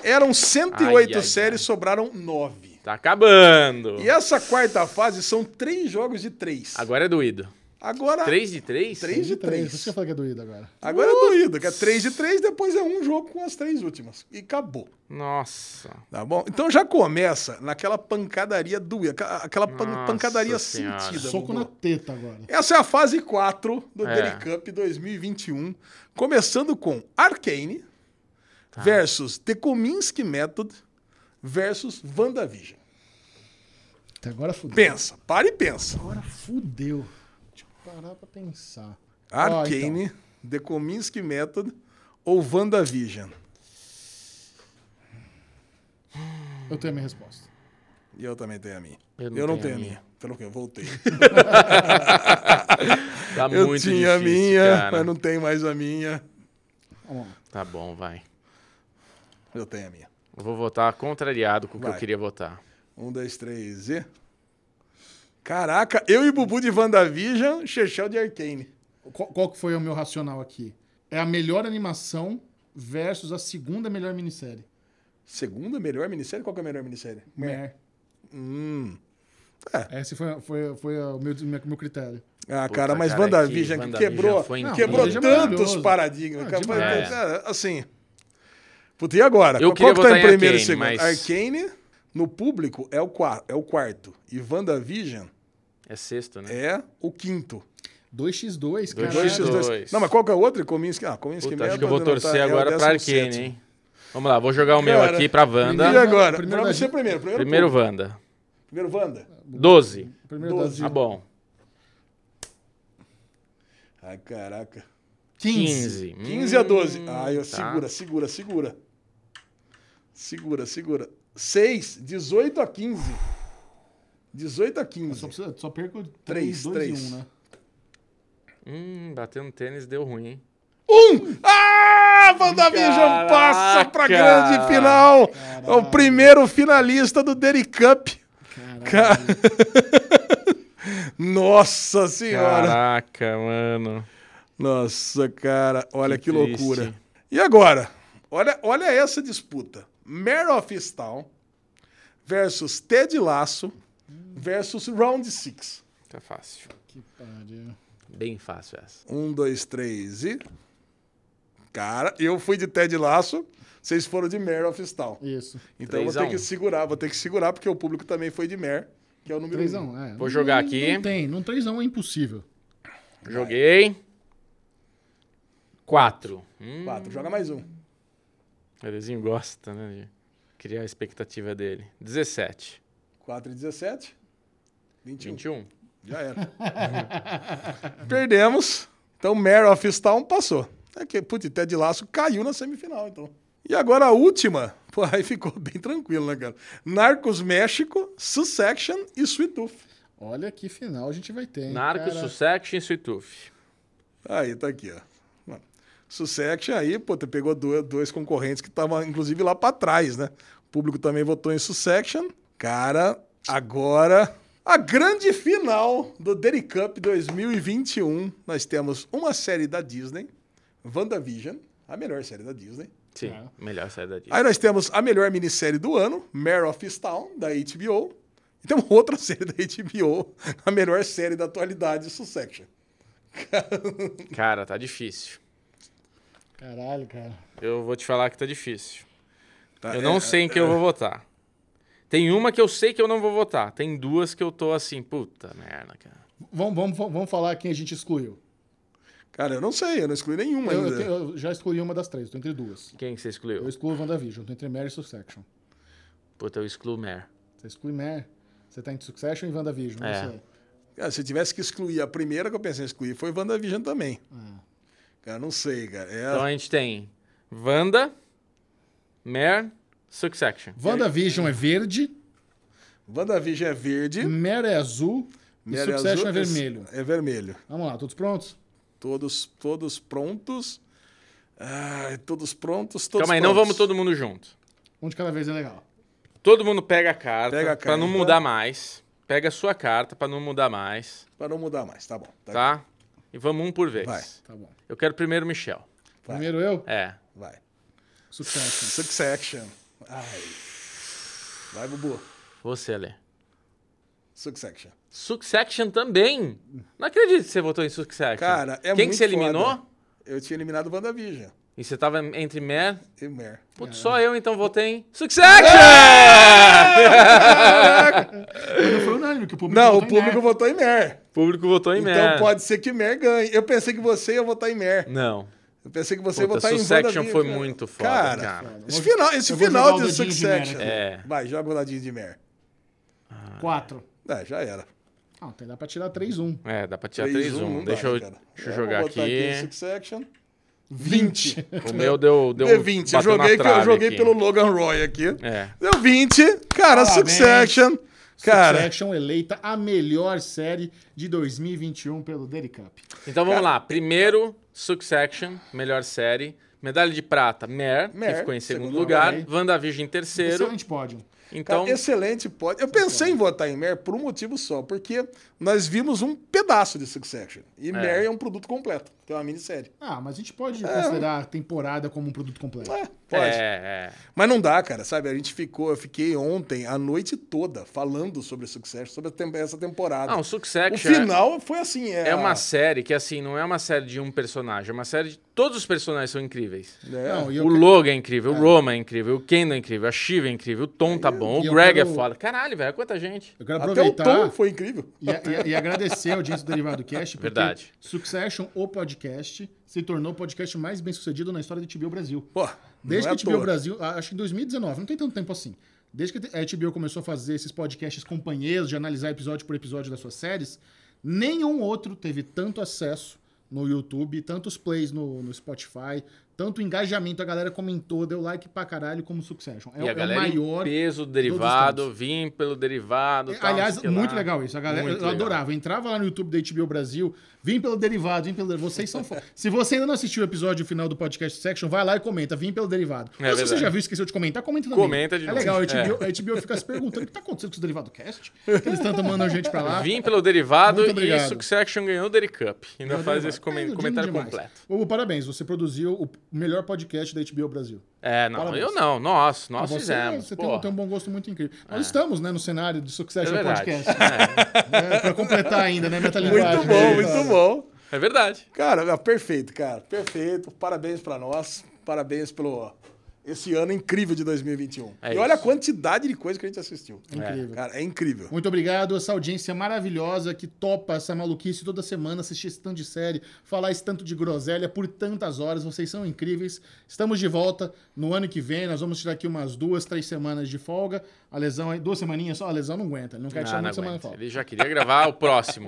Speaker 4: Eram 108
Speaker 2: Ai, ai,
Speaker 4: séries, sobraram 9.
Speaker 2: Tá acabando.
Speaker 4: E essa quarta fase são 3 jogos de 3.
Speaker 2: Agora é doído.
Speaker 4: Agora
Speaker 2: 3 de 3?
Speaker 4: Três de três.
Speaker 1: Por isso que eu falei que é doído agora.
Speaker 4: agora é
Speaker 2: Uh!
Speaker 4: doído, que é 3 de 3, depois é um jogo com as três últimas. E acabou.
Speaker 2: Nossa.
Speaker 4: Tá bom? Então já começa naquela pancadaria doída, aqua- aquela pan-
Speaker 2: Nossa
Speaker 4: pancadaria
Speaker 2: Senhora.
Speaker 4: sentida.
Speaker 1: Soco
Speaker 4: Bubu.
Speaker 1: na teta agora.
Speaker 4: Essa é a fase 4 do
Speaker 2: É.
Speaker 4: Daily Cup 2021, começando com Arcane
Speaker 2: Tá.
Speaker 4: versus The Kominsky Method versus WandaVision.
Speaker 1: Até agora fudeu.
Speaker 4: Pensa, para e pensa.
Speaker 1: Agora fudeu. Deixa eu parar pra pensar.
Speaker 2: então.
Speaker 4: Arcane, The Kominsky Method ou WandaVision?
Speaker 1: Eu tenho a minha resposta.
Speaker 4: E eu também tenho a minha.
Speaker 2: Eu não tenho a minha.
Speaker 4: Pelo que eu voltei.
Speaker 2: *laughs* Tá
Speaker 4: eu
Speaker 2: muito
Speaker 4: tinha a
Speaker 2: difícil,
Speaker 4: minha,
Speaker 2: cara.
Speaker 4: mas não tenho mais a minha.
Speaker 1: Vamos lá.
Speaker 2: Tá bom, vai.
Speaker 4: Eu tenho a minha.
Speaker 2: Eu vou votar contrariado com o que
Speaker 4: Vai.
Speaker 2: eu queria votar.
Speaker 4: Um, dois, três e... Caraca, eu e Bubu de WandaVision, Chechel de Arcane.
Speaker 1: Qual, qual que foi o meu racional aqui? É a melhor animação versus a segunda melhor minissérie.
Speaker 4: Segunda melhor minissérie? Qual que é a melhor minissérie?
Speaker 1: Mer.
Speaker 4: Hum.
Speaker 1: Esse foi, foi, foi o meu, meu, meu critério.
Speaker 4: Ah,
Speaker 2: Puta,
Speaker 4: cara, mas
Speaker 2: cara,
Speaker 4: WandaVision
Speaker 2: é que
Speaker 4: que quebrou,
Speaker 2: WandaVision foi
Speaker 1: incrível.
Speaker 4: quebrou
Speaker 1: Não,
Speaker 4: tantos
Speaker 1: maravilhoso.
Speaker 4: paradigmas.
Speaker 1: Ah,
Speaker 4: cara, foi-
Speaker 2: demais.
Speaker 4: é, assim. Puta, e agora?
Speaker 2: Eu
Speaker 4: Qual
Speaker 2: queria
Speaker 4: que tá
Speaker 2: votar
Speaker 4: em
Speaker 2: em
Speaker 4: primeiro e
Speaker 2: Arcane,
Speaker 4: segundo?
Speaker 2: mas-
Speaker 4: Arcane, no público, é o, qua- é o quarto. E WandaVision
Speaker 2: É sexto, né?
Speaker 4: é o quinto.
Speaker 1: 2x2, cara.
Speaker 4: Dois, esses dois.
Speaker 2: Dois.
Speaker 4: Não, mas qual que é o outro? Kominsky. Ah, Kominsky
Speaker 2: Puta,
Speaker 4: mesmo,
Speaker 2: acho que eu vou
Speaker 4: não tá-
Speaker 2: torcer
Speaker 4: é o
Speaker 2: agora pra
Speaker 4: 17º.
Speaker 2: Arcane, hein? Vamos lá, vou jogar o meu
Speaker 4: Cara,
Speaker 2: aqui pra
Speaker 4: E
Speaker 2: Wanda.
Speaker 1: primeiro-
Speaker 4: agora?
Speaker 1: Primeiro
Speaker 4: pra
Speaker 1: da
Speaker 4: você
Speaker 1: Gi-
Speaker 4: primeiro. Primeiro,
Speaker 2: Primeiro Wanda.
Speaker 4: primeiro Wanda.
Speaker 2: 12.
Speaker 1: Primeiro
Speaker 4: Doze.
Speaker 1: doze.
Speaker 2: Tá bom.
Speaker 4: Ai, Ah, caraca.
Speaker 2: 15.
Speaker 4: 15 a 12. Ah, eu
Speaker 2: tá.
Speaker 4: segura, segura, segura. Segura, segura. 6, 18 a 15. 18 a
Speaker 1: Eu Só,
Speaker 4: 15.
Speaker 1: preciso- só perco 3,
Speaker 4: Três,
Speaker 1: 2 e
Speaker 4: três.
Speaker 1: 1, né?
Speaker 2: Hum, bateu no tênis, deu ruim, hein?
Speaker 4: Um! Ah! WandaVision
Speaker 2: Caraca!
Speaker 4: passa pra grande final. É o primeiro finalista do Daily Cup. Ca- *laughs* Nossa senhora.
Speaker 2: Caraca, mano.
Speaker 4: Nossa, cara. Olha que,
Speaker 2: Que triste.
Speaker 4: loucura. E agora? Olha, olha essa disputa. Mare of Easttown versus Ted Lasso versus Round 6.
Speaker 2: Tá fácil.
Speaker 1: Que pariu.
Speaker 2: Bem fácil essa.
Speaker 4: Um, dois, três e... Cara, eu fui de Ted Lasso, vocês foram de Mare of Easttown.
Speaker 1: Isso.
Speaker 4: Então eu vou
Speaker 2: Três a
Speaker 4: ter
Speaker 2: um.
Speaker 4: que segurar, vou ter que segurar, porque o público também foi de Mare, que é o número 1.
Speaker 1: 3x1, é.
Speaker 2: Vou jogar
Speaker 1: Não-
Speaker 2: aqui.
Speaker 1: Não tem. Não 3x1 é impossível.
Speaker 2: Joguei. 4. Hum,
Speaker 4: Quatro, joga mais um.
Speaker 2: o Elezinho gosta, né? De criar a expectativa dele. 17.
Speaker 4: 4 e 17. 21.
Speaker 2: 21.
Speaker 4: Já era. *laughs* Perdemos. Então, Mare of Easttown passou. É que, putz, Ted Lasso caiu na semifinal, então. E agora a última. Pô, *laughs* aí ficou bem tranquilo, né, cara? Narcos México, Succession e Sweet Tooth.
Speaker 1: Olha que final a gente vai ter, hein?
Speaker 2: Narcos,
Speaker 1: cara?
Speaker 2: Sussection e Suituf.
Speaker 4: Aí, tá aqui, ó. Mano, Sussection aí, pô, você pegou dois, dois concorrentes que estavam, inclusive, lá pra trás, né? O público também votou em Sussection. Cara, agora. A grande final do Dairy Cup 2021. Nós temos uma série da Disney, WandaVision, a melhor série da Disney.
Speaker 2: Sim,
Speaker 4: É.
Speaker 2: melhor sair da Disney.
Speaker 4: Aí nós temos a melhor minissérie do ano, Mare of Easttown, da HBO. E temos *laughs* outra série da HBO, a melhor série da atualidade, Sussection.
Speaker 2: Cara, tá difícil.
Speaker 1: Caralho, cara.
Speaker 2: Eu vou te falar que tá difícil.
Speaker 4: Tá,
Speaker 2: Eu
Speaker 4: é,
Speaker 2: não sei em que eu vou votar. Tem uma que eu sei que eu não vou votar. Tem duas que eu tô assim, puta merda, cara.
Speaker 1: Vamos, vamos, vamos falar quem a gente excluiu.
Speaker 4: Cara, eu não sei, eu não excluí nenhuma
Speaker 1: Eu, eu
Speaker 4: ainda.
Speaker 1: tenho- eu já excluí uma das três, tô entre duas.
Speaker 2: Quem que você
Speaker 1: Eu
Speaker 2: excluiu?
Speaker 1: excluo WandaVision, tô entre Mary e Succession.
Speaker 2: Puta, eu excluo Mer.
Speaker 1: Você exclui Mary, você tá entre Succession e WandaVision.
Speaker 2: É.
Speaker 1: Você...
Speaker 4: Cara, se eu tivesse que excluir, a primeira que eu pensei em excluir foi WandaVision também.
Speaker 1: Ah.
Speaker 4: Cara, não sei, cara. É-
Speaker 2: É. Então a gente tem Wanda, Mer, Succession.
Speaker 1: WandaVision é verde,
Speaker 4: WandaVision é verde.
Speaker 2: Hum,
Speaker 1: Mary é azul e
Speaker 4: Mary
Speaker 1: Succession é
Speaker 4: azul,
Speaker 1: vermelho.
Speaker 4: É vermelho.
Speaker 1: Vamos lá, todos prontos?
Speaker 4: Todos, todos prontos. Ai, todos prontos, todos
Speaker 2: Calma aí, não
Speaker 4: prontos.
Speaker 2: vamos todo mundo junto.
Speaker 1: Um de cada vez é legal.
Speaker 2: Todo mundo pega a carta
Speaker 4: Pega a
Speaker 2: pra não
Speaker 4: carta.
Speaker 2: mudar mais. Pega a sua carta pra não mudar mais,
Speaker 4: Para não mudar mais, tá bom. Tá,
Speaker 2: tá? E vamos um por vez.
Speaker 4: Vai.
Speaker 1: Tá bom.
Speaker 2: Eu quero primeiro o Michel.
Speaker 4: Vai.
Speaker 1: Primeiro eu,
Speaker 2: É.
Speaker 4: Vai. *laughs*
Speaker 1: Succession.
Speaker 4: Succession. Ai. Vai, Bubu.
Speaker 2: Você, Lê.
Speaker 4: Succession.
Speaker 2: Succession também. Não acredito que você votou em Succession.
Speaker 4: Cara, é
Speaker 2: Quem
Speaker 4: muito
Speaker 2: que você eliminou?
Speaker 4: foda. Eu tinha eliminado WandaVision
Speaker 2: E você tava entre Mer. *laughs*
Speaker 4: e Mare.
Speaker 2: Putz, só eu então votei em Succession!
Speaker 4: É!
Speaker 2: *laughs*
Speaker 1: Não foi unânime, que o público
Speaker 4: Não,
Speaker 1: votou
Speaker 4: o
Speaker 1: em
Speaker 4: público
Speaker 1: Mary.
Speaker 4: votou em Mare.
Speaker 2: O público votou em Mer.
Speaker 4: Então pode ser que Mer ganhe. Eu pensei que você ia votar em Mer.
Speaker 2: Não.
Speaker 4: Eu pensei que
Speaker 2: Puta,
Speaker 4: você ia votar em
Speaker 2: Succession
Speaker 4: WandaVision.
Speaker 2: foi muito foda, cara.
Speaker 4: Esse final, esse
Speaker 1: Eu vou
Speaker 4: final
Speaker 1: jogar o
Speaker 4: de
Speaker 1: dadinho de né,
Speaker 4: Succession.
Speaker 1: Mer
Speaker 2: aqui. É.
Speaker 4: Vai, joga o dadinho de Mer.
Speaker 1: Quatro.
Speaker 4: Ah, já era.
Speaker 1: Ah, tem dá pra tirar três, um.
Speaker 2: É, dá pra tirar
Speaker 4: 3, 1,
Speaker 2: 3-1.
Speaker 4: não
Speaker 2: Deixa,
Speaker 4: dá,
Speaker 2: eu,
Speaker 4: cara.
Speaker 2: deixa eu
Speaker 4: É,
Speaker 2: jogar
Speaker 4: vou
Speaker 2: aqui.
Speaker 4: botar aqui Succession. 20.
Speaker 2: O meu deu. deu
Speaker 4: Deu 20.
Speaker 2: bateu na
Speaker 4: Eu joguei, que eu
Speaker 2: trave
Speaker 4: joguei
Speaker 2: aqui.
Speaker 4: pelo Logan Roy aqui.
Speaker 2: É.
Speaker 4: Deu 20. Cara,
Speaker 1: Parabéns.
Speaker 4: Succession. Cara,
Speaker 1: Succession eleita a melhor série de 2021 pelo Daily Cup.
Speaker 2: Então vamos lá. Primeiro, Succession, melhor série. Medalha de prata, Mare,
Speaker 4: Mare,
Speaker 2: que ficou em segundo,
Speaker 4: segundo é
Speaker 2: lugar.
Speaker 1: lugar.
Speaker 2: WandaVision em
Speaker 4: um
Speaker 2: terceiro.
Speaker 1: Excelente pódio.
Speaker 2: Então,
Speaker 4: cara, excelente pode. Eu pensei em votar em Mer por um motivo só, porque nós vimos um pedaço de Succession. E Mer é um produto completo. Tem uma minissérie.
Speaker 1: Ah, mas a gente pode considerar a temporada como um produto completo.
Speaker 4: É, pode.
Speaker 2: é, é.
Speaker 4: Mas não dá, cara, sabe? A gente ficou, eu fiquei ontem a noite toda falando sobre Succession, sobre a tem- essa temporada.
Speaker 2: Não,
Speaker 4: o
Speaker 2: Succession é-
Speaker 4: final foi assim, é,
Speaker 2: é uma série que, assim, não é uma série de um personagem. É uma série de... Todos os personagens são incríveis.
Speaker 4: é,
Speaker 1: Não, e eu
Speaker 2: O Logan é incrível, o Roma é incrível, o Kendall é incrível, a Shiva é incrível, o Tom tá bom,
Speaker 1: e
Speaker 2: o
Speaker 1: eu
Speaker 2: Greg
Speaker 1: quero-
Speaker 2: é foda. Caralho, velho, quanta gente.
Speaker 1: Eu quero
Speaker 4: até o
Speaker 1: aproveitar
Speaker 4: tom foi incrível.
Speaker 1: e, e- e agradecer a audiência do Derivado Cast, porque
Speaker 2: Verdade.
Speaker 1: Succession, o podcast, se tornou o podcast mais bem sucedido na história da HBO Brasil.
Speaker 4: Pô,
Speaker 1: Desde
Speaker 4: não é
Speaker 1: que
Speaker 4: à
Speaker 1: a HBO
Speaker 4: toa.
Speaker 1: Brasil, a- acho que em 2019, não tem tanto tempo assim. Desde que a HBO começou a fazer esses podcasts companheiros, de analisar episódio por episódio das suas séries, nenhum outro teve tanto acesso no YouTube, tantos plays no, no Spotify, tanto engajamento. A galera comentou, deu like pra caralho, como Succession. É,
Speaker 2: e
Speaker 1: o-
Speaker 2: a
Speaker 1: é
Speaker 2: galera
Speaker 1: o
Speaker 2: em
Speaker 1: maior.
Speaker 2: peso do
Speaker 1: todos
Speaker 2: derivado, vim pelo derivado. tal,
Speaker 1: Aliás,
Speaker 2: não sei o que
Speaker 1: muito
Speaker 2: lá.
Speaker 1: legal isso. A galera,
Speaker 2: Muito
Speaker 1: eu
Speaker 2: legal.
Speaker 1: adorava. Eu entrava lá no YouTube da HBO Brasil, vim pelo derivado, vim pelo. Vocês são fo- *laughs* Se você ainda não assistiu o episódio final do podcast Section, vai lá e comenta, vim pelo derivado. Ou
Speaker 2: É
Speaker 1: se você
Speaker 2: verdade.
Speaker 1: já viu, e esqueceu de comentar, comenta também.
Speaker 2: Comenta de
Speaker 1: é
Speaker 2: novo.
Speaker 1: legal, a HBO, a HBO fica se perguntando o que tá acontecendo com o derivado cast? Que eles tanto mandam gente pra lá.
Speaker 2: Vim pelo derivado
Speaker 1: Muito
Speaker 2: e
Speaker 1: obrigado.
Speaker 2: Succession ganhou o Dairy Cup. Ainda
Speaker 1: Pelo
Speaker 2: faz
Speaker 1: derivado.
Speaker 2: esse comen-
Speaker 1: É,
Speaker 2: comentário
Speaker 1: demais.
Speaker 2: completo.
Speaker 1: Bobo, parabéns, você produziu o melhor podcast da HBO Brasil.
Speaker 2: É, não,
Speaker 1: Parabéns.
Speaker 2: eu não. Nós, nós
Speaker 1: você
Speaker 2: fizemos.
Speaker 1: você tem,
Speaker 2: pô.
Speaker 1: um, tem um bom gosto muito incrível. Nós estamos, né, no cenário do
Speaker 2: É
Speaker 1: Succession
Speaker 2: verdade.
Speaker 1: Podcast. *laughs*
Speaker 2: É,
Speaker 1: Né, pra completar ainda,
Speaker 2: *laughs*
Speaker 1: né, metalinguagem.
Speaker 4: Muito bom, muito bom.
Speaker 2: é verdade.
Speaker 4: Cara, ah, perfeito, cara. Perfeito. Parabéns pra nós. Parabéns pelo esse ano incrível de 2021.
Speaker 2: É
Speaker 4: e olha
Speaker 2: isso.
Speaker 4: a quantidade de coisa que a gente assistiu.
Speaker 1: Incrível.
Speaker 4: Cara, é incrível.
Speaker 1: Muito obrigado, essa audiência maravilhosa que topa essa maluquice toda semana, assistir esse tanto de série, falar esse tanto de groselha por tantas horas. Vocês são incríveis. Estamos de volta no ano que vem. Nós vamos tirar aqui umas duas, três semanas de folga. A lesão aí, duas semaninhas só. A lesão não aguenta, ele não quer
Speaker 2: Ah,
Speaker 1: tirar
Speaker 2: não
Speaker 1: muita semana de
Speaker 2: aguento.
Speaker 1: folga.
Speaker 2: Ele já queria gravar o próximo.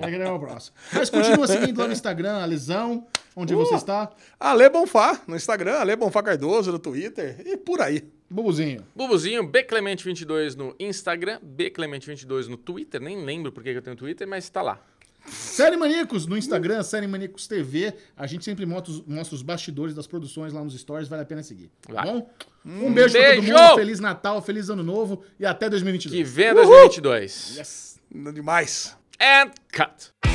Speaker 1: *laughs* Vai gravar o próximo. Mas continua seguindo lá no Instagram, a lesão,
Speaker 2: Uh!
Speaker 1: onde você está.
Speaker 4: Ale Bonfá no Instagram, Ale Bonfá Cardoso no Twitter e por aí.
Speaker 1: Bubuzinho.
Speaker 2: Bubuzinho, Bclemente22 no Instagram, Bclemente22 no Twitter, nem lembro porque que eu tenho Twitter, mas tá lá.
Speaker 1: Série Maníacos no Instagram, Série Maníacos TV. A gente sempre mostra os, mostra os bastidores das produções lá nos stories, vale a pena seguir. Tá
Speaker 2: Vai. Hum.
Speaker 1: bom? Um beijo, pra todo
Speaker 2: beijo!
Speaker 1: mundo, Feliz Natal, Feliz Ano Novo e até
Speaker 2: Que
Speaker 1: 2022.
Speaker 2: venha 2022.
Speaker 1: Yes.
Speaker 4: Demais.
Speaker 2: And cut.